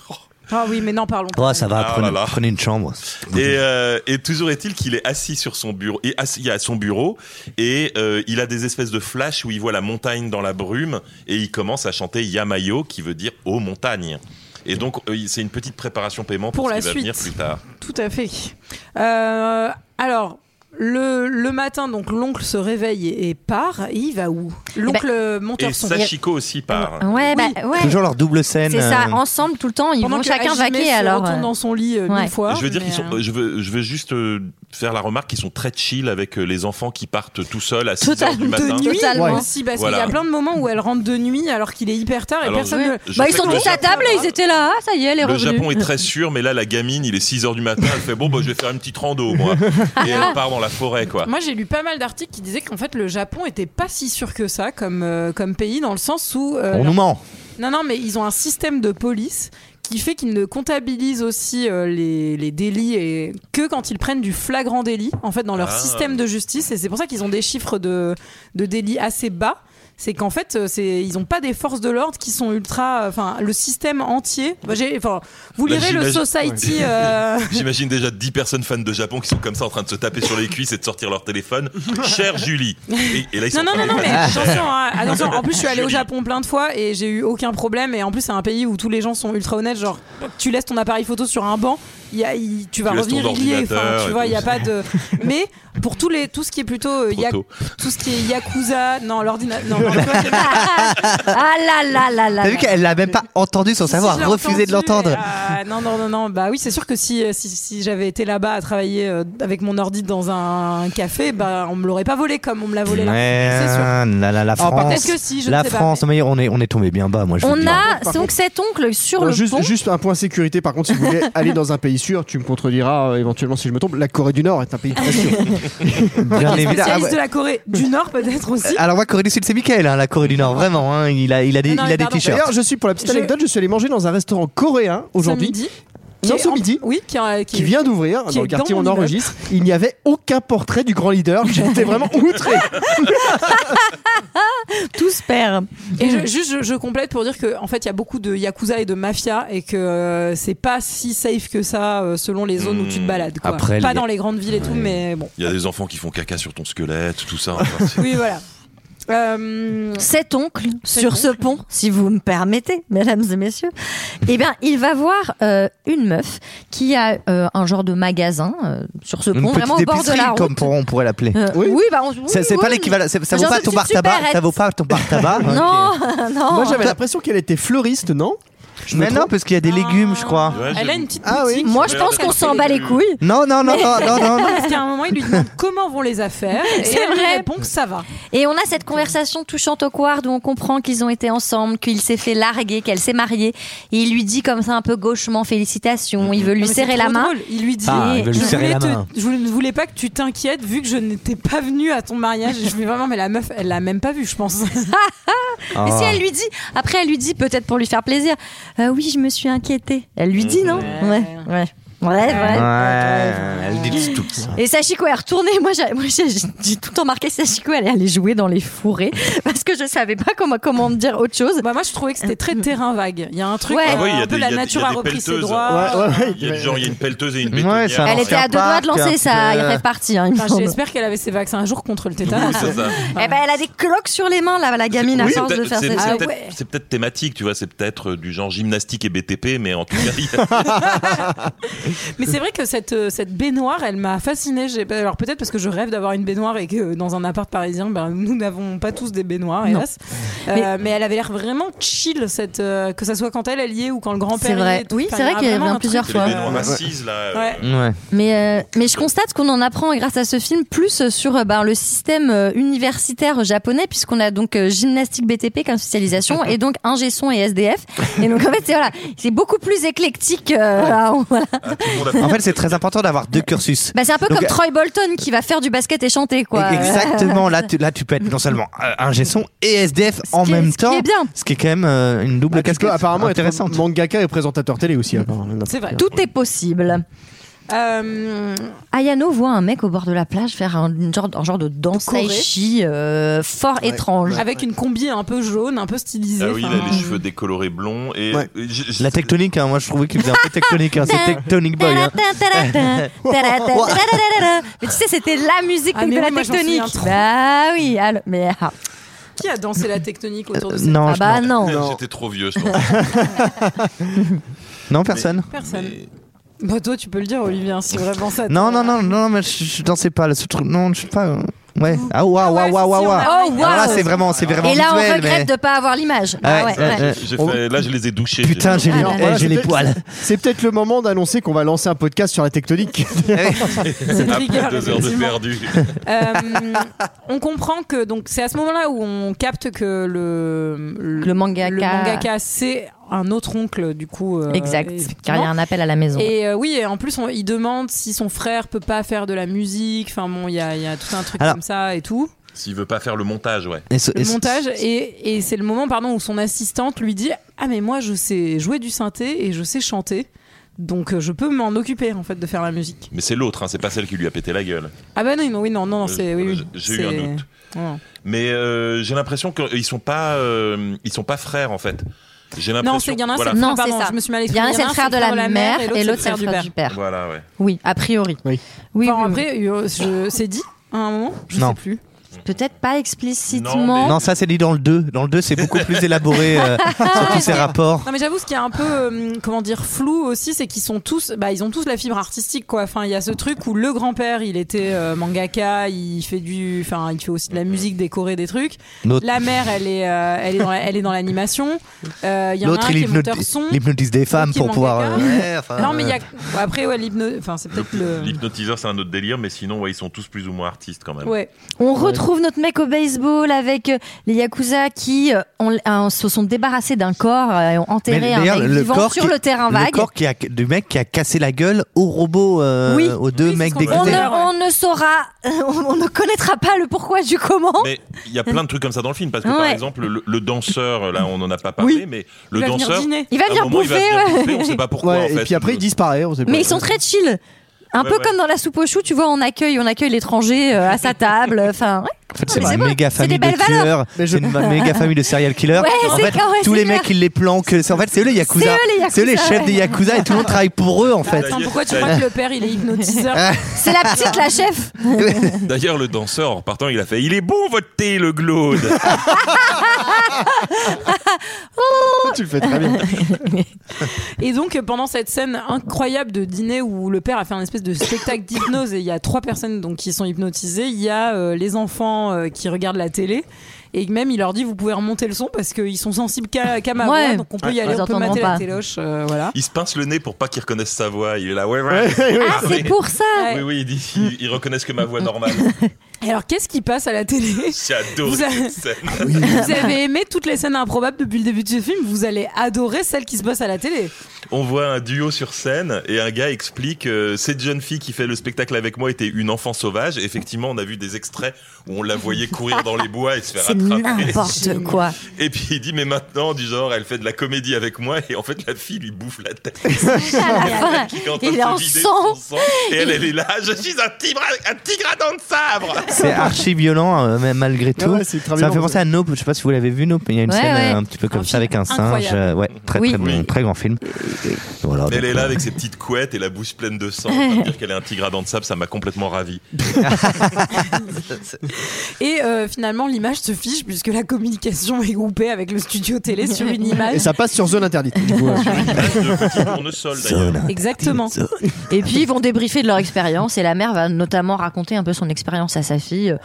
[SPEAKER 1] Ah oui, mais n'en parlons pas.
[SPEAKER 9] Oh, ça va,
[SPEAKER 8] Ah
[SPEAKER 9] prenez,
[SPEAKER 8] là là.
[SPEAKER 9] prenez une chambre.
[SPEAKER 8] Et, euh, et toujours est-il qu'il est assis sur son bureau, et assis à son bureau, et euh, il a des espèces de flashs où il voit la montagne dans la brume, et il commence à chanter Yamayo, qui veut dire aux montagnes. Et donc euh, il- c'est une petite préparation paiement pour,
[SPEAKER 1] Pour
[SPEAKER 8] ce
[SPEAKER 1] la
[SPEAKER 8] qui va venir
[SPEAKER 1] suite.
[SPEAKER 8] plus tard.
[SPEAKER 1] Tout à fait. Euh, alors, Le, le matin, donc l'oncle se réveille et, et part. Et il va où
[SPEAKER 9] Eh ben,
[SPEAKER 1] L'oncle euh, monteur
[SPEAKER 8] Et
[SPEAKER 1] son.
[SPEAKER 8] Sachiko aussi part.
[SPEAKER 6] Ouais, bah, ouais.
[SPEAKER 9] Toujours leur double scène.
[SPEAKER 6] C'est ça,
[SPEAKER 9] euh,
[SPEAKER 6] ensemble tout le temps, ils
[SPEAKER 1] Pendant
[SPEAKER 6] vont
[SPEAKER 1] que
[SPEAKER 6] chacun
[SPEAKER 1] Hajime
[SPEAKER 6] vaquer
[SPEAKER 1] se
[SPEAKER 6] alors.
[SPEAKER 1] retourne
[SPEAKER 6] euh,
[SPEAKER 1] dans son lit euh,
[SPEAKER 6] ouais.
[SPEAKER 1] mille fois.
[SPEAKER 8] Je veux dire
[SPEAKER 1] mais,
[SPEAKER 8] qu'ils sont.
[SPEAKER 1] euh,
[SPEAKER 8] Je veux, je veux juste euh, faire la remarque qu'ils sont très chill avec euh, les enfants qui partent tout seuls à 6 heures du
[SPEAKER 6] Totalement.
[SPEAKER 8] matin.
[SPEAKER 1] de nuit
[SPEAKER 6] Totalement.
[SPEAKER 1] aussi parce
[SPEAKER 8] Voilà.
[SPEAKER 1] qu'il y a plein de moments où elle rentre de nuit alors qu'il est hyper tard et
[SPEAKER 8] Alors,
[SPEAKER 1] personne
[SPEAKER 8] je-
[SPEAKER 1] ne
[SPEAKER 8] je
[SPEAKER 6] Bah,
[SPEAKER 8] sais
[SPEAKER 6] ils sont
[SPEAKER 8] que le
[SPEAKER 6] tous à
[SPEAKER 8] Japon-
[SPEAKER 6] table, ils étaient là, ah, ça y est, les
[SPEAKER 8] Le
[SPEAKER 6] revenus.
[SPEAKER 8] Japon est très sûr, mais là, la gamine, il est 6 heures du matin, elle fait Bon, bah, je vais faire une petite rando, moi. Et elle part dans la forêt, quoi.
[SPEAKER 1] Moi, j'ai lu pas mal d'articles qui disaient qu'en fait, le Japon était pas si sûr que ça comme, euh, comme pays, dans le sens où. euh,
[SPEAKER 9] on nous ment.
[SPEAKER 1] non, non, mais ils ont un système de police qui fait qu'ils ne comptabilisent aussi euh, les, les délits et que quand ils prennent du flagrant délit, en fait, dans leur
[SPEAKER 8] Ah.
[SPEAKER 1] système de justice. Et c'est pour ça qu'ils ont des chiffres de, de délits assez bas. C'est qu'en fait, euh, c'est, ils n'ont pas des forces de l'ordre qui sont ultra. euh, Enfin, le système entier. Bah, j'ai- enfin, vous
[SPEAKER 8] Bah,
[SPEAKER 1] lirez le
[SPEAKER 8] j'imagine-
[SPEAKER 1] Society. euh,
[SPEAKER 8] J'imagine déjà 10 personnes fans de Japon qui sont comme ça en train de se taper sur les cuisses et de sortir leur téléphone. Cher Julie. Et, et là, ils sont
[SPEAKER 1] Non, non,
[SPEAKER 8] en train
[SPEAKER 1] non, non,
[SPEAKER 8] de
[SPEAKER 1] mais
[SPEAKER 8] faire cher.
[SPEAKER 1] attention, hein, attention. En plus, je suis allée au
[SPEAKER 8] Joli.
[SPEAKER 1] Japon plein de fois et j'ai eu aucun problème. Et en plus, c'est un pays où tous les gens sont ultra honnêtes. Genre, tu laisses ton appareil photo sur un banc, il y a- il- tu vas
[SPEAKER 8] Tu laisses ton
[SPEAKER 1] revenir il y est.
[SPEAKER 8] ordinateur
[SPEAKER 1] Enfin,
[SPEAKER 8] et
[SPEAKER 1] tu vois, il n'y a
[SPEAKER 8] tout.
[SPEAKER 1] pas de. Mais pour tous les, tout ce qui est plutôt euh,
[SPEAKER 8] Trop
[SPEAKER 1] ya-
[SPEAKER 8] tôt.
[SPEAKER 1] tout ce qui est yakuza, non, l'ordinateur, non, non, toi, j'ai-
[SPEAKER 6] Ah là là là là.
[SPEAKER 9] T'as vu
[SPEAKER 6] là.
[SPEAKER 9] qu'elle l'a même pas entendu sans
[SPEAKER 1] Si, si,
[SPEAKER 9] savoir,
[SPEAKER 1] je l'ai
[SPEAKER 9] refuser de
[SPEAKER 1] entendu,
[SPEAKER 9] l'entendre.
[SPEAKER 1] et, euh, non, non, non, non. Bah oui, c'est sûr que si, si, si j'avais été là-bas à travailler euh, avec mon ordi dans un café, bah on me l'aurait pas volé comme on me l'a volé là.
[SPEAKER 9] Ouais,
[SPEAKER 1] C'est sûr.
[SPEAKER 9] la, la, la
[SPEAKER 7] par contre-
[SPEAKER 9] France.
[SPEAKER 1] Est-ce que si, je ne
[SPEAKER 9] la
[SPEAKER 1] sais pas,
[SPEAKER 9] France,
[SPEAKER 1] mais-
[SPEAKER 9] mais on est, on est tombé bien bas, moi je veux
[SPEAKER 6] On
[SPEAKER 9] dire.
[SPEAKER 8] hein,
[SPEAKER 6] a donc cet oncle sur
[SPEAKER 7] Non,
[SPEAKER 6] le
[SPEAKER 7] juste,
[SPEAKER 6] pont.
[SPEAKER 7] juste un point sécurité, par contre, si vous voulez aller dans un pays sûr, tu me contrediras euh, éventuellement si je me trompe. La Corée du Nord est un pays très sûr.
[SPEAKER 9] Bien évidemment. Ah
[SPEAKER 1] Spécialiste
[SPEAKER 9] ouais.
[SPEAKER 1] de la Corée du Nord peut-être
[SPEAKER 7] Euh,
[SPEAKER 1] aussi.
[SPEAKER 7] ah,
[SPEAKER 9] Alors moi, Corée du Sud, c'est Michael, hein, la Corée du Nord, vraiment. hein, il a, il a des,
[SPEAKER 1] Non, non,
[SPEAKER 9] il a des
[SPEAKER 1] pardon.
[SPEAKER 7] D'ailleurs,
[SPEAKER 9] t-shirts.
[SPEAKER 7] je suis pour la
[SPEAKER 1] Je-
[SPEAKER 7] petite anecdote, je suis allé manger dans un restaurant coréen aujourd'hui,
[SPEAKER 1] Ce midi.
[SPEAKER 7] Non,
[SPEAKER 1] est
[SPEAKER 7] ce
[SPEAKER 1] en-
[SPEAKER 7] midi.
[SPEAKER 1] Oui, qui, est- qui est-
[SPEAKER 7] qui vient d'ouvrir
[SPEAKER 1] qui
[SPEAKER 7] dans
[SPEAKER 1] est
[SPEAKER 7] le quartier où
[SPEAKER 1] dans
[SPEAKER 7] on
[SPEAKER 1] mon immeuble.
[SPEAKER 7] enregistre. Il n'y avait aucun portrait du grand leader. J'étais vraiment outré.
[SPEAKER 6] Tout se perd.
[SPEAKER 1] Et je, juste, je, je complète pour dire que en fait, il y a beaucoup de yakuza et de mafia et que euh, c'est pas si safe que ça euh, selon les zones où tu te balades. quoi.
[SPEAKER 9] Hmm. Après,
[SPEAKER 1] pas
[SPEAKER 9] les-
[SPEAKER 1] dans les grandes villes et tout, mais bon.
[SPEAKER 8] Il y a des enfants qui font caca sur ton squelette, tout ça. Enfin, c'est-
[SPEAKER 1] Oui, voilà. Euh,
[SPEAKER 6] Cet oncle
[SPEAKER 1] Cet
[SPEAKER 6] sur
[SPEAKER 1] oncle.
[SPEAKER 6] ce pont, si vous me permettez, mesdames et messieurs, eh bien, il va voir euh, une meuf qui a euh, un genre de magasin euh, sur ce
[SPEAKER 9] Une
[SPEAKER 6] pont, vraiment au
[SPEAKER 9] petite
[SPEAKER 6] bord de
[SPEAKER 9] épicerie,
[SPEAKER 6] la route.
[SPEAKER 9] comme pour- on pourrait l'appeler.
[SPEAKER 6] Euh, oui.
[SPEAKER 7] Oui.
[SPEAKER 6] bah on,
[SPEAKER 9] C'est
[SPEAKER 6] oui,
[SPEAKER 9] c'est
[SPEAKER 6] oui,
[SPEAKER 9] pas
[SPEAKER 6] oui.
[SPEAKER 9] l'équivalent, c'est- ça vaut
[SPEAKER 6] Genre
[SPEAKER 9] pas
[SPEAKER 6] une
[SPEAKER 9] ton bar
[SPEAKER 6] petite
[SPEAKER 9] tabac,
[SPEAKER 6] supérette.
[SPEAKER 9] ça vaut pas ton bar tabac. hein,
[SPEAKER 6] Non,
[SPEAKER 9] qui
[SPEAKER 6] non.
[SPEAKER 7] Moi, j'avais l'impression qu'elle était fleuriste, non
[SPEAKER 9] est- Mais non, parce qu'il y a des légumes, je crois.
[SPEAKER 8] Ouais,
[SPEAKER 1] elle
[SPEAKER 8] j'ai-
[SPEAKER 1] a une petite
[SPEAKER 7] Ah oui.
[SPEAKER 1] boutique.
[SPEAKER 6] Moi, je pense qu'on s'en bat les couilles.
[SPEAKER 9] Non, non, non, non, non, non. non.
[SPEAKER 1] Parce qu'à un moment, il lui demande comment vont les affaires. et
[SPEAKER 6] C'est
[SPEAKER 1] elle lui
[SPEAKER 6] vrai.
[SPEAKER 1] répond que ça va.
[SPEAKER 6] Et on a cette conversation touchante au couard où on comprend qu'ils ont été ensemble, qu'il s'est fait larguer, qu'elle s'est mariée. Et il lui dit comme ça un peu gauchement
[SPEAKER 9] Mhm.
[SPEAKER 6] félicitations, il veut lui
[SPEAKER 1] Non, mais c'est
[SPEAKER 6] serrer la
[SPEAKER 1] trop
[SPEAKER 6] main.
[SPEAKER 1] drôle. Il lui dit "Eh,
[SPEAKER 9] Ah, il veut lui
[SPEAKER 1] je,
[SPEAKER 9] serrer
[SPEAKER 1] voulais
[SPEAKER 9] la
[SPEAKER 1] te-
[SPEAKER 9] main.
[SPEAKER 1] je ne voulais pas que tu t'inquiètes vu que je n'étais pas venue à ton mariage. Je me dis vraiment, mais la meuf, elle l'a même pas vue, je pense.
[SPEAKER 6] Et
[SPEAKER 9] Ah.
[SPEAKER 6] si elle lui dit, après elle lui dit peut-être pour lui faire plaisir, Euh, oui je me suis inquiétée. Elle lui dit non Ouais, ouais. Ouais, ouais.
[SPEAKER 9] Ouais, elle dit tout.
[SPEAKER 6] Et Sachiko est retournée. Moi, j'ai, moi, j'ai- j'ai tout embarqué. Sachiko, elle est allée jouer dans les fourrés parce que je savais pas comment, comment me dire autre
[SPEAKER 8] Ah,
[SPEAKER 6] chose.
[SPEAKER 1] Bah moi je trouvais que c'était très terrain vague. Il y a un truc
[SPEAKER 6] Ouais.
[SPEAKER 1] euh,
[SPEAKER 6] Ah
[SPEAKER 8] oui, il y a
[SPEAKER 1] un peu
[SPEAKER 8] des-
[SPEAKER 1] la
[SPEAKER 8] il y a- il
[SPEAKER 1] nature
[SPEAKER 8] y a
[SPEAKER 1] a
[SPEAKER 8] des
[SPEAKER 1] repris ses
[SPEAKER 8] pelleteuses.
[SPEAKER 1] droits.
[SPEAKER 8] Il y a- genre, il y a une pelleteuse et une
[SPEAKER 9] Ouais,
[SPEAKER 8] bétonnière.
[SPEAKER 9] ça
[SPEAKER 6] elle
[SPEAKER 9] un
[SPEAKER 6] était à deux doigts
[SPEAKER 9] parc,
[SPEAKER 6] de lancer
[SPEAKER 9] un
[SPEAKER 6] sa
[SPEAKER 9] peu-
[SPEAKER 6] répartie. Hein, il me
[SPEAKER 1] Enfin,
[SPEAKER 6] semble.
[SPEAKER 1] Ah, J'espère qu'elle avait ses vaccins un jour contre le
[SPEAKER 8] Oui,
[SPEAKER 1] tétanos.
[SPEAKER 8] c'est ça.
[SPEAKER 6] Eh ben, elle a des cloques sur les mains, là, la gamine, à
[SPEAKER 8] Oui,
[SPEAKER 6] force de
[SPEAKER 8] peut-être-
[SPEAKER 6] faire
[SPEAKER 8] c'est
[SPEAKER 6] ses
[SPEAKER 8] c'est
[SPEAKER 1] Ah
[SPEAKER 8] peut-être
[SPEAKER 1] ouais.
[SPEAKER 8] c'est peut-être thématique, tu vois, c'est peut-être euh, du genre gymnastique et BTP, mais en tout cas, il y a-
[SPEAKER 1] Mais c'est vrai que cette, euh, cette baignoire, elle m'a fascinée. J'ai- Alors peut-être parce que je rêve d'avoir une baignoire et que euh, dans un appart parisien, ben, nous n'avons pas tous des baignoires, hélas. Euh, mais... elle avait l'air vraiment chill, cette, euh, que ça soit quand elle, elle y est ou quand le grand-père
[SPEAKER 6] C'est vrai.
[SPEAKER 1] y est.
[SPEAKER 6] Oui,
[SPEAKER 1] Enfin,
[SPEAKER 6] c'est
[SPEAKER 1] il y
[SPEAKER 6] vrai
[SPEAKER 1] a
[SPEAKER 6] qu'il y
[SPEAKER 1] vraiment
[SPEAKER 6] revient
[SPEAKER 1] un truc,
[SPEAKER 6] plusieurs
[SPEAKER 8] c'est
[SPEAKER 6] fois.
[SPEAKER 8] les
[SPEAKER 1] euh,
[SPEAKER 8] bénons assises, là.
[SPEAKER 1] Ouais.
[SPEAKER 9] Ouais.
[SPEAKER 6] Mais, euh, mais je constate qu'on en apprend grâce à ce film plus sur euh, ben, le système euh, universitaire japonais puisqu'on a donc euh, gymnastique BTP comme spécialisation et donc ingé son et SDF et donc en fait c'est voilà c'est beaucoup plus éclectique euh, alors, voilà.
[SPEAKER 8] Ah, tout le monde a-
[SPEAKER 9] En fait, c'est très important d'avoir deux cursus.
[SPEAKER 6] Bah, c'est un peu
[SPEAKER 9] Donc,
[SPEAKER 6] comme
[SPEAKER 9] euh,
[SPEAKER 6] Troy Bolton qui va faire du basket et chanter quoi
[SPEAKER 9] Et- Exactement, là tu, là tu peux être non seulement euh, un gesson et SDF en
[SPEAKER 6] qui est-
[SPEAKER 9] même
[SPEAKER 6] ce qui
[SPEAKER 9] temps,
[SPEAKER 6] est bien.
[SPEAKER 9] ce qui est quand même euh, une double
[SPEAKER 7] Bah, tu peux
[SPEAKER 9] casquette
[SPEAKER 7] apparemment être
[SPEAKER 9] intéressante.
[SPEAKER 7] mangaka et présentateur télé aussi. apparemment.
[SPEAKER 1] C'est vrai.
[SPEAKER 6] tout est possible
[SPEAKER 1] Euh,
[SPEAKER 6] Ayano voit un mec au bord de la plage faire un, une genre, un genre de danse
[SPEAKER 1] Corée.
[SPEAKER 6] aichi euh, fort étrange
[SPEAKER 1] avec une combi un peu jaune, un peu stylisée.
[SPEAKER 8] Ah oui, il
[SPEAKER 1] enfin,
[SPEAKER 8] a les cheveux décolorés blonds et
[SPEAKER 7] Ouais.
[SPEAKER 8] et j- j-
[SPEAKER 9] La tectonique, hein, moi je trouvais qu'il faisait un peu tectonique, hein, c'est tectonic boy. hein.
[SPEAKER 6] Mais tu sais, c'était la musique
[SPEAKER 1] Ah, mais
[SPEAKER 6] de
[SPEAKER 1] oui,
[SPEAKER 6] la
[SPEAKER 1] moi, j'en souviens
[SPEAKER 6] tectonique.
[SPEAKER 1] trop.
[SPEAKER 6] Bah oui, alors- mais ah,
[SPEAKER 1] Qui a dansé la tectonique autour de cette
[SPEAKER 9] Euh, Non,
[SPEAKER 6] ah
[SPEAKER 9] je-
[SPEAKER 6] bah
[SPEAKER 9] non.
[SPEAKER 6] non.
[SPEAKER 8] J'étais trop vieux, je pense.
[SPEAKER 9] non, personne.
[SPEAKER 1] personne
[SPEAKER 8] Mais-
[SPEAKER 1] Bah toi, tu peux le dire, Olivier, hein, si vraiment ça. te-
[SPEAKER 9] Non, non, non, non, mais je, je dansais pas, là, ce truc. Non, je sais pas. euh, Ouais. Ah, waouh, waouh, waouh, waouh.
[SPEAKER 6] Ah ouais,
[SPEAKER 9] waouh.
[SPEAKER 1] Oh,
[SPEAKER 9] Alors là,
[SPEAKER 6] waouh.
[SPEAKER 9] c'est vraiment, c'est vraiment
[SPEAKER 6] Et là, on
[SPEAKER 9] visuel,
[SPEAKER 6] regrette
[SPEAKER 9] mais-
[SPEAKER 6] de pas avoir l'image. Ah ouais, ouais.
[SPEAKER 8] J'ai- j'ai fait- là, je les ai douchés.
[SPEAKER 9] Putain, j'ai les,
[SPEAKER 6] Alors,
[SPEAKER 9] eh,
[SPEAKER 6] voilà,
[SPEAKER 9] j'ai les
[SPEAKER 7] peut-être-
[SPEAKER 9] poils.
[SPEAKER 7] C'est peut-être le moment d'annoncer qu'on va lancer un podcast sur la tectonique.
[SPEAKER 1] trigger,
[SPEAKER 8] Après deux heures de
[SPEAKER 1] effectivement.
[SPEAKER 8] perdu.
[SPEAKER 1] Euh, on comprend que donc c'est à ce moment-là où on capte que le
[SPEAKER 6] Le mangaka.
[SPEAKER 1] le mangaka c'est un autre oncle du coup. euh,
[SPEAKER 6] Exact. Car il y
[SPEAKER 1] effectivement.
[SPEAKER 6] a un appel à la maison.
[SPEAKER 1] Et euh, oui, et en plus, on- il demande si son frère peut pas faire de la musique. Enfin bon, il y a, il y a tout un truc
[SPEAKER 9] Alors-
[SPEAKER 1] comme ça et tout.
[SPEAKER 8] S'il veut pas faire le montage, ouais.
[SPEAKER 9] Et ce-
[SPEAKER 1] Le
[SPEAKER 9] et ce-
[SPEAKER 1] montage. Et, et c'est le moment, pardon, où son assistante lui dit Ah, mais moi, je sais jouer du synthé et je sais chanter. Donc, euh, je peux m'en occuper, en fait, de faire la musique.
[SPEAKER 8] Mais c'est l'autre, hein, c'est pas celle qui lui a pété la gueule.
[SPEAKER 1] Ah, bah non, non, oui, non, non, non,
[SPEAKER 8] Euh,
[SPEAKER 1] c'est. Oui, oui,
[SPEAKER 8] J'ai eu un
[SPEAKER 1] c'est-
[SPEAKER 8] doute.
[SPEAKER 1] Non.
[SPEAKER 8] Mais euh, j'ai l'impression qu'ils sont pas, euh, ils sont pas frères en fait. J'ai l'impression.
[SPEAKER 1] Non, c'est il y en a un,
[SPEAKER 8] voilà.
[SPEAKER 1] c'est le
[SPEAKER 6] Non,
[SPEAKER 1] frère,
[SPEAKER 6] c'est
[SPEAKER 1] pardon,
[SPEAKER 6] ça.
[SPEAKER 1] je me suis mal
[SPEAKER 6] Il y en
[SPEAKER 1] exprimée.
[SPEAKER 6] a, c'est le frère de la mère et l'autre, c'est le frère du père.
[SPEAKER 8] Voilà, ouais.
[SPEAKER 6] Oui, a priori.
[SPEAKER 7] Oui.
[SPEAKER 6] Oui,
[SPEAKER 1] Enfin,
[SPEAKER 6] oui, oui.
[SPEAKER 1] après, euh, je- c'est dit à un moment Je
[SPEAKER 9] Non.
[SPEAKER 1] sais plus.
[SPEAKER 6] Peut-être pas
[SPEAKER 8] Non,
[SPEAKER 6] explicitement.
[SPEAKER 8] mais-
[SPEAKER 9] Non, ça, c'est dit dans le 2. Dans le 2, c'est beaucoup plus élaboré euh, sur tous ces rapports.
[SPEAKER 1] Non mais j'avoue ce qui est un peu euh, comment dire flou aussi c'est qu'ils sont tous bah ils ont tous la fibre artistique quoi. Enfin il y a ce truc où le grand-père, il était euh, mangaka, il fait du enfin il fait aussi de la musique décorée des trucs.
[SPEAKER 9] L'autre-
[SPEAKER 1] La mère, elle est euh, elle est dans la- elle est dans l'animation. Euh, il y en a un
[SPEAKER 9] L'autre, il
[SPEAKER 1] qui est
[SPEAKER 9] hypnoti-
[SPEAKER 1] monteur son.
[SPEAKER 9] il hypnotise des femmes
[SPEAKER 1] qui
[SPEAKER 9] pour
[SPEAKER 1] est
[SPEAKER 9] pouvoir.
[SPEAKER 1] mangaka.
[SPEAKER 9] euh, ouais, enfin,
[SPEAKER 1] Non mais il y a
[SPEAKER 9] euh,
[SPEAKER 1] bon, après ouais l'hypno enfin c'est peut-être
[SPEAKER 8] Le-
[SPEAKER 1] le
[SPEAKER 8] L'hypnotiseur, c'est un autre délire, mais sinon, ouais, ils sont tous plus ou moins artistes quand même.
[SPEAKER 1] Ouais.
[SPEAKER 6] On retrouve notre mec au baseball avec euh, les Yakuza qui euh, ont- euh, se sont débarrassés d'un corps euh, et ont enterré
[SPEAKER 9] mais
[SPEAKER 6] un
[SPEAKER 9] d'ailleurs,
[SPEAKER 6] mec
[SPEAKER 9] le
[SPEAKER 6] vivant
[SPEAKER 9] corps
[SPEAKER 6] sur
[SPEAKER 9] qui-
[SPEAKER 6] le terrain
[SPEAKER 9] le
[SPEAKER 6] vague.
[SPEAKER 9] corps qui a, du mec qui a cassé la gueule au robot, euh,
[SPEAKER 6] Oui.
[SPEAKER 9] aux deux
[SPEAKER 1] Oui,
[SPEAKER 9] mecs
[SPEAKER 1] c'est ce qu'on Ouais.
[SPEAKER 6] On
[SPEAKER 9] déguisés.
[SPEAKER 1] a-
[SPEAKER 6] ne, on ne saura, euh, on, on ne connaîtra pas le pourquoi du comment.
[SPEAKER 8] Mais il y a plein de trucs comme ça dans le film, parce que par
[SPEAKER 6] Ouais.
[SPEAKER 8] exemple, le, le danseur, là, on n'en a pas parlé,
[SPEAKER 1] Oui.
[SPEAKER 8] mais
[SPEAKER 1] Il
[SPEAKER 8] le
[SPEAKER 1] va venir
[SPEAKER 8] danseur,
[SPEAKER 1] dîner.
[SPEAKER 6] il va
[SPEAKER 8] à un
[SPEAKER 6] venir
[SPEAKER 8] moment, il
[SPEAKER 6] bouffer.
[SPEAKER 8] va venir
[SPEAKER 6] ouais.
[SPEAKER 8] bouffer, on sait pas pourquoi.
[SPEAKER 7] Ouais,
[SPEAKER 8] en fait. euh,
[SPEAKER 7] et puis après, il disparaît. on sait pas.
[SPEAKER 6] Mais ils sont très chill. Un
[SPEAKER 8] Ouais,
[SPEAKER 6] peu
[SPEAKER 8] ouais.
[SPEAKER 6] comme dans la soupe aux choux, tu vois, on accueille, on accueille l'étranger euh, à sa table. Enfin, ouais.
[SPEAKER 9] En fait,
[SPEAKER 6] Non,
[SPEAKER 9] c'est
[SPEAKER 6] Ah, mais
[SPEAKER 9] ma
[SPEAKER 6] c'est bon,
[SPEAKER 9] méga
[SPEAKER 6] c'est
[SPEAKER 9] famille
[SPEAKER 6] des
[SPEAKER 9] de
[SPEAKER 6] belles valeurs.
[SPEAKER 9] tueurs.
[SPEAKER 7] Mais je-
[SPEAKER 9] C'est une ma- méga famille de serial killers.
[SPEAKER 6] Ouais,
[SPEAKER 9] en
[SPEAKER 6] c'est
[SPEAKER 9] fait,
[SPEAKER 6] clair, ouais,
[SPEAKER 9] tous
[SPEAKER 6] c'est
[SPEAKER 9] les
[SPEAKER 6] clair.
[SPEAKER 9] mecs, ils les planquent. En fait, c'est eux les yakuza.
[SPEAKER 6] C'est eux les
[SPEAKER 9] C'est eux les
[SPEAKER 6] Yakuza,
[SPEAKER 9] chefs des yakuza et tout le monde travaille pour
[SPEAKER 7] Ah,
[SPEAKER 9] eux, en fait.
[SPEAKER 1] Attends, pourquoi tu crois que le père il est hypnotiseur
[SPEAKER 6] c'est la petite, la chef.
[SPEAKER 8] D'ailleurs, le danseur, en repartant, il a fait Il est bon votre thé, le glaude
[SPEAKER 7] tu le fais très bien.
[SPEAKER 1] Et donc euh, pendant cette scène incroyable de dîner où le père a fait un espèce de spectacle d'hypnose et il y a trois personnes donc qui sont hypnotisées, il y a euh, les enfants euh, qui regardent la télé et même il leur dit vous pouvez remonter le son parce qu'ils sont sensibles qu'à qu'à ma voix
[SPEAKER 6] Ouais.
[SPEAKER 1] donc on peut y aller,
[SPEAKER 6] Ils
[SPEAKER 1] on peut
[SPEAKER 6] entendront
[SPEAKER 1] mater la
[SPEAKER 6] pas.
[SPEAKER 1] téloche, euh, voilà.
[SPEAKER 8] Il se pince le nez pour pas qu'il reconnaisse sa voix. Il est là, ouais, ouais.
[SPEAKER 6] Ah, c'est pour ça.
[SPEAKER 8] Oui, oui, il dit Ils ils reconnaissent que ma voix normale.
[SPEAKER 1] Et alors qu'est-ce qui passe à la télé
[SPEAKER 8] J'ai adoré
[SPEAKER 1] Vous avez-
[SPEAKER 8] cette scène.
[SPEAKER 1] Vous avez aimé toutes les scènes improbables depuis le début de ce film, vous allez adorer celles qui se bossent à la télé.
[SPEAKER 8] On voit un duo sur scène et un gars explique euh, cette jeune fille qui fait le spectacle avec moi était une enfant sauvage. Effectivement, on a vu des extraits où on la voyait courir dans les bois et se faire
[SPEAKER 6] C'est
[SPEAKER 8] attraper.
[SPEAKER 6] n'importe quoi.
[SPEAKER 8] Et puis il dit mais maintenant du genre elle fait de la comédie avec moi et en fait la fille lui bouffe la tête.
[SPEAKER 6] À la fin,
[SPEAKER 8] Qui est en train
[SPEAKER 6] il
[SPEAKER 8] de
[SPEAKER 6] est
[SPEAKER 8] se
[SPEAKER 6] en
[SPEAKER 8] vider de
[SPEAKER 6] sang.
[SPEAKER 8] son sang. et elle, elle est là. Je suis un tigre, un tigre à dents de sabre.
[SPEAKER 9] C'est archi violent, euh, mais malgré tout.
[SPEAKER 7] Ah Ouais, ouais, c'est très
[SPEAKER 9] ça me
[SPEAKER 7] violent,
[SPEAKER 9] fait penser
[SPEAKER 7] ça.
[SPEAKER 9] à Nope. Je sais pas si vous l'avez vu, Nope. Il y a une
[SPEAKER 6] Ouais,
[SPEAKER 9] scène
[SPEAKER 6] ouais.
[SPEAKER 9] euh, un petit peu comme
[SPEAKER 1] Un
[SPEAKER 9] ça avec un
[SPEAKER 1] film
[SPEAKER 9] singe.
[SPEAKER 1] incroyable.
[SPEAKER 9] euh, ouais, très,
[SPEAKER 6] Oui.
[SPEAKER 9] très, bon,
[SPEAKER 8] Oui.
[SPEAKER 9] très grand film. Voilà,
[SPEAKER 8] Elle
[SPEAKER 9] donc,
[SPEAKER 8] est là
[SPEAKER 9] euh,
[SPEAKER 8] avec ses petites couettes et la bouche pleine de sang. Enfin, Dire qu'elle est un tigre à dents de sabre, ça m'a complètement ravi.
[SPEAKER 1] Et euh, finalement l'image se fiche puisque la communication est groupée avec le studio télé sur une
[SPEAKER 7] Et
[SPEAKER 1] image.
[SPEAKER 7] ça passe sur zone interdite. du coup, ouais.
[SPEAKER 8] Le petit tournesol d'ailleurs.
[SPEAKER 9] Zone.
[SPEAKER 1] Exactement.
[SPEAKER 6] Et puis ils vont débriefer de leur expérience et la mère va notamment raconter un peu son expérience à sa fille, euh,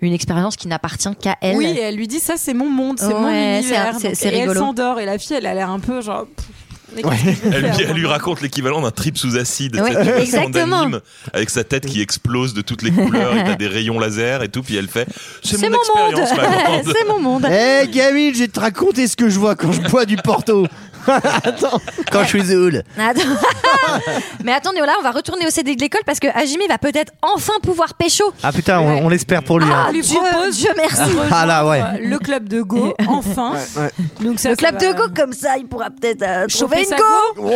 [SPEAKER 6] une expérience qui n'appartient qu'à elle.
[SPEAKER 1] Oui, et elle lui dit ça, c'est mon monde, c'est mon
[SPEAKER 6] Ouais,
[SPEAKER 1] univers.
[SPEAKER 6] c'est- c'est-
[SPEAKER 1] Donc,
[SPEAKER 6] c'est
[SPEAKER 1] et elle
[SPEAKER 6] rigolo.
[SPEAKER 1] s'endort et la fille, elle a l'air un peu genre. pff, mais qu'est-ce
[SPEAKER 7] Ouais.
[SPEAKER 1] qu'il veut
[SPEAKER 8] Elle,
[SPEAKER 1] faire,
[SPEAKER 8] lui- elle lui
[SPEAKER 1] vraiment
[SPEAKER 8] raconte l'équivalent d'un trip sous acide.
[SPEAKER 6] Ouais,
[SPEAKER 8] tu sais, tu vois,
[SPEAKER 6] exactement.
[SPEAKER 8] son anime, Avec sa tête qui explose de toutes les couleurs, et t'as des rayons laser et tout, puis elle fait C'est mon,
[SPEAKER 6] C'est mon, monde.
[SPEAKER 8] expérience, ma grande.
[SPEAKER 6] C'est mon monde.
[SPEAKER 7] Eh Camille, je vais te raconter ce que je vois quand je bois du Porto. Attends,
[SPEAKER 9] Quand je suis Zoul.
[SPEAKER 6] Attends. Mais attendez, là, on va retourner au CD de l'école parce que Hajime va peut-être enfin pouvoir pécho. Ah,
[SPEAKER 9] Ah putain, on, on l'espère pour lui. hein.
[SPEAKER 1] Elle Ah, lui
[SPEAKER 6] Dieu-
[SPEAKER 1] propose
[SPEAKER 6] Dieu merci.
[SPEAKER 1] de
[SPEAKER 9] Ah là, ouais.
[SPEAKER 1] rejoindre hein. Le club de Go, enfin. Donc ça,
[SPEAKER 6] Le
[SPEAKER 1] ça
[SPEAKER 6] club
[SPEAKER 1] va
[SPEAKER 6] de go, comme ça, il pourra peut-être euh,
[SPEAKER 1] Choper
[SPEAKER 6] trouver une
[SPEAKER 1] sa
[SPEAKER 6] go.
[SPEAKER 1] go.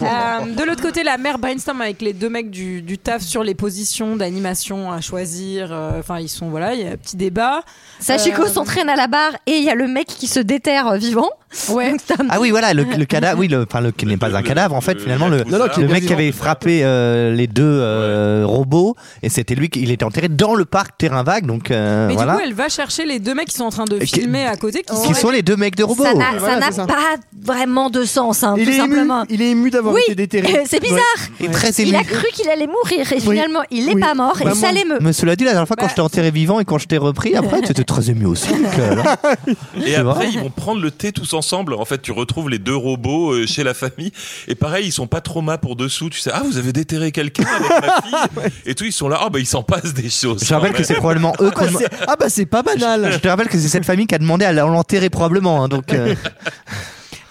[SPEAKER 1] Euh, de l'autre côté, la mère brainstorm avec les deux mecs du, du taf sur les positions d'animation à choisir. Euh, Enfin, ils sont voilà, il y a un petit débat.
[SPEAKER 6] Sachiko
[SPEAKER 1] Euh,
[SPEAKER 6] s'entraîne à la barre et il y a le mec qui se déterre euh, vivant.
[SPEAKER 1] Ouais.
[SPEAKER 9] Ah oui, voilà, le, le cadavre, oui, le, enfin, le, qui n'est pas un cadavre, en
[SPEAKER 8] Euh,
[SPEAKER 9] fait, finalement, le,
[SPEAKER 8] Non, non, qui est
[SPEAKER 9] le mec qui
[SPEAKER 8] quasiment-
[SPEAKER 9] avait frappé euh, les deux euh, robots, et c'était lui qui il était enterré dans le parc terrain vague, donc euh,
[SPEAKER 1] Mais
[SPEAKER 9] voilà.
[SPEAKER 1] du coup, elle va chercher les deux mecs qui sont en train de
[SPEAKER 9] Qui-
[SPEAKER 1] filmer à côté. Qui,
[SPEAKER 9] Qui sont les deux mecs de robots
[SPEAKER 6] Ça n'a
[SPEAKER 7] Voilà,
[SPEAKER 6] ça n'a
[SPEAKER 7] c'est ça.
[SPEAKER 6] pas vraiment de sens, hein,
[SPEAKER 7] Il
[SPEAKER 6] tout
[SPEAKER 7] est ému,
[SPEAKER 6] simplement.
[SPEAKER 7] il est ému d'avoir
[SPEAKER 6] Oui,
[SPEAKER 7] été déterré.
[SPEAKER 6] c'est bizarre.
[SPEAKER 9] Et très
[SPEAKER 6] Il
[SPEAKER 9] ému.
[SPEAKER 6] a cru qu'il allait mourir et finalement il n'est
[SPEAKER 7] Oui.
[SPEAKER 6] pas mort
[SPEAKER 7] Bah,
[SPEAKER 6] et ça
[SPEAKER 7] moi-
[SPEAKER 6] l'émeut.
[SPEAKER 9] Mais cela dit, la dernière fois, quand
[SPEAKER 1] Bah-
[SPEAKER 9] je t'ai enterré vivant et quand je t'ai repris, après, tu étais très ému aussi. donc, euh, là.
[SPEAKER 8] Et
[SPEAKER 9] C'est
[SPEAKER 8] après,
[SPEAKER 9] vrai.
[SPEAKER 8] ils vont prendre le thé tous ensemble. En fait, tu retrouves les deux robots euh, chez la famille. Et pareil, ils sont pas trop mal pour dessous. Tu sais, ah, vous avez déterré quelqu'un avec ma fille. Et tout, ils sont là. Ah, bah, il s'en passe des choses.
[SPEAKER 9] Je te rappelle que c'est probablement eux
[SPEAKER 7] Ah bah,
[SPEAKER 9] qu'on-
[SPEAKER 7] c'est- ah bah c'est pas
[SPEAKER 9] Je
[SPEAKER 7] banal.
[SPEAKER 9] te rappelle que c'est cette famille qui a demandé à l'enterrer probablement. hein, donc, euh,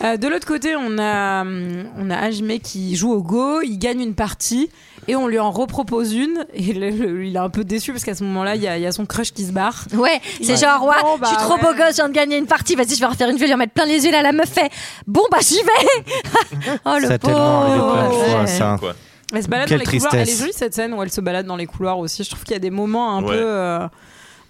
[SPEAKER 1] Euh, de l'autre côté, on a, hum, on a Hajime qui joue au Go, il gagne une partie et on lui en repropose une. Et le- le- il est un peu déçu parce qu'à ce moment-là, il y, a- il y a son crush qui se barre.
[SPEAKER 6] Ouais, c'est
[SPEAKER 1] Ouais.
[SPEAKER 6] genre, ouais,
[SPEAKER 1] Bon, bah,
[SPEAKER 6] je suis trop beau
[SPEAKER 1] ouais.
[SPEAKER 6] gosse, je viens de gagner une partie, vas-y, je vais refaire une vue, lui en mettre plein les yeux, là, la meuf fait, bon, bah, j'y vais Oh, le
[SPEAKER 9] ça a tellement arrivé
[SPEAKER 6] pauvre
[SPEAKER 9] plein de fois,
[SPEAKER 6] Ouais.
[SPEAKER 9] ça.
[SPEAKER 1] Elle se balade
[SPEAKER 9] Quelle
[SPEAKER 1] dans les couloirs. Elle est
[SPEAKER 9] tristesse.
[SPEAKER 1] jolie cette scène où elle se balade dans les couloirs aussi. Je trouve qu'il y a des moments un
[SPEAKER 8] Ouais.
[SPEAKER 1] peu. euh,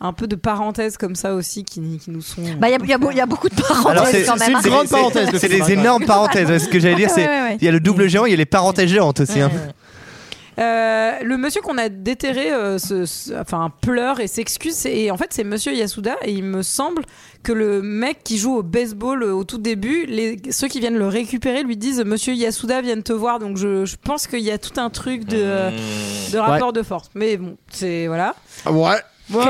[SPEAKER 1] un peu de parenthèses comme ça aussi qui, qui nous sont.
[SPEAKER 6] Bah, il y, a- y a beau- y a beaucoup de parents
[SPEAKER 9] Alors,
[SPEAKER 6] quand
[SPEAKER 7] c'est
[SPEAKER 6] même.
[SPEAKER 7] une
[SPEAKER 6] hein.
[SPEAKER 7] grande parenthèse. le
[SPEAKER 9] C'est
[SPEAKER 7] film.
[SPEAKER 9] des énormes parenthèses. ouais, Ce que j'allais dire, c'est
[SPEAKER 6] Ouais, ouais, ouais.
[SPEAKER 9] il y a le double géant, il y a les parenthèses géantes aussi. hein.
[SPEAKER 1] Euh, le monsieur qu'on a déterré euh, se- se- enfin, pleure et s'excuse. Et en fait, c'est monsieur Yasuda. Et il me semble que le mec qui joue au baseball euh, au tout début, les, ceux qui viennent le récupérer lui disent Monsieur Yasuda viennent te voir. Donc je, je pense qu'il y a tout un truc
[SPEAKER 8] Mmh.
[SPEAKER 1] de, euh, de rapport de force. Mais bon, c'est. Voilà.
[SPEAKER 7] Ouais.
[SPEAKER 1] Ouais.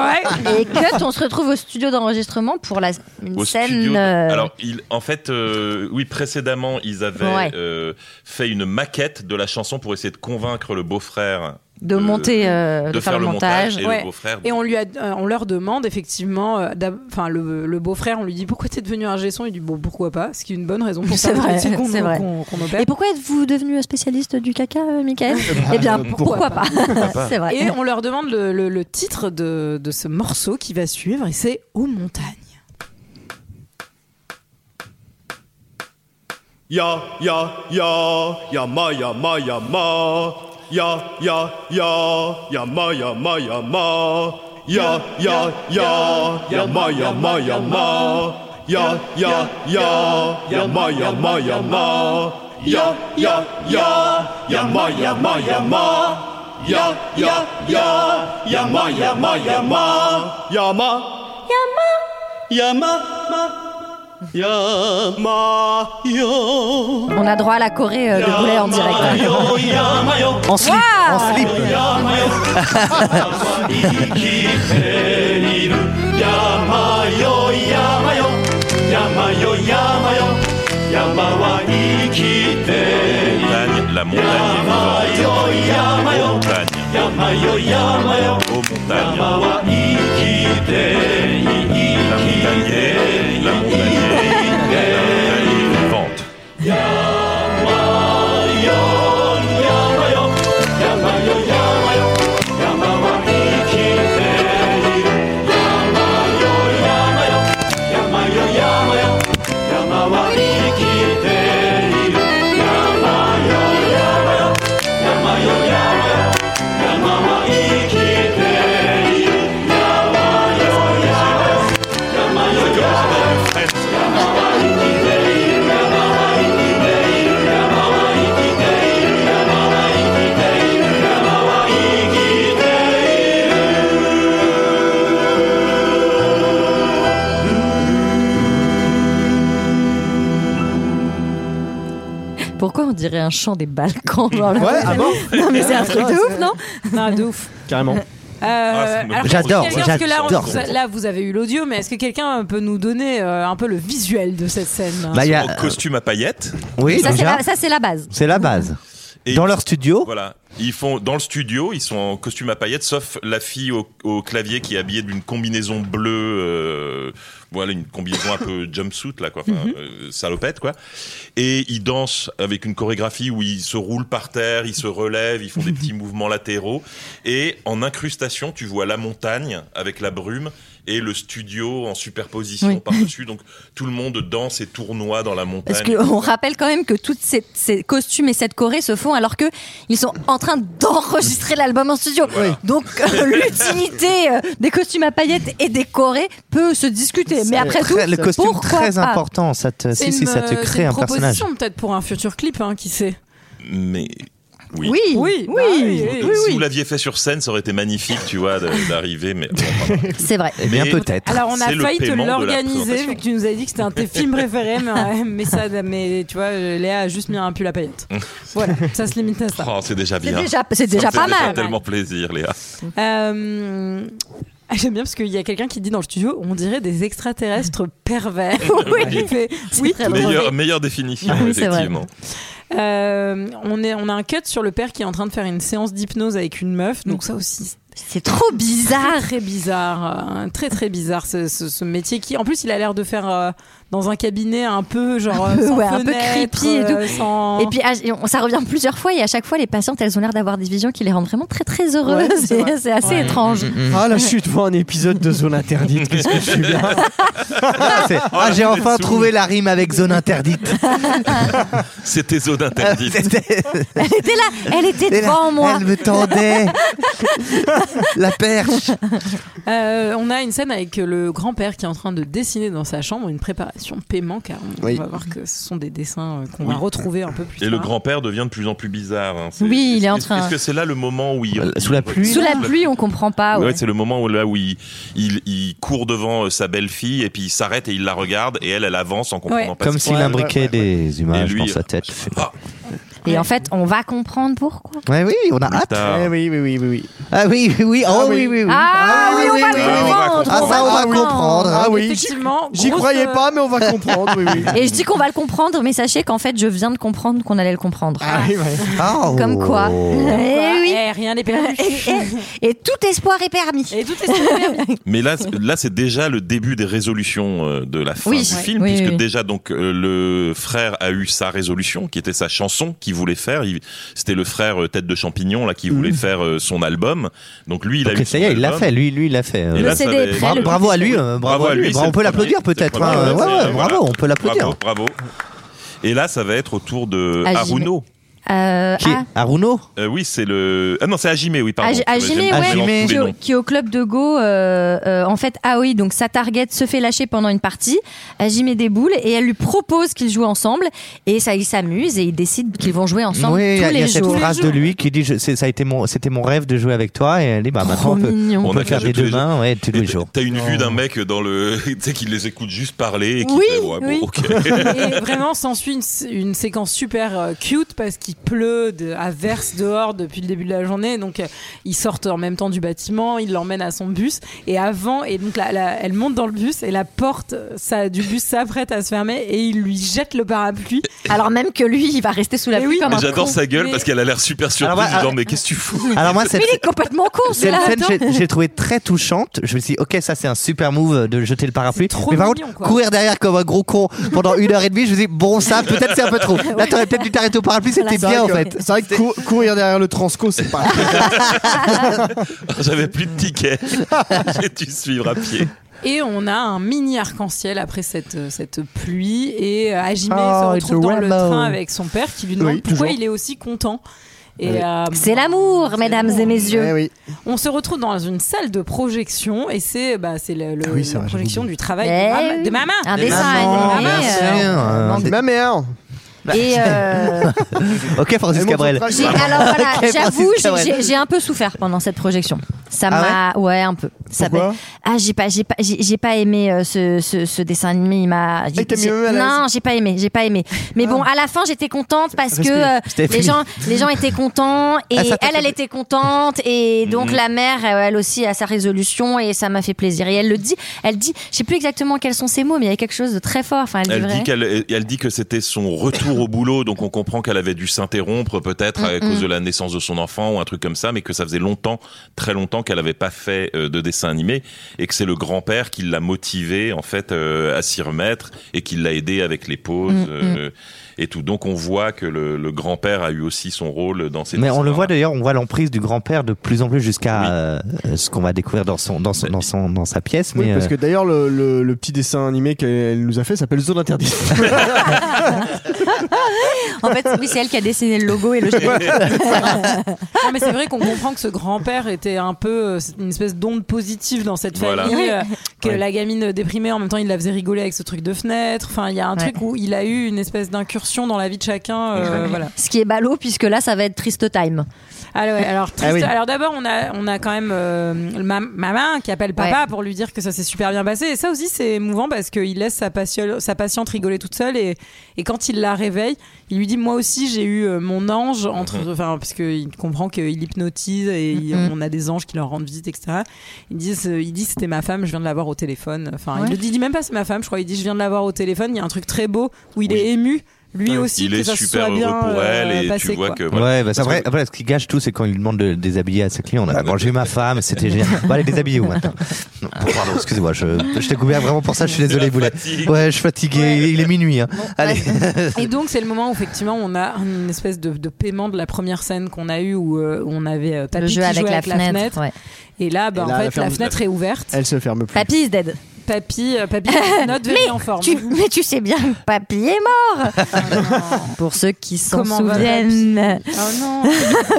[SPEAKER 6] Et que on se retrouve au studio d'enregistrement pour la, une
[SPEAKER 8] Au
[SPEAKER 6] scène.
[SPEAKER 8] studio de-
[SPEAKER 6] euh,
[SPEAKER 8] Alors, il, en fait, euh, oui, précédemment, ils avaient
[SPEAKER 6] Ouais.
[SPEAKER 8] euh, fait une maquette de la chanson pour essayer de convaincre le beau-frère
[SPEAKER 6] de monter, euh, de, faire, le montage.
[SPEAKER 8] et
[SPEAKER 1] ouais.
[SPEAKER 8] le beau-frère.
[SPEAKER 1] Et on, lui a- euh, on leur demande effectivement, euh, d'ab- enfin le, le beau-frère, on lui dit pourquoi t'es devenu un gesson Il dit bon pourquoi pas, ce qui est une bonne raison pour
[SPEAKER 6] C'est
[SPEAKER 1] faire le
[SPEAKER 6] vrai,
[SPEAKER 1] métier qu'on
[SPEAKER 6] c'est vrai.
[SPEAKER 1] qu'on- qu'on opère.
[SPEAKER 6] Et pourquoi êtes-vous devenu spécialiste du caca, euh, Michael Eh bien, pourquoi, pas, C'est vrai.
[SPEAKER 1] Et on leur demande le, le- le titre de, de ce morceau qui va suivre et c'est Aux montagnes.
[SPEAKER 12] 呀呀呀呀嘛呀嘛呀嘛，呀呀呀呀嘛呀嘛呀嘛，呀呀呀呀嘛呀嘛呀嘛，呀呀呀呀嘛呀嘛呀嘛，呀呀呀呀嘛呀嘛呀嘛，呀呀呀呀嘛呀嘛呀嘛，呀嘛呀嘛嘛呀嘛哟。
[SPEAKER 6] On a droit à la Corée euh, de Boulet en direct.
[SPEAKER 9] En slip.
[SPEAKER 6] Waouh
[SPEAKER 9] En slip.
[SPEAKER 8] montagne, la montagne est vivante. Aux montagnes. Aux montagnes. La montagne est, la montagne est, la montagne est vivante.
[SPEAKER 6] Pourquoi on dirait un chant des Balkans genre, là
[SPEAKER 7] Ouais, ah bon
[SPEAKER 6] Non, mais c'est un truc de ouf, non
[SPEAKER 1] Non, Ah, de ouf.
[SPEAKER 7] Carrément.
[SPEAKER 1] Euh,
[SPEAKER 8] Ah, c'est
[SPEAKER 1] alors,
[SPEAKER 9] J'adore,
[SPEAKER 1] quelqu'un- parce que là, on-
[SPEAKER 9] j'adore.
[SPEAKER 1] là, vous avez eu l'audio, mais est-ce que quelqu'un peut nous donner euh, un peu le visuel de cette scène
[SPEAKER 9] Bah, il y a-
[SPEAKER 8] En costume à paillettes.
[SPEAKER 9] Oui,
[SPEAKER 6] Ça, c'est
[SPEAKER 9] déjà.
[SPEAKER 6] la- Ça, c'est la base.
[SPEAKER 9] C'est la base.
[SPEAKER 8] Et
[SPEAKER 9] Dans
[SPEAKER 8] ils-
[SPEAKER 9] leur studio,
[SPEAKER 8] Voilà. Ils font dans le studio, ils sont en costume à paillettes, sauf la fille au, au clavier qui est habillée d'une combinaison bleue, euh, voilà, une combinaison un peu jumpsuit là, quoi, Enfin, euh, salopette quoi. Et ils dansent avec une chorégraphie où ils se roulent par terre, ils se relèvent, ils font des petits mouvements latéraux. Et en incrustation, tu vois la montagne avec la brume et le studio en superposition par-dessus. Donc tout le monde danse et tournoie dans la montagne.
[SPEAKER 6] Parce qu'on rappelle quand même que tous ces, ces costumes et cette choré se font alors que ils sont en train d'enregistrer l'album en studio. Donc euh, l'utilité euh, des costumes à paillettes et des chorés peut se discuter. Mais après tout,
[SPEAKER 9] Très- le costume
[SPEAKER 6] pourquoi
[SPEAKER 9] très
[SPEAKER 6] pas
[SPEAKER 9] important, ça te, si, si, ça te
[SPEAKER 1] euh,
[SPEAKER 9] crée
[SPEAKER 1] c'est
[SPEAKER 9] un
[SPEAKER 1] une
[SPEAKER 9] personnage.
[SPEAKER 1] proposition peut-être pour un futur clip, hein, qui sait.
[SPEAKER 8] Mais oui.
[SPEAKER 1] Oui, oui, oui, oui,
[SPEAKER 8] Donc, euh, si vous l'aviez fait sur scène, ça aurait été magnifique, tu vois, de- d'arriver. Mais bon,
[SPEAKER 6] C'est vrai.
[SPEAKER 8] Eh bien, Mais- peut-être.
[SPEAKER 1] Alors on a
[SPEAKER 8] C'est le
[SPEAKER 1] failli te
[SPEAKER 8] paiement de la
[SPEAKER 1] l'organiser
[SPEAKER 8] présentation.
[SPEAKER 1] vu que tu nous avais dit que c'était un de tes films préférés, mais, ouais, mais ça, mais tu vois, Léa a juste mis un pull à paillettes. Voilà, ça se limite à ça.
[SPEAKER 8] oh, c'est déjà
[SPEAKER 1] C'est
[SPEAKER 8] bien.
[SPEAKER 1] déjà- c'est
[SPEAKER 8] Ça me
[SPEAKER 1] déjà
[SPEAKER 8] fait
[SPEAKER 1] pas mal.
[SPEAKER 8] tellement plaisir, Léa.
[SPEAKER 1] Euh, ah, J'aime bien parce qu'il y a quelqu'un qui dit dans le studio, on dirait des extraterrestres pervers.
[SPEAKER 8] Oui.
[SPEAKER 1] Il fait, oui, tout à fait.
[SPEAKER 8] Meilleure, meilleure définition,
[SPEAKER 1] Oui, c'est vrai.
[SPEAKER 8] effectivement.
[SPEAKER 1] Euh, on, est, on a un cut sur le père qui est en train de faire une séance d'hypnose avec une meuf, donc ça aussi.
[SPEAKER 6] C'est trop Mm. bizarre.
[SPEAKER 1] Très, très bizarre, euh, très très bizarre ce, ce- ce métier qui, en plus, il a l'air de faire euh, dans un cabinet un peu genre
[SPEAKER 6] Un peu,
[SPEAKER 1] euh, sans
[SPEAKER 6] ouais, un peu
[SPEAKER 1] fenêtre,
[SPEAKER 6] creepy et tout.
[SPEAKER 1] euh, sans-
[SPEAKER 6] Et puis ah, et on- ça revient plusieurs fois et à chaque fois les patientes elles ont l'air d'avoir des visions qui les rendent vraiment très très heureuses.
[SPEAKER 1] Ouais, c'est vrai.
[SPEAKER 6] C'est- c'est assez
[SPEAKER 1] Ouais.
[SPEAKER 6] étrange.
[SPEAKER 7] Ah là, je suis devant un épisode de Zone Interdite. Qu'est-ce que je suis bien.
[SPEAKER 9] C'est- ah, j'ai enfin trouvé la rime avec zone interdite.
[SPEAKER 8] C'était zone interdite.
[SPEAKER 6] Elle était là, elle était
[SPEAKER 9] Elle-
[SPEAKER 6] devant moi.
[SPEAKER 9] Elle me tendait la perche.
[SPEAKER 1] Euh, on a une scène avec le grand-père qui est en train de dessiner dans sa chambre une préparation de paiement car on,
[SPEAKER 8] Oui.
[SPEAKER 1] on va voir que ce sont des dessins euh, qu'on va
[SPEAKER 8] Oui.
[SPEAKER 1] retrouver un peu plus
[SPEAKER 8] Et
[SPEAKER 1] tard.
[SPEAKER 8] le grand-père devient de plus en plus bizarre. hein. C'est-
[SPEAKER 6] Oui, il est en
[SPEAKER 8] est-ce-
[SPEAKER 6] train-
[SPEAKER 8] Est-ce que c'est là le moment où il.
[SPEAKER 9] Euh, Sous la pluie
[SPEAKER 6] Sous la pluie on comprend pas.
[SPEAKER 1] ah
[SPEAKER 8] Ouais,
[SPEAKER 6] ouais.
[SPEAKER 8] c'est le moment où, là où il, il, il court devant euh, sa belle-fille et puis il s'arrête et il la regarde et elle, elle avance en comprenant
[SPEAKER 6] Ouais.
[SPEAKER 8] pas
[SPEAKER 9] Comme
[SPEAKER 8] ce qu'il
[SPEAKER 9] s'il
[SPEAKER 8] fait.
[SPEAKER 9] imbriquait des images
[SPEAKER 8] Et lui,
[SPEAKER 9] dans sa tête.
[SPEAKER 6] Et en fait on va comprendre pourquoi.
[SPEAKER 9] Ouais, oui, on a hâte.
[SPEAKER 7] Eh oui, oui, oui, oui, oui.
[SPEAKER 9] Ah oui, oui, oui, oh oui, oui, oui.
[SPEAKER 6] Ah, oui, on va le comprendre.
[SPEAKER 9] Ah, ça, on va
[SPEAKER 6] comprendre.
[SPEAKER 9] comprendre.
[SPEAKER 7] Ah oui,
[SPEAKER 1] Effectivement,
[SPEAKER 7] j'y
[SPEAKER 1] grosse,
[SPEAKER 7] croyais
[SPEAKER 1] euh,
[SPEAKER 7] pas, mais on va comprendre. Oui, oui.
[SPEAKER 6] Et je dis qu'on va le comprendre, mais sachez qu'en fait, je viens de comprendre qu'on allait le comprendre.
[SPEAKER 9] Ah
[SPEAKER 6] Comme quoi.
[SPEAKER 9] Oh.
[SPEAKER 6] Eh oui.
[SPEAKER 1] Eh, rien n'est perdu.
[SPEAKER 6] Et, et- et tout espoir est permis.
[SPEAKER 1] Et tout espoir est permis.
[SPEAKER 8] Mais là, c'est- là c'est déjà le début des résolutions euh, de la fin
[SPEAKER 6] Oui.
[SPEAKER 8] du
[SPEAKER 6] Ouais.
[SPEAKER 8] film,
[SPEAKER 6] Oui,
[SPEAKER 8] puisque
[SPEAKER 6] oui, oui.
[SPEAKER 8] déjà donc euh, le frère a eu sa résolution, qui était sa chanson qu'il voulait faire. Il- C'était le frère euh, tête de champignon là qui voulait faire euh, son album. Donc lui, il a
[SPEAKER 9] Mhm. Donc
[SPEAKER 8] eu
[SPEAKER 9] ça
[SPEAKER 8] son
[SPEAKER 9] y est, il l'a
[SPEAKER 8] album.
[SPEAKER 9] fait, lui, lui, il l'a fait. euh,
[SPEAKER 8] Et là, ça
[SPEAKER 6] CD
[SPEAKER 8] avait-
[SPEAKER 6] est prêt,
[SPEAKER 9] Bra-
[SPEAKER 6] le
[SPEAKER 9] bravo à lui,
[SPEAKER 6] public-
[SPEAKER 9] euh, bravo à lui.
[SPEAKER 8] c'est
[SPEAKER 9] Bravo, on
[SPEAKER 8] le
[SPEAKER 9] peut l'applaudir
[SPEAKER 8] premier, c'est le
[SPEAKER 9] peut-être. hein.
[SPEAKER 8] premier,
[SPEAKER 9] Ouais,
[SPEAKER 8] c'est-
[SPEAKER 9] ouais,
[SPEAKER 8] voilà.
[SPEAKER 9] bravo, on peut l'applaudir.
[SPEAKER 8] Bravo, bravo. Et là, ça va être au tour de
[SPEAKER 6] Ah, j'y
[SPEAKER 8] Haruno.
[SPEAKER 6] Euh, ah,
[SPEAKER 9] Haruno
[SPEAKER 8] Euh, oui, c'est le. Ah non, c'est Hajime, oui, pardon.
[SPEAKER 6] Haj- Hajime,
[SPEAKER 8] J'aime-
[SPEAKER 6] ouais,
[SPEAKER 8] j'aime tous les
[SPEAKER 6] qui,
[SPEAKER 8] noms.
[SPEAKER 6] au- qui au club de Go, euh, euh, en fait, ah oui, donc sa target se fait lâcher pendant une partie, Hajime déboule et elle lui propose qu'ils jouent ensemble et ça, ils s'amusent et ils décident qu'ils vont jouer ensemble
[SPEAKER 9] Oui, il y
[SPEAKER 6] tous
[SPEAKER 9] a, il y
[SPEAKER 6] les
[SPEAKER 9] a cette
[SPEAKER 6] jours.
[SPEAKER 9] phrase de lui qui dit je- c'est- ça a été mon, c'était mon rêve de jouer avec toi et elle dit bah maintenant on peut,
[SPEAKER 6] mignon.
[SPEAKER 9] on
[SPEAKER 8] On
[SPEAKER 9] peut
[SPEAKER 8] a
[SPEAKER 9] faire
[SPEAKER 8] joué
[SPEAKER 9] des
[SPEAKER 8] tous
[SPEAKER 9] deux
[SPEAKER 8] les
[SPEAKER 9] mains ouais, tous les jours.
[SPEAKER 8] T'as une vue d'un mec dans le. tu sais, qui les écoute juste parler et qui
[SPEAKER 1] Oui,
[SPEAKER 8] fait, ouais, bon,
[SPEAKER 1] oui.
[SPEAKER 8] ok.
[SPEAKER 1] Et vraiment, s'ensuit une, s- une séquence super euh, cute parce qu'il pleut de- à verse dehors depuis le début de la journée. Donc, euh, ils sortent en même temps du bâtiment, ils l'emmènent à son bus. Et avant, et donc la- la- elle monte dans le bus et la porte euh, ça, du bus s'apprête à se fermer et il lui jette le parapluie.
[SPEAKER 6] Alors même que lui, il va rester sous la
[SPEAKER 1] Mais
[SPEAKER 6] pluie
[SPEAKER 1] oui.
[SPEAKER 6] comme
[SPEAKER 8] Mais
[SPEAKER 6] un
[SPEAKER 8] J'adore
[SPEAKER 6] con.
[SPEAKER 8] sa gueule
[SPEAKER 1] Mais-
[SPEAKER 8] parce qu'elle a l'air super
[SPEAKER 9] Alors,
[SPEAKER 8] surprise.
[SPEAKER 9] bah,
[SPEAKER 8] du genre,
[SPEAKER 9] euh,
[SPEAKER 8] mais qu'est-ce que tu fous
[SPEAKER 9] Alors moi
[SPEAKER 6] Mais
[SPEAKER 9] cette,
[SPEAKER 6] il est complètement con, c'est
[SPEAKER 9] cette
[SPEAKER 6] là.
[SPEAKER 9] scène
[SPEAKER 6] attends.
[SPEAKER 9] j'ai- j'ai trouvé très touchante. Je me suis dit ok ça c'est un super move de jeter le parapluie.
[SPEAKER 1] trop
[SPEAKER 9] Mais par
[SPEAKER 1] mignon,
[SPEAKER 9] contre
[SPEAKER 1] quoi.
[SPEAKER 9] courir derrière comme un gros con pendant une heure et demie je me suis dit bon ça peut-être c'est un peu trop. Là t'aurais peut-être dû t'arrêter au parapluie c'était
[SPEAKER 7] C'est
[SPEAKER 9] bien en
[SPEAKER 7] vrai que-
[SPEAKER 9] fait.
[SPEAKER 7] C'est vrai que cou- courir derrière le transco, c'est pas.
[SPEAKER 6] Ah,
[SPEAKER 8] J'avais plus de tickets. J'ai dû suivre à pied.
[SPEAKER 1] Et on a un mini arc-en-ciel après cette, euh, cette pluie. Et euh, Hajime
[SPEAKER 9] Oh,
[SPEAKER 1] se
[SPEAKER 7] Ah,
[SPEAKER 9] it's a
[SPEAKER 1] retrouve dans le
[SPEAKER 9] rainbow.
[SPEAKER 1] train avec son père qui lui demande
[SPEAKER 7] Oui,
[SPEAKER 1] pourquoi
[SPEAKER 7] toujours.
[SPEAKER 1] il est aussi content. Et, euh,
[SPEAKER 6] C'est l'amour, mesdames et
[SPEAKER 7] Eh
[SPEAKER 6] messieurs.
[SPEAKER 7] oui.
[SPEAKER 1] On se retrouve dans une salle de projection et c'est bah, c'est le, le-
[SPEAKER 7] Ah oui, c'est
[SPEAKER 1] la
[SPEAKER 7] vrai,
[SPEAKER 1] projection du travail
[SPEAKER 6] Eh
[SPEAKER 1] des, mam-
[SPEAKER 6] oui.
[SPEAKER 1] des mamans.
[SPEAKER 6] Un
[SPEAKER 9] Des
[SPEAKER 6] dessin
[SPEAKER 9] mamans,
[SPEAKER 6] animé.
[SPEAKER 9] bien sûr.
[SPEAKER 6] hein.
[SPEAKER 9] Euh,
[SPEAKER 6] non,
[SPEAKER 7] Ma mère.
[SPEAKER 9] bah,
[SPEAKER 6] Et euh,
[SPEAKER 9] Ok Francis Cabrel.
[SPEAKER 6] j'ai- alors voilà,
[SPEAKER 9] Ok,
[SPEAKER 6] j'avoue,
[SPEAKER 9] Francis
[SPEAKER 6] j'ai-
[SPEAKER 9] Cabrel.
[SPEAKER 6] j'ai- j'ai un peu souffert pendant cette projection. Ça
[SPEAKER 9] Ah
[SPEAKER 6] m'a, ouais, un peu. Ça m'a-
[SPEAKER 7] Pourquoi
[SPEAKER 6] ah, j'ai pas, j'ai pas, j'ai j'ai pas aimé euh, ce, ce, ce dessin animé. Il m'a,
[SPEAKER 9] Ah,
[SPEAKER 6] j'ai-
[SPEAKER 7] t'as mis
[SPEAKER 6] j'ai-
[SPEAKER 7] mal
[SPEAKER 9] E
[SPEAKER 7] à l'aise.
[SPEAKER 6] non, j'ai pas aimé, j'ai pas aimé. Mais bon, à la fin, j'étais contente parce que
[SPEAKER 9] Respect.
[SPEAKER 6] euh,
[SPEAKER 9] C'était
[SPEAKER 6] les
[SPEAKER 9] fini.
[SPEAKER 6] gens, les gens étaient contents et
[SPEAKER 9] Ah, ça t'a
[SPEAKER 6] elle, elle
[SPEAKER 9] fait-
[SPEAKER 6] était contente et donc la mère, euh, elle aussi a sa résolution et ça m'a fait plaisir. Et elle le dit, elle dit, je sais plus exactement quels sont ses mots, mais il y a quelque chose de très fort. Enfin, elle,
[SPEAKER 8] Elle
[SPEAKER 6] dit,
[SPEAKER 8] dit,
[SPEAKER 6] vrai.
[SPEAKER 8] qu'elle, elle dit que c'était son retour au boulot, donc on comprend qu'elle
[SPEAKER 1] Mm,
[SPEAKER 8] avait dû s'interrompre peut-être à cause de la naissance de son enfant ou un truc comme ça, mais que ça faisait longtemps, très longtemps longtemps qu'elle n'avait pas fait euh, de dessin animé et que c'est le grand-père qui l'a motivée en fait euh, à s'y remettre et qui l'a aidée avec les pauses
[SPEAKER 9] Mm,
[SPEAKER 8] euh, et tout. Donc on voit que le, le grand-père a eu aussi son rôle dans ces
[SPEAKER 9] Mais on le
[SPEAKER 8] dessins-là.
[SPEAKER 9] voit d'ailleurs, on voit l'emprise du grand-père de plus en plus jusqu'à euh, euh, ce qu'on va découvrir dans son dans son dans son dans sa pièce.
[SPEAKER 7] Oui,
[SPEAKER 9] mais
[SPEAKER 7] parce
[SPEAKER 9] euh,
[SPEAKER 7] que d'ailleurs, le, le- le petit dessin animé qu'elle nous a fait s'appelle Zone Interdite.
[SPEAKER 13] En fait, oui, c'est elle qui a dessiné le logo et le
[SPEAKER 1] Non, mais c'est vrai qu'on comprend que ce grand-père était un peu euh, une espèce d'onde positive dans cette
[SPEAKER 13] Voilà.
[SPEAKER 1] famille, euh,
[SPEAKER 13] Oui.
[SPEAKER 1] que
[SPEAKER 13] Oui.
[SPEAKER 1] la gamine déprimée, en même temps, il la faisait rigoler avec ce truc de fenêtre. Enfin, il y a un
[SPEAKER 6] Ouais.
[SPEAKER 1] truc où il a eu une espèce d'incursion dans la vie de chacun. euh, voilà.
[SPEAKER 6] Ce qui est ballot, puisque là, ça va être triste time.
[SPEAKER 1] Ah ouais, alors triste.
[SPEAKER 6] Ah oui.
[SPEAKER 1] Alors d'abord, on a, on a quand même euh, ma- maman qui appelle papa
[SPEAKER 6] Ouais.
[SPEAKER 1] pour lui dire que ça s'est super bien passé. Et ça aussi, c'est émouvant parce qu'il laisse sa, patiole- sa patiente rigoler toute seule. Et, et quand il la réveille, il lui dit Moi aussi, j'ai eu euh, mon ange. entre
[SPEAKER 8] Mm-hmm.
[SPEAKER 13] Mhm.
[SPEAKER 1] enfin Parce qu'il comprend qu'il hypnotise et il-
[SPEAKER 13] Mhm.
[SPEAKER 1] on a des anges qui leur rendent visite, etc. Il dit, ce- euh, il dit C'était ma femme, je viens de la voir au téléphone. Enfin,
[SPEAKER 13] Ouais.
[SPEAKER 1] il ne dit, il dit même pas c'est ma femme, je crois. Il dit Je viens de la voir au téléphone. Il y a un truc très beau où il est ému. Lui aussi,
[SPEAKER 8] Il
[SPEAKER 1] que
[SPEAKER 8] est
[SPEAKER 1] ça se
[SPEAKER 8] super
[SPEAKER 1] soit
[SPEAKER 8] heureux
[SPEAKER 1] bien
[SPEAKER 8] pour elle
[SPEAKER 1] euh,
[SPEAKER 8] et
[SPEAKER 1] passé,
[SPEAKER 8] tu vois
[SPEAKER 1] quoi.
[SPEAKER 8] que voilà.
[SPEAKER 9] Ouais, bah c'est
[SPEAKER 8] Parce
[SPEAKER 9] vrai. Voilà, ce qui gâche tout, c'est quand il demande de déshabiller Ah, bah, à Ah. ses clients. Là. Bon, j'ai eu ma femme, c'était génial. On va les déshabiller où maintenant Non, Pardon, excusez-moi, je, je t'ai couvert vraiment pour ça, je suis désolé, Boulet. Ouais, je suis fatigué, il est minuit. hein. Allez.
[SPEAKER 1] Et donc c'est le moment où effectivement on a une espèce de, de paiement de la première scène qu'on a eu où, euh, où on avait euh, papy
[SPEAKER 6] Le jeu
[SPEAKER 1] qui
[SPEAKER 6] avec
[SPEAKER 1] jouait
[SPEAKER 6] la
[SPEAKER 1] avec la
[SPEAKER 6] fenêtre,
[SPEAKER 1] fenêtre,
[SPEAKER 6] ouais.
[SPEAKER 1] et là, bah,
[SPEAKER 7] Et
[SPEAKER 1] en
[SPEAKER 7] là, la
[SPEAKER 1] fait la,
[SPEAKER 7] ferme-
[SPEAKER 1] fenêtre est ouverte.
[SPEAKER 7] Elle se ferme plus.
[SPEAKER 6] Papy is dead.
[SPEAKER 1] Papy, euh, papy notre
[SPEAKER 6] mais,
[SPEAKER 1] venu en forme.
[SPEAKER 6] Tu, mais tu sais bien que papy est mort. Pour ceux qui s'en
[SPEAKER 1] Oh, Comment va,
[SPEAKER 6] souviennent.
[SPEAKER 1] Oh non.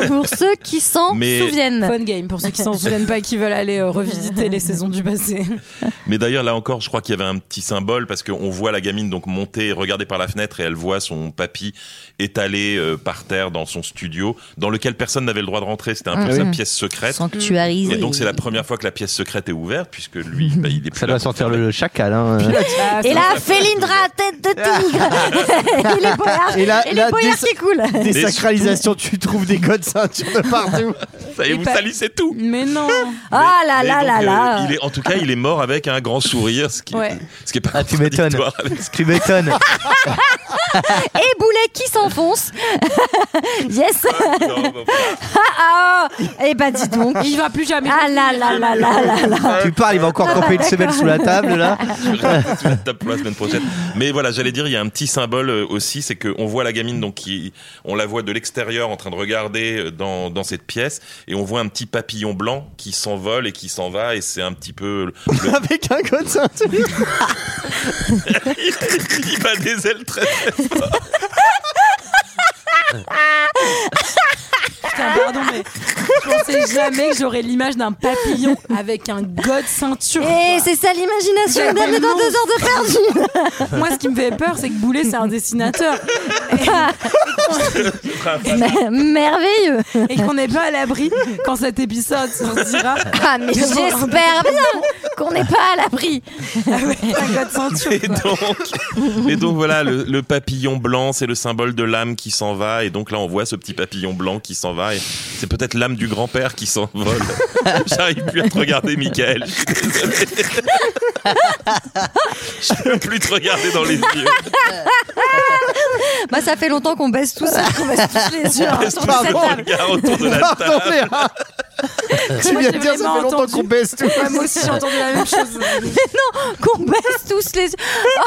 [SPEAKER 6] pour ceux qui s'en
[SPEAKER 8] Mais-
[SPEAKER 6] souviennent.
[SPEAKER 1] Fun game pour ceux qui s'en souviennent pas et qui veulent aller euh, revisiter les saisons du passé.
[SPEAKER 8] Mais d'ailleurs, là encore, je crois qu'il y avait un petit symbole parce qu'on voit la gamine donc monter, regarder par la fenêtre et elle voit son papy étalé euh, par terre dans son studio dans lequel personne n'avait le droit de rentrer. C'était un peu
[SPEAKER 6] Ah
[SPEAKER 8] sa
[SPEAKER 6] oui.
[SPEAKER 8] pièce secrète.
[SPEAKER 6] Sanctuarisé.
[SPEAKER 8] Et donc, c'est la première fois que la pièce secrète est ouverte puisque lui, bah, il est plus
[SPEAKER 9] Ça doit sentir le chacal. Hein.
[SPEAKER 6] Et là, Félindra, tête de tigre. et les boyards,
[SPEAKER 7] Et
[SPEAKER 6] et
[SPEAKER 7] la-
[SPEAKER 6] les
[SPEAKER 7] la
[SPEAKER 6] boyards
[SPEAKER 7] dés-
[SPEAKER 6] qui coulent.
[SPEAKER 7] Désacralisation, tu trouves des codes ceintures de partout.
[SPEAKER 8] Ça y est, vous salissez tout.
[SPEAKER 1] Mais non.
[SPEAKER 6] Ah là
[SPEAKER 8] Et
[SPEAKER 6] là
[SPEAKER 8] donc,
[SPEAKER 6] là
[SPEAKER 8] euh,
[SPEAKER 6] là.
[SPEAKER 8] il est, en tout cas, il est mort avec un grand sourire, ce qui,
[SPEAKER 6] Ouais.
[SPEAKER 8] ce qui est pas ah, tu m'étonnes.
[SPEAKER 9] Tu m'étonnes.
[SPEAKER 6] Et Boulet qui s'enfonce. yes. ah, ah. Eh ben dis donc.
[SPEAKER 1] Il va plus jamais.
[SPEAKER 6] Ah là là là là là là.
[SPEAKER 9] Tu parles, il va encore camper une semaine sous la table là.
[SPEAKER 8] tape pour la semaine prochaine. Mais voilà, j'allais dire, il y a un petit symbole euh, aussi, c'est qu'on voit la gamine, donc qui, on la voit de l'extérieur en train de regarder euh, dans, dans cette pièce, et on voit un petit papillon blanc qui s'envole et qui s'en va, et c'est un petit peu. le-
[SPEAKER 7] Avec un code ceinture.
[SPEAKER 8] il bat des ailes très très fort.
[SPEAKER 1] Putain, pardon, mais je pensais jamais que j'aurais l'image d'un papillon avec un god ceinture.
[SPEAKER 6] Eh, c'est ça l'imagination, une dame dans deux heures de perdu.
[SPEAKER 1] Moi, ce qui me fait peur, c'est que Boulet, c'est un dessinateur.
[SPEAKER 6] Mer- merveilleux.
[SPEAKER 1] Et qu'on n'est pas à l'abri quand cet épisode sortira.
[SPEAKER 6] Ah, mais j'espère bien qu'on n'est pas à l'abri.
[SPEAKER 1] Ah
[SPEAKER 8] Et donc, et donc voilà, le, le papillon blanc, c'est le symbole de l'âme qui s'en va. Et donc là, on voit ce petit papillon blanc qui s'en va. Et c'est peut-être l'âme du grand-père qui s'envole. J'arrive plus à te regarder, Michael. Je suis désolé. Je peux plus te regarder dans les yeux.
[SPEAKER 6] bah, ça fait longtemps qu'on baisse tous, qu'on baisse tous les yeux. hein,
[SPEAKER 8] Baisse
[SPEAKER 6] sur
[SPEAKER 8] tous
[SPEAKER 6] cette
[SPEAKER 8] les
[SPEAKER 6] table.
[SPEAKER 8] regards autour de la
[SPEAKER 7] Pardon,
[SPEAKER 8] table.
[SPEAKER 7] Léa. Tu
[SPEAKER 6] Moi,
[SPEAKER 7] viens
[SPEAKER 6] j'ai
[SPEAKER 7] de dire, ça
[SPEAKER 6] vraiment
[SPEAKER 7] fait longtemps
[SPEAKER 6] entendu.
[SPEAKER 7] qu'on baisse tout.
[SPEAKER 1] Ouais, moi aussi, j'ai entendu la même chose.
[SPEAKER 6] Mais non, qu'on baisse tous les yeux.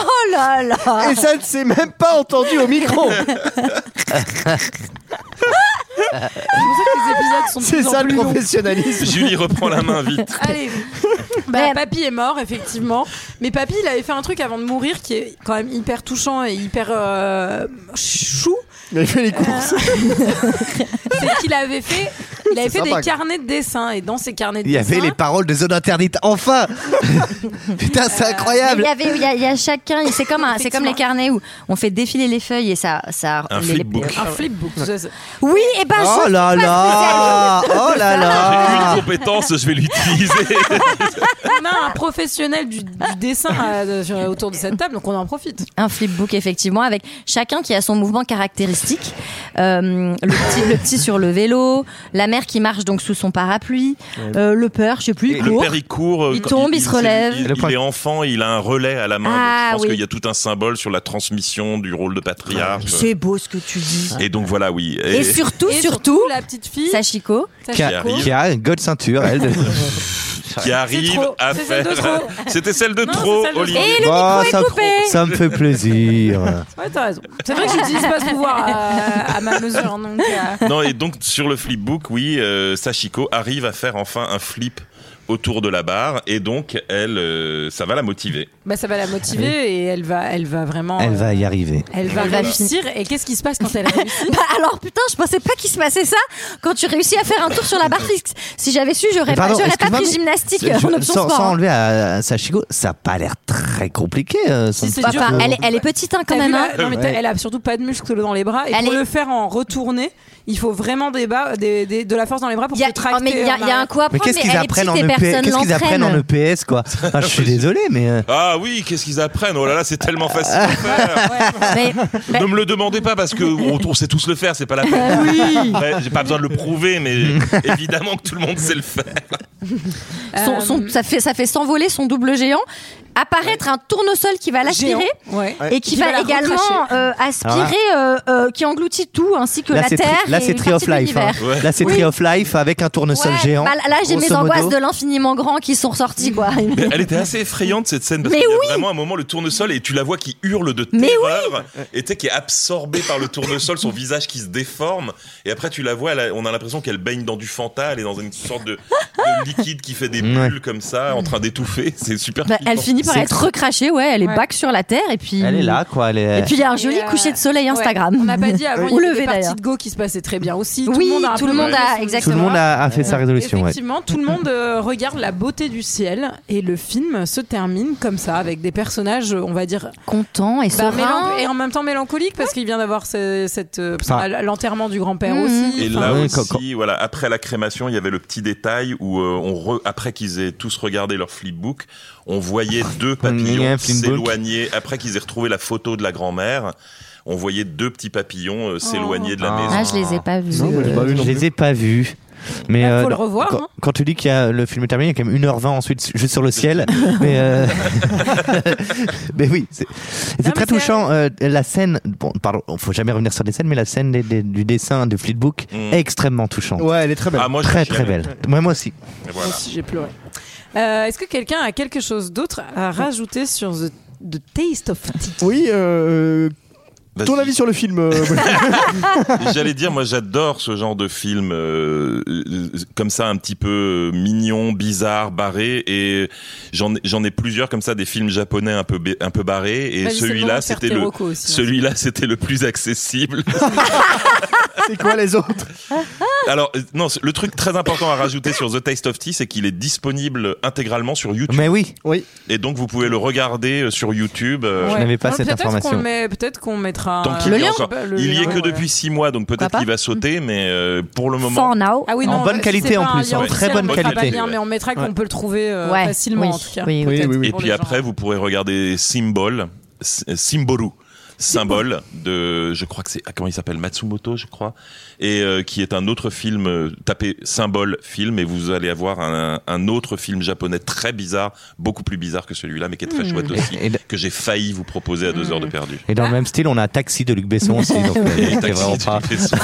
[SPEAKER 6] Oh là là.
[SPEAKER 7] Et ça ne s'est même pas entendu au micro.
[SPEAKER 1] C'est pour ça que les épisodes sont de
[SPEAKER 7] C'est
[SPEAKER 1] plus en
[SPEAKER 7] ça le
[SPEAKER 1] plus longs.
[SPEAKER 7] professionnalisme.
[SPEAKER 8] Julie reprend la main vite.
[SPEAKER 1] Allez, bah, papy est mort effectivement, mais papy il avait fait un truc avant de mourir qui est quand même hyper touchant et hyper euh, chou.
[SPEAKER 7] Il avait fait les courses.
[SPEAKER 1] C'est qu'il avait fait, il avait
[SPEAKER 9] C'est
[SPEAKER 1] fait des
[SPEAKER 9] sympa.
[SPEAKER 1] carnets de dessin et dans ces carnets de
[SPEAKER 9] Il y
[SPEAKER 1] dessin,
[SPEAKER 9] avait les paroles de zone interdite, enfin Putain, c'est
[SPEAKER 6] Mais
[SPEAKER 9] incroyable
[SPEAKER 6] Il y avait, il y a, il y a chacun. C'est comme, un- c'est comme les carnets où on fait défiler les feuilles et ça, ça.
[SPEAKER 8] Un
[SPEAKER 6] les-
[SPEAKER 8] flipbook. Ah.
[SPEAKER 1] un flipbook. ça, c'est-
[SPEAKER 6] Oui, et ben.
[SPEAKER 9] Oh
[SPEAKER 6] je
[SPEAKER 9] là
[SPEAKER 6] suis pas
[SPEAKER 9] là
[SPEAKER 6] spécialiste.
[SPEAKER 9] Oh là
[SPEAKER 8] J'ai
[SPEAKER 9] là
[SPEAKER 6] Ah.
[SPEAKER 8] une compétence, je vais l'utiliser.
[SPEAKER 1] on a un professionnel du, du dessin à- sur- autour de cette table, donc on en profite.
[SPEAKER 6] Un flipbook, effectivement, avec chacun qui a son mouvement caractéristique. Euh, le, petit, le petit sur le vélo, la mère qui marche donc sous son parapluie,
[SPEAKER 8] Ouais.
[SPEAKER 6] euh, le père, je sais plus, il
[SPEAKER 8] le
[SPEAKER 6] court.
[SPEAKER 8] père, il court. euh,
[SPEAKER 6] Il
[SPEAKER 8] quand-
[SPEAKER 6] tombe, il se
[SPEAKER 8] c'est-
[SPEAKER 6] relève.
[SPEAKER 8] Il, il est enfant, il a un relais à la main.
[SPEAKER 6] Ah,
[SPEAKER 8] donc je pense
[SPEAKER 6] oui. Ah,
[SPEAKER 8] qu'il y a tout un symbole sur la transmission du rôle de patriarche.
[SPEAKER 6] C'est beau ce que tu dis.
[SPEAKER 8] Et donc voilà, oui.
[SPEAKER 6] Ah. Et, surtout,
[SPEAKER 1] Et
[SPEAKER 6] surtout,
[SPEAKER 1] la petite fille,
[SPEAKER 6] Sachiko,
[SPEAKER 9] qui, a,
[SPEAKER 8] arrive.
[SPEAKER 9] qui a une gold ceinture, elle.
[SPEAKER 8] qui arrive
[SPEAKER 6] trop.
[SPEAKER 8] à
[SPEAKER 6] C'est
[SPEAKER 8] faire.
[SPEAKER 6] celle de trop.
[SPEAKER 8] C'était celle de trop, Olivier.
[SPEAKER 9] Oh, ça, me- ça me fait plaisir.
[SPEAKER 1] Ouais, t'as raison. C'est vrai que j'utilise pas ce pouvoir euh, à ma mesure. Donc, euh,
[SPEAKER 8] Non, et donc sur le flipbook, oui, euh, Sachiko arrive à faire enfin un flip autour de la barre et donc elle euh, ça va la motiver.
[SPEAKER 1] bah, ça va la motiver et elle va, elle va vraiment.
[SPEAKER 9] Elle
[SPEAKER 1] euh,
[SPEAKER 9] va y arriver.
[SPEAKER 1] Elle va
[SPEAKER 8] Elle va
[SPEAKER 1] réussir. Et qu'est-ce qui se passe quand elle réussit
[SPEAKER 6] Bah alors putain, je pensais pas qu'il se passait ça quand tu réussis à faire un tour sur la barre fixe. Si j'avais su, j'aurais
[SPEAKER 9] Mais
[SPEAKER 6] pas,
[SPEAKER 9] pardon,
[SPEAKER 6] j'aurais pas
[SPEAKER 9] excuse-moi,
[SPEAKER 6] pris
[SPEAKER 9] mais-
[SPEAKER 6] gymnastique
[SPEAKER 9] Je-
[SPEAKER 6] en option
[SPEAKER 9] sans,
[SPEAKER 6] sport.
[SPEAKER 9] sans enlever à, à Sachiko, ça a pas l'air très compliqué. euh, son
[SPEAKER 6] c'est
[SPEAKER 9] petit
[SPEAKER 6] dur.
[SPEAKER 9] peu.
[SPEAKER 6] Elle est- elle est petite, hein, quand
[SPEAKER 1] T'as
[SPEAKER 6] même,
[SPEAKER 1] vu,
[SPEAKER 6] hein.
[SPEAKER 1] la- non, mais t'as-
[SPEAKER 9] Ouais.
[SPEAKER 1] elle a surtout pas de muscles dans les bras. Et pour le faire en retourner, il faut vraiment des bas, des, des- de la force dans les bras pour te tracter. euh,
[SPEAKER 6] mais il y a-
[SPEAKER 1] en
[SPEAKER 6] il y a un
[SPEAKER 1] arrière.
[SPEAKER 6] coup à
[SPEAKER 9] Mais qu'est-ce
[SPEAKER 6] mais
[SPEAKER 9] qu'ils
[SPEAKER 6] elle est
[SPEAKER 9] apprennent en
[SPEAKER 6] petite et
[SPEAKER 9] EPS
[SPEAKER 6] personne
[SPEAKER 9] Qu'est-ce qu'ils apprennent en EPS quoi Enfin, Je suis désolé, mais euh,
[SPEAKER 8] Ah oui, qu'est-ce qu'ils apprennent Oh là là, c'est tellement facile à
[SPEAKER 1] bah,
[SPEAKER 8] faire.
[SPEAKER 6] Mais-
[SPEAKER 9] E
[SPEAKER 8] Ne me le demandez pas parce que on, on sait tous le faire, c'est pas la peine. Ouais, J'ai pas besoin de le prouver, mais évidemment que tout le monde sait le faire.
[SPEAKER 6] Son- son- ça fait ça fait s'envoler son double géant, apparaître un tournesol qui va l'attirer
[SPEAKER 1] Géant, ouais.
[SPEAKER 6] et qui,
[SPEAKER 1] Qui
[SPEAKER 6] va,
[SPEAKER 1] va la
[SPEAKER 6] également
[SPEAKER 1] recracher.
[SPEAKER 6] euh, aspirer, euh, euh, qui engloutit tout ainsi que
[SPEAKER 9] Ah. là,
[SPEAKER 6] la
[SPEAKER 9] c'est tri-
[SPEAKER 6] terre.
[SPEAKER 9] là,
[SPEAKER 6] et
[SPEAKER 9] c'est
[SPEAKER 6] une
[SPEAKER 9] Tree of
[SPEAKER 6] partie de
[SPEAKER 9] Life. hein.
[SPEAKER 6] l'univers.
[SPEAKER 9] Là, c'est Tree of Life avec un tournesol
[SPEAKER 6] Ouais,
[SPEAKER 9] géant.
[SPEAKER 6] bah, là, j'ai mes
[SPEAKER 9] grosso
[SPEAKER 6] angoisses
[SPEAKER 9] modo.
[SPEAKER 6] de l'infiniment grand qui sont ressorties quoi.
[SPEAKER 8] Mais elle était assez effrayante cette scène parce
[SPEAKER 6] Mais
[SPEAKER 8] qu'il y a
[SPEAKER 6] oui.
[SPEAKER 8] vraiment un moment le tournesol et tu la vois qui hurle de
[SPEAKER 6] Mais
[SPEAKER 8] terreur et tu sais, qui est absorbée par le tournesol, son visage qui se déforme et après tu la vois, elle a- on a l'impression qu'elle baigne dans du fanta, elle est dans une sorte de, de liquide qui fait des bulles comme ça en train d'étouffer, c'est super.
[SPEAKER 6] Bah, elle
[SPEAKER 8] flippant.
[SPEAKER 6] finit par être recrachée, ouais, elle est
[SPEAKER 1] Ouais.
[SPEAKER 6] back sur la terre et puis
[SPEAKER 9] Elle est là, quoi. Elle est...
[SPEAKER 6] Et puis il y a un joli
[SPEAKER 1] euh,
[SPEAKER 6] coucher de soleil
[SPEAKER 1] ouais.
[SPEAKER 6] Instagram.
[SPEAKER 1] On n'a pas dit avant,
[SPEAKER 6] Ou
[SPEAKER 1] il y avait
[SPEAKER 6] lever,
[SPEAKER 1] des parties
[SPEAKER 6] d'ailleurs.
[SPEAKER 1] de Go qui se passaient très bien aussi.
[SPEAKER 6] Oui,
[SPEAKER 1] tout le monde a, un
[SPEAKER 6] tout
[SPEAKER 1] peu
[SPEAKER 6] le monde
[SPEAKER 1] donné
[SPEAKER 6] a-
[SPEAKER 1] son-
[SPEAKER 9] Tout le
[SPEAKER 6] exactement.
[SPEAKER 9] monde a, a fait sa résolution. ouais.
[SPEAKER 1] Effectivement, tout le monde euh, regarde la beauté du ciel et le film se termine comme ça avec des personnages, on va dire,
[SPEAKER 6] Content et
[SPEAKER 1] bah,
[SPEAKER 6] serein.
[SPEAKER 1] mélan- et en même temps mélancoliques parce qu'il vient d'avoir ce- cette euh,
[SPEAKER 9] Enfin-
[SPEAKER 1] à l'enterrement du grand-père
[SPEAKER 6] Mhm.
[SPEAKER 1] aussi.
[SPEAKER 8] Ah. Et
[SPEAKER 1] Enfin,
[SPEAKER 8] là
[SPEAKER 9] Ouais,
[SPEAKER 8] aussi,
[SPEAKER 9] quand- quand-
[SPEAKER 8] voilà, après la crémation, il y avait le petit détail où euh, on re- après qu'ils aient tous regardé leur flipbook, on voyait deux papillons
[SPEAKER 9] Yeah, Ah, flipbook.
[SPEAKER 8] s'éloigner. Après qu'ils aient retrouvé la photo de la grand-mère, on voyait deux petits papillons
[SPEAKER 1] Oh.
[SPEAKER 8] euh, s'éloigner de la
[SPEAKER 9] Ah.
[SPEAKER 8] maison.
[SPEAKER 6] Ah, je les ai pas vus.
[SPEAKER 7] Non, mais j'ai pas vu non
[SPEAKER 9] je les ai pas vus. Mais
[SPEAKER 1] Bah, faut
[SPEAKER 9] euh,
[SPEAKER 1] le
[SPEAKER 9] dans-
[SPEAKER 1] revoir,
[SPEAKER 9] quand,
[SPEAKER 1] hein.
[SPEAKER 9] quand tu dis qu'il y a le film est terminé, il y a quand même 1h20 ensuite juste sur le ciel. mais, euh, mais oui, c'est c'est
[SPEAKER 1] mais
[SPEAKER 9] très
[SPEAKER 1] c'est-
[SPEAKER 9] touchant. euh, la scène, bon, pardon, faut jamais revenir sur des scènes, mais la scène des- des- du dessin de Fleetbook
[SPEAKER 8] Mm.
[SPEAKER 9] est extrêmement touchante.
[SPEAKER 7] Ouais, elle est très belle.
[SPEAKER 8] Ah, moi, je-
[SPEAKER 9] très
[SPEAKER 8] je
[SPEAKER 9] très
[SPEAKER 8] l'avais.
[SPEAKER 9] belle. Moi, moi aussi.
[SPEAKER 8] Et
[SPEAKER 1] Moi
[SPEAKER 8] voilà.
[SPEAKER 1] aussi, j'ai pleuré. Euh, Est-ce que quelqu'un a quelque chose d'autre à rajouter sur The, The Taste of Tea
[SPEAKER 7] Oui, euh,
[SPEAKER 8] Vas-y.
[SPEAKER 7] ton avis sur le film euh,
[SPEAKER 8] J'allais dire, moi j'adore ce genre de film euh, euh, comme ça, un petit peu euh, mignon, bizarre, barré. Et j'en ai- j'en ai plusieurs comme ça, des films japonais un peu ba- un peu barrés. Et
[SPEAKER 1] Vas-y, Bah, c'est le moment
[SPEAKER 8] celui-là,
[SPEAKER 1] de faire
[SPEAKER 8] c'était
[SPEAKER 1] tes
[SPEAKER 8] le euh,
[SPEAKER 1] recos aussi, hein.
[SPEAKER 8] celui-là, c'était le plus accessible.
[SPEAKER 7] C'est quoi les autres
[SPEAKER 8] Alors euh, non, c- le truc très important à rajouter sur The Taste of Tea, c'est qu'il est disponible intégralement sur YouTube.
[SPEAKER 9] Mais oui,
[SPEAKER 7] Oui.
[SPEAKER 8] Et donc vous pouvez le regarder euh, sur YouTube. euh,
[SPEAKER 9] je n'avais pas
[SPEAKER 1] Non,
[SPEAKER 9] cette
[SPEAKER 1] peut-être qu'on le
[SPEAKER 9] information.
[SPEAKER 1] met- Peut-être qu'on mettra.
[SPEAKER 8] Tant
[SPEAKER 1] euh,
[SPEAKER 8] qu'il y est
[SPEAKER 1] je sais
[SPEAKER 8] encore.
[SPEAKER 1] pas, le
[SPEAKER 8] Il y est
[SPEAKER 1] lien,
[SPEAKER 8] que
[SPEAKER 1] ouais.
[SPEAKER 8] depuis six mois, donc peut-être
[SPEAKER 6] Pourquoi
[SPEAKER 8] qu'il va sauter, mais euh, pour le moment,
[SPEAKER 6] For now.
[SPEAKER 1] Ah oui,
[SPEAKER 9] En
[SPEAKER 1] non,
[SPEAKER 9] bonne
[SPEAKER 1] si
[SPEAKER 9] qualité,
[SPEAKER 1] c'est
[SPEAKER 9] en
[SPEAKER 1] pas un
[SPEAKER 9] plus,
[SPEAKER 1] lien
[SPEAKER 9] en
[SPEAKER 1] officiel,
[SPEAKER 9] très bonne
[SPEAKER 1] on mettra pas
[SPEAKER 8] qualité.
[SPEAKER 1] le lien, mais on mettra qu'on
[SPEAKER 7] Ouais.
[SPEAKER 1] peut le trouver euh,
[SPEAKER 6] Ouais,
[SPEAKER 1] facilement
[SPEAKER 6] oui,
[SPEAKER 1] en tout cas.
[SPEAKER 6] oui,
[SPEAKER 7] Oui, oui, oui.
[SPEAKER 8] Et
[SPEAKER 1] pour
[SPEAKER 8] puis
[SPEAKER 1] les
[SPEAKER 8] après,
[SPEAKER 1] gens.
[SPEAKER 8] vous pourrez regarder Symbol, S- euh, Symboru, symbole de, je crois que c'est, ah, comment il s'appelle, Matsumoto, je crois, et euh, qui est un autre film. euh, tapez symbole film et vous allez avoir un, un autre film japonais très bizarre, beaucoup plus bizarre que celui-là, mais qui est
[SPEAKER 1] Hmm.
[SPEAKER 8] très chouette aussi,
[SPEAKER 9] Et- et-
[SPEAKER 8] que j'ai failli vous proposer à deux heures de perdu.
[SPEAKER 9] Et dans le même style, on a Taxi de Luc Besson aussi. Donc, euh,
[SPEAKER 8] Et
[SPEAKER 9] c'est
[SPEAKER 8] Taxi
[SPEAKER 9] vraiment
[SPEAKER 8] de
[SPEAKER 9] pas.
[SPEAKER 8] Besson.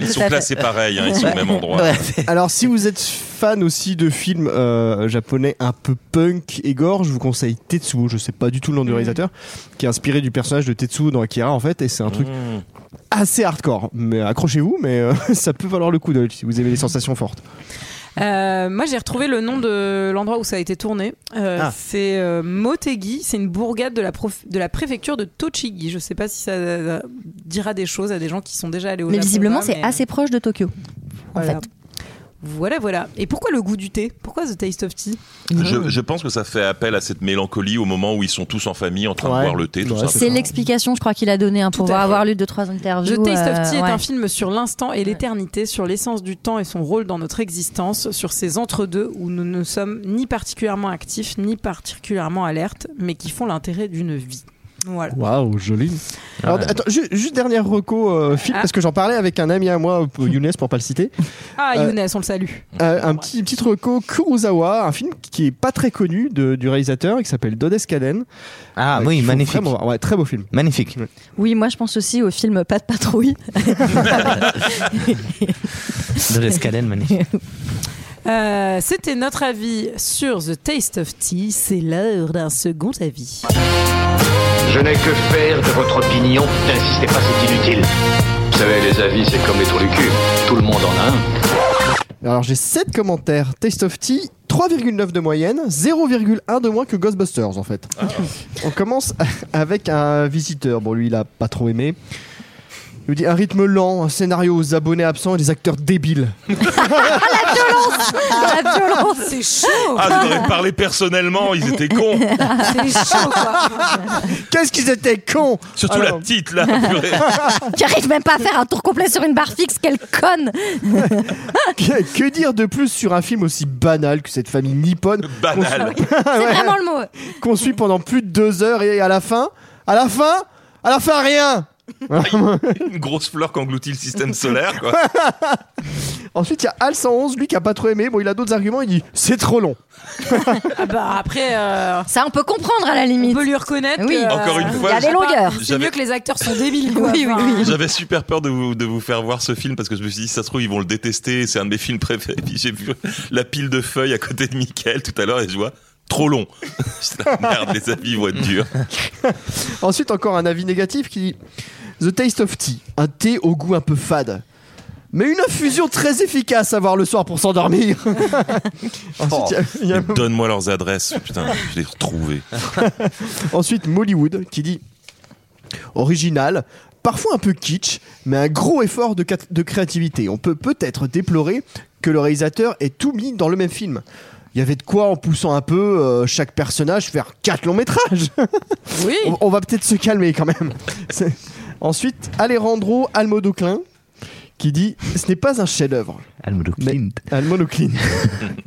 [SPEAKER 8] ils sont classés pareil, hein, ils sont au même endroit.
[SPEAKER 9] Ouais.
[SPEAKER 7] Alors, si vous êtes fan aussi de films euh, japonais un peu punk et gore, je vous conseille Tetsuo. Je sais pas du tout le nom du réalisateur, qui est inspiré du personnage de Tetsuo dans Akira en fait, et c'est un truc
[SPEAKER 8] Mmh.
[SPEAKER 7] assez hardcore. Mais accrochez-vous, mais euh, ça peut valoir le coup d'œil si vous aimez les sensations fortes.
[SPEAKER 1] Euh, moi, j'ai retrouvé le nom de l'endroit où ça a été tourné. Euh,
[SPEAKER 7] Ah.
[SPEAKER 1] C'est euh, Motegi. C'est une bourgade de la, prof- de la préfecture de Tochigi. Je sais pas si ça euh, dira des choses à des gens qui sont déjà allés au
[SPEAKER 6] Mais
[SPEAKER 1] Japon,
[SPEAKER 6] visiblement,
[SPEAKER 1] pas,
[SPEAKER 6] c'est
[SPEAKER 1] mais-
[SPEAKER 6] assez proche de Tokyo.
[SPEAKER 1] Voilà.
[SPEAKER 6] fait.
[SPEAKER 1] Voilà, voilà. Et pourquoi le goût du thé Pourquoi The Taste of Tea
[SPEAKER 8] Je, je pense que ça fait appel à cette mélancolie au moment où ils sont tous en famille en train de boire le thé, tout
[SPEAKER 6] C'est
[SPEAKER 8] simplement.
[SPEAKER 6] l'explication, je crois qu'il a donné hein, pour avoir lu deux trois interviews.
[SPEAKER 1] The Taste of
[SPEAKER 6] euh,
[SPEAKER 1] Tea est
[SPEAKER 6] ouais.
[SPEAKER 1] un film sur l'instant et l'éternité, sur l'essence du temps et son rôle dans notre existence, sur ces entre-deux où nous ne sommes ni particulièrement actifs ni particulièrement alertes, mais qui font l'intérêt d'une vie. Voilà.
[SPEAKER 7] Waouh, joli. Alors, attends, ju- juste dernière reco euh, film,
[SPEAKER 8] Ah.
[SPEAKER 7] parce que j'en parlais avec un ami à moi, euh, Younes, pour pas le citer.
[SPEAKER 1] Ah,
[SPEAKER 7] Euh,
[SPEAKER 1] Younes, on le salue.
[SPEAKER 7] Euh, un petit, une petite reco Kurosawa, un film qui est pas très connu de- du réalisateur et qui s'appelle Dodescaden.
[SPEAKER 9] Ah oui, magnifique.
[SPEAKER 7] ouais, très beau film.
[SPEAKER 9] Magnifique.
[SPEAKER 6] Oui, moi je pense aussi au film Pas de patrouille.
[SPEAKER 9] Dans l'escalade, magnifique.
[SPEAKER 1] Euh, C'était notre avis sur The Taste of Tea. C'est l'heure d'un second avis.
[SPEAKER 2] Je n'ai que faire de votre opinion. N'insistez pas, c'est inutile.
[SPEAKER 5] Vous savez, les avis, c'est comme les trous du cul. Tout le monde en a un.
[SPEAKER 7] Alors j'ai 7 commentaires. Taste of Tea, 3,9 de moyenne, 0,1 de moins que Ghostbusters en fait. On commence avec un visiteur. Bon, lui, il a pas trop aimé. Il me dit un rythme lent, un scénario aux abonnés absents et des acteurs débiles.
[SPEAKER 11] La violence La violence
[SPEAKER 1] Oh, C'est chaud
[SPEAKER 8] Ah, je devrais parler personnellement, ils étaient cons.
[SPEAKER 7] Qu'est-ce qu'ils étaient cons
[SPEAKER 8] Surtout
[SPEAKER 9] Oh
[SPEAKER 7] Alors-
[SPEAKER 8] la petite, là. purée.
[SPEAKER 6] Qui arrive même pas à faire un tour complet sur une barre fixe, quelle conne
[SPEAKER 7] que, que dire de plus sur un film aussi banal que cette famille nippone
[SPEAKER 8] Banal.
[SPEAKER 9] Ah
[SPEAKER 6] C'est vraiment le mot.
[SPEAKER 7] Qu'on suit pendant plus de deux heures et à la fin, à la fin, à la fin rien.
[SPEAKER 8] Une grosse fleur qu'engloutit le système solaire, quoi.
[SPEAKER 7] Ensuite, il y a Al 111, lui qui a pas trop aimé. Bon, il a d'autres arguments. Il dit c'est trop long.
[SPEAKER 1] Ah bah après.
[SPEAKER 6] Ça, on peut comprendre à la limite.
[SPEAKER 1] On peut lui reconnaître.
[SPEAKER 6] Oui.
[SPEAKER 1] que,
[SPEAKER 8] Encore une fois,
[SPEAKER 1] Il y a des
[SPEAKER 8] je-
[SPEAKER 1] longueurs.
[SPEAKER 8] j'avais-
[SPEAKER 1] C'est mieux que les acteurs sont débiles. quoi.
[SPEAKER 6] Oui, oui,
[SPEAKER 1] Enfin,
[SPEAKER 8] J'avais super peur de vous, de vous faire voir ce film parce que je me suis dit, si ça se trouve, ils vont le détester. C'est un de mes films préférés. Puis j'ai vu la pile de feuilles à côté de Michael tout à l'heure et je vois trop long. J'étais là, merde, les avis vont être durs.
[SPEAKER 7] Ensuite, encore un avis négatif qui dit The Taste of Tea, un thé au goût un peu fade. Mais une infusion très efficace à boire le soir pour s'endormir. Ensuite, il y a- il y a
[SPEAKER 8] Donne-moi leurs adresses. Putain, je les retrouver.
[SPEAKER 7] Ensuite, Mollywood qui dit original, parfois un peu kitsch, mais un gros effort de, cat- de créativité. On peut peut-être déplorer que le réalisateur ait tout mis dans le même film. Il y avait de quoi en poussant un peu euh, chaque personnage vers quatre longs métrages.
[SPEAKER 1] Oui.
[SPEAKER 7] on, on va peut-être se calmer quand même. C'est- Ensuite, Alejandro Almodoclin qui dit ce n'est pas un chef-d'œuvre.
[SPEAKER 9] Oh. Almodoclin.
[SPEAKER 7] Almodoclin.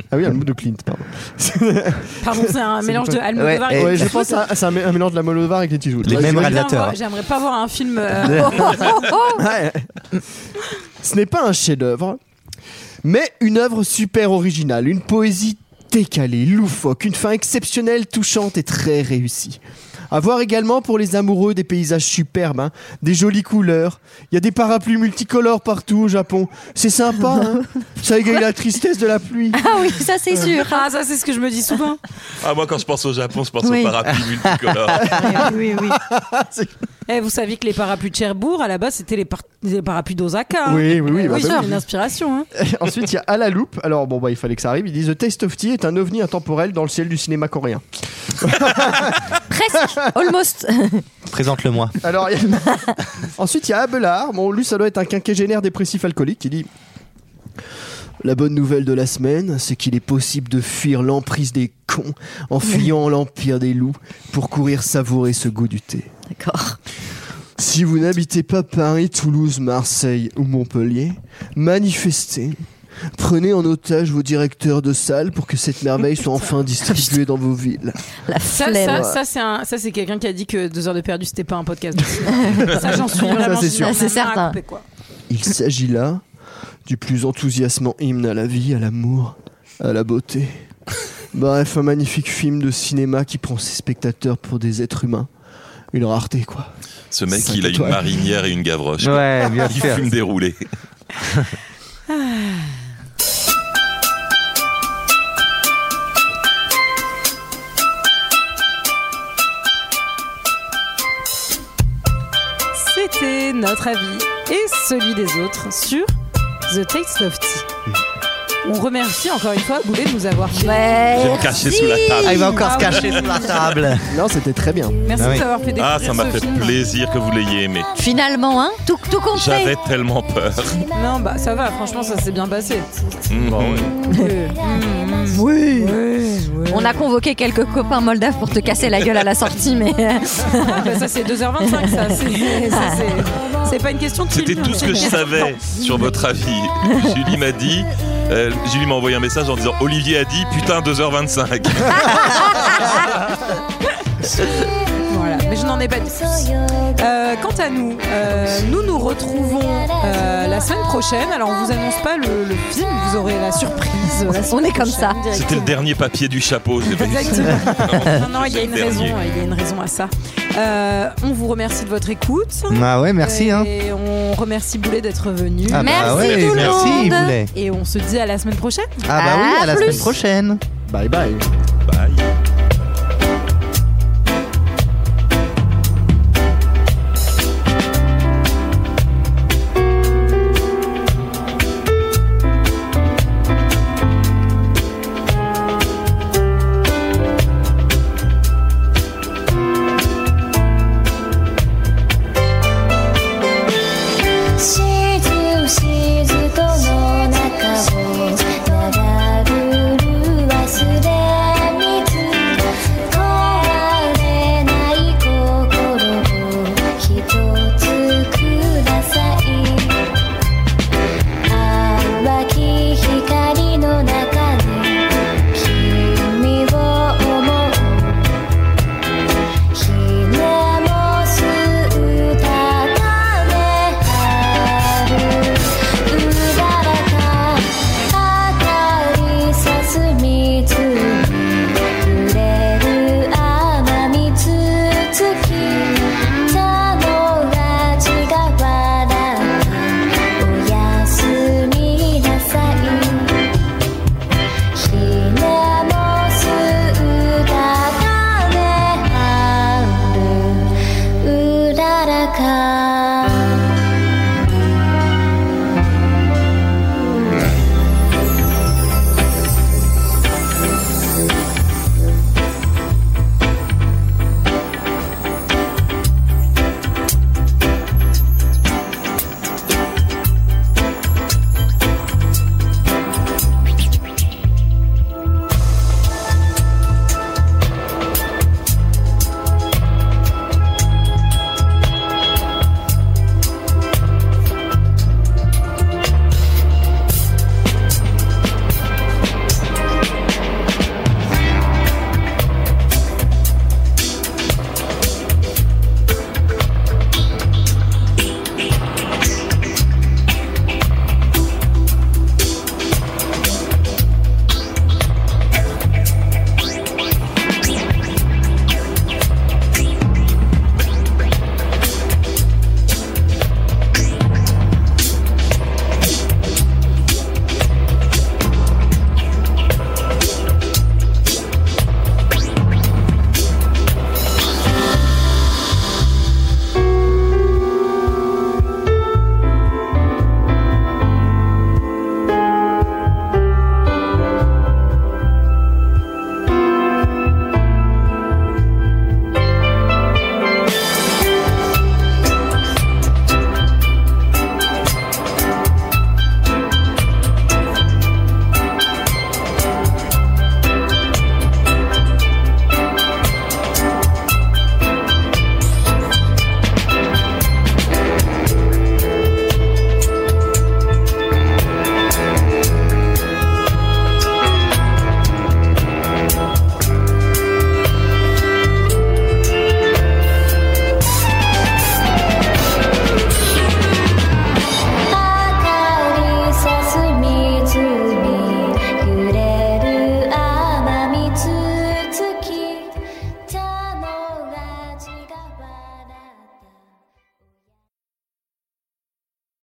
[SPEAKER 7] ah oui, Almodoclin, pardon.
[SPEAKER 1] Pardon, c'est un mélange de Almodovar et
[SPEAKER 7] Ouais,
[SPEAKER 1] de
[SPEAKER 7] ouais, je
[SPEAKER 1] Titouze.
[SPEAKER 7] pense que c'est un, mé- un mélange de la Molovar avec les Tijoules.
[SPEAKER 9] Les mêmes
[SPEAKER 1] J'aimerais j'aimerais pas voir un film. euh,
[SPEAKER 7] Ah, Ouais. Ce n'est pas un chef-d'œuvre, mais une œuvre super originale, une poésie décalée, loufoque, une fin exceptionnelle, touchante et très réussie. À voir également pour les amoureux des paysages superbes, hein, des jolies couleurs. Il y a des parapluies multicolores partout au Japon. C'est sympa, hein ça égaye la tristesse de la pluie.
[SPEAKER 6] Ah oui, ça c'est sûr.
[SPEAKER 1] Ah, ça c'est ce que je me dis souvent.
[SPEAKER 8] Ah, moi, quand je pense au Japon, je pense
[SPEAKER 1] Oui.
[SPEAKER 8] aux parapluies multicolores.
[SPEAKER 1] oui, oui. Eh, vous saviez que les parapluies de Cherbourg, à la base, c'était les, par- les parapluies d'Osaka. hein.
[SPEAKER 7] Oui, oui, oui, bah, bah
[SPEAKER 1] c'est
[SPEAKER 7] oui.
[SPEAKER 1] une inspiration. hein.
[SPEAKER 7] Ensuite, il y a À la loupe. Alors, bon, bah, il fallait que ça arrive. Ils disent The Taste of Tea est un ovni intemporel dans le ciel du cinéma coréen.
[SPEAKER 6] Presque, almost.
[SPEAKER 9] Présente-le-moi.
[SPEAKER 7] Alors, il y a- ensuite, il y a Abelard. Bon, lui, ça doit être un quinquagénaire dépressif alcoolique qui dit La bonne nouvelle de la semaine, c'est qu'il est possible de fuir l'emprise des cons en fuyant l'empire des loups pour courir savourer ce goût du thé.
[SPEAKER 6] D'accord.
[SPEAKER 7] Si vous n'habitez pas Paris, Toulouse, Marseille ou Montpellier, manifestez. Prenez en otage vos directeurs de salle pour que cette merveille soit enfin distribuée dans vos villes.
[SPEAKER 6] La
[SPEAKER 1] Ça, ça, ça, c'est un- ça, c'est quelqu'un qui a dit que deux heures de perdu, c'était pas un podcast. ça, j'en suis
[SPEAKER 7] Ça,
[SPEAKER 1] vraiment j'en
[SPEAKER 7] c'est
[SPEAKER 1] ai
[SPEAKER 7] sûr.
[SPEAKER 1] marre
[SPEAKER 7] C'est
[SPEAKER 1] à
[SPEAKER 7] certain.
[SPEAKER 1] couper, quoi.
[SPEAKER 7] Il s'agit là du plus enthousiasmant hymne à la vie, à l'amour, à la beauté. Bref, un magnifique film de cinéma qui prend ses spectateurs pour des êtres humains. Une rareté, quoi.
[SPEAKER 8] Ce mec,
[SPEAKER 7] Cinq
[SPEAKER 8] il a une
[SPEAKER 7] étoiles.
[SPEAKER 8] marinière et une gavroche. quoi.
[SPEAKER 7] Ouais, bien
[SPEAKER 8] il
[SPEAKER 7] sûr.
[SPEAKER 8] fume des roulés.
[SPEAKER 1] C'était notre avis et celui des autres sur The Taste of Tea. On remercie encore une fois Boulet de nous avoir fait.
[SPEAKER 8] Je vais me cacher sous la table.
[SPEAKER 9] Ah, il va encore se
[SPEAKER 1] Ah oui.
[SPEAKER 9] cacher sous la table.
[SPEAKER 7] Non, c'était très bien.
[SPEAKER 1] Merci
[SPEAKER 8] Ah
[SPEAKER 1] de
[SPEAKER 8] oui.
[SPEAKER 1] t'avoir fait découvrir
[SPEAKER 8] Ah, ça m'a
[SPEAKER 1] ce
[SPEAKER 8] fait
[SPEAKER 1] film.
[SPEAKER 8] plaisir que vous l'ayez aimé.
[SPEAKER 6] Finalement, hein, tout, tout compte fait.
[SPEAKER 8] J'avais tellement peur.
[SPEAKER 1] Non, bah ça va, franchement, ça s'est bien passé.
[SPEAKER 8] Bah Mm.
[SPEAKER 1] Euh,
[SPEAKER 6] Mm, Oui. On a convoqué quelques copains moldaves pour te casser la gueule à la sortie, mais. euh,
[SPEAKER 1] Ah, bah, ça, c'est 2h25, ça. c'est- ça, c'est- C'est pas une question de
[SPEAKER 8] C'était
[SPEAKER 1] film.
[SPEAKER 8] tout ce que je savais sur votre avis. Julie m'a dit, euh, Julie m'a envoyé un message en disant Olivier a dit putain 2h25.
[SPEAKER 1] Voilà, mais je n'en ai pas dit plus. Euh, quant à nous, euh, nous nous retrouvons euh, la semaine prochaine. Alors, on vous annonce pas le, le film, vous aurez la surprise.
[SPEAKER 6] On est comme ça.
[SPEAKER 8] C'était le dernier papier du chapeau. j'ai Ah failli-
[SPEAKER 1] Exactement. Non, non, il y a
[SPEAKER 8] c'est
[SPEAKER 1] une
[SPEAKER 8] le dernier.
[SPEAKER 1] raison, il y a une raison à ça. Euh, on vous remercie de votre écoute.
[SPEAKER 9] Bah ouais, merci,
[SPEAKER 1] Et
[SPEAKER 9] hein.
[SPEAKER 1] on remercie Boulet d'être venu.
[SPEAKER 9] Ah bah Merci ouais, tout le merci, monde. Boulet.
[SPEAKER 1] Et on se dit à la semaine prochaine.
[SPEAKER 9] Ah bah oui, à la semaine prochaine.
[SPEAKER 7] Bye bye.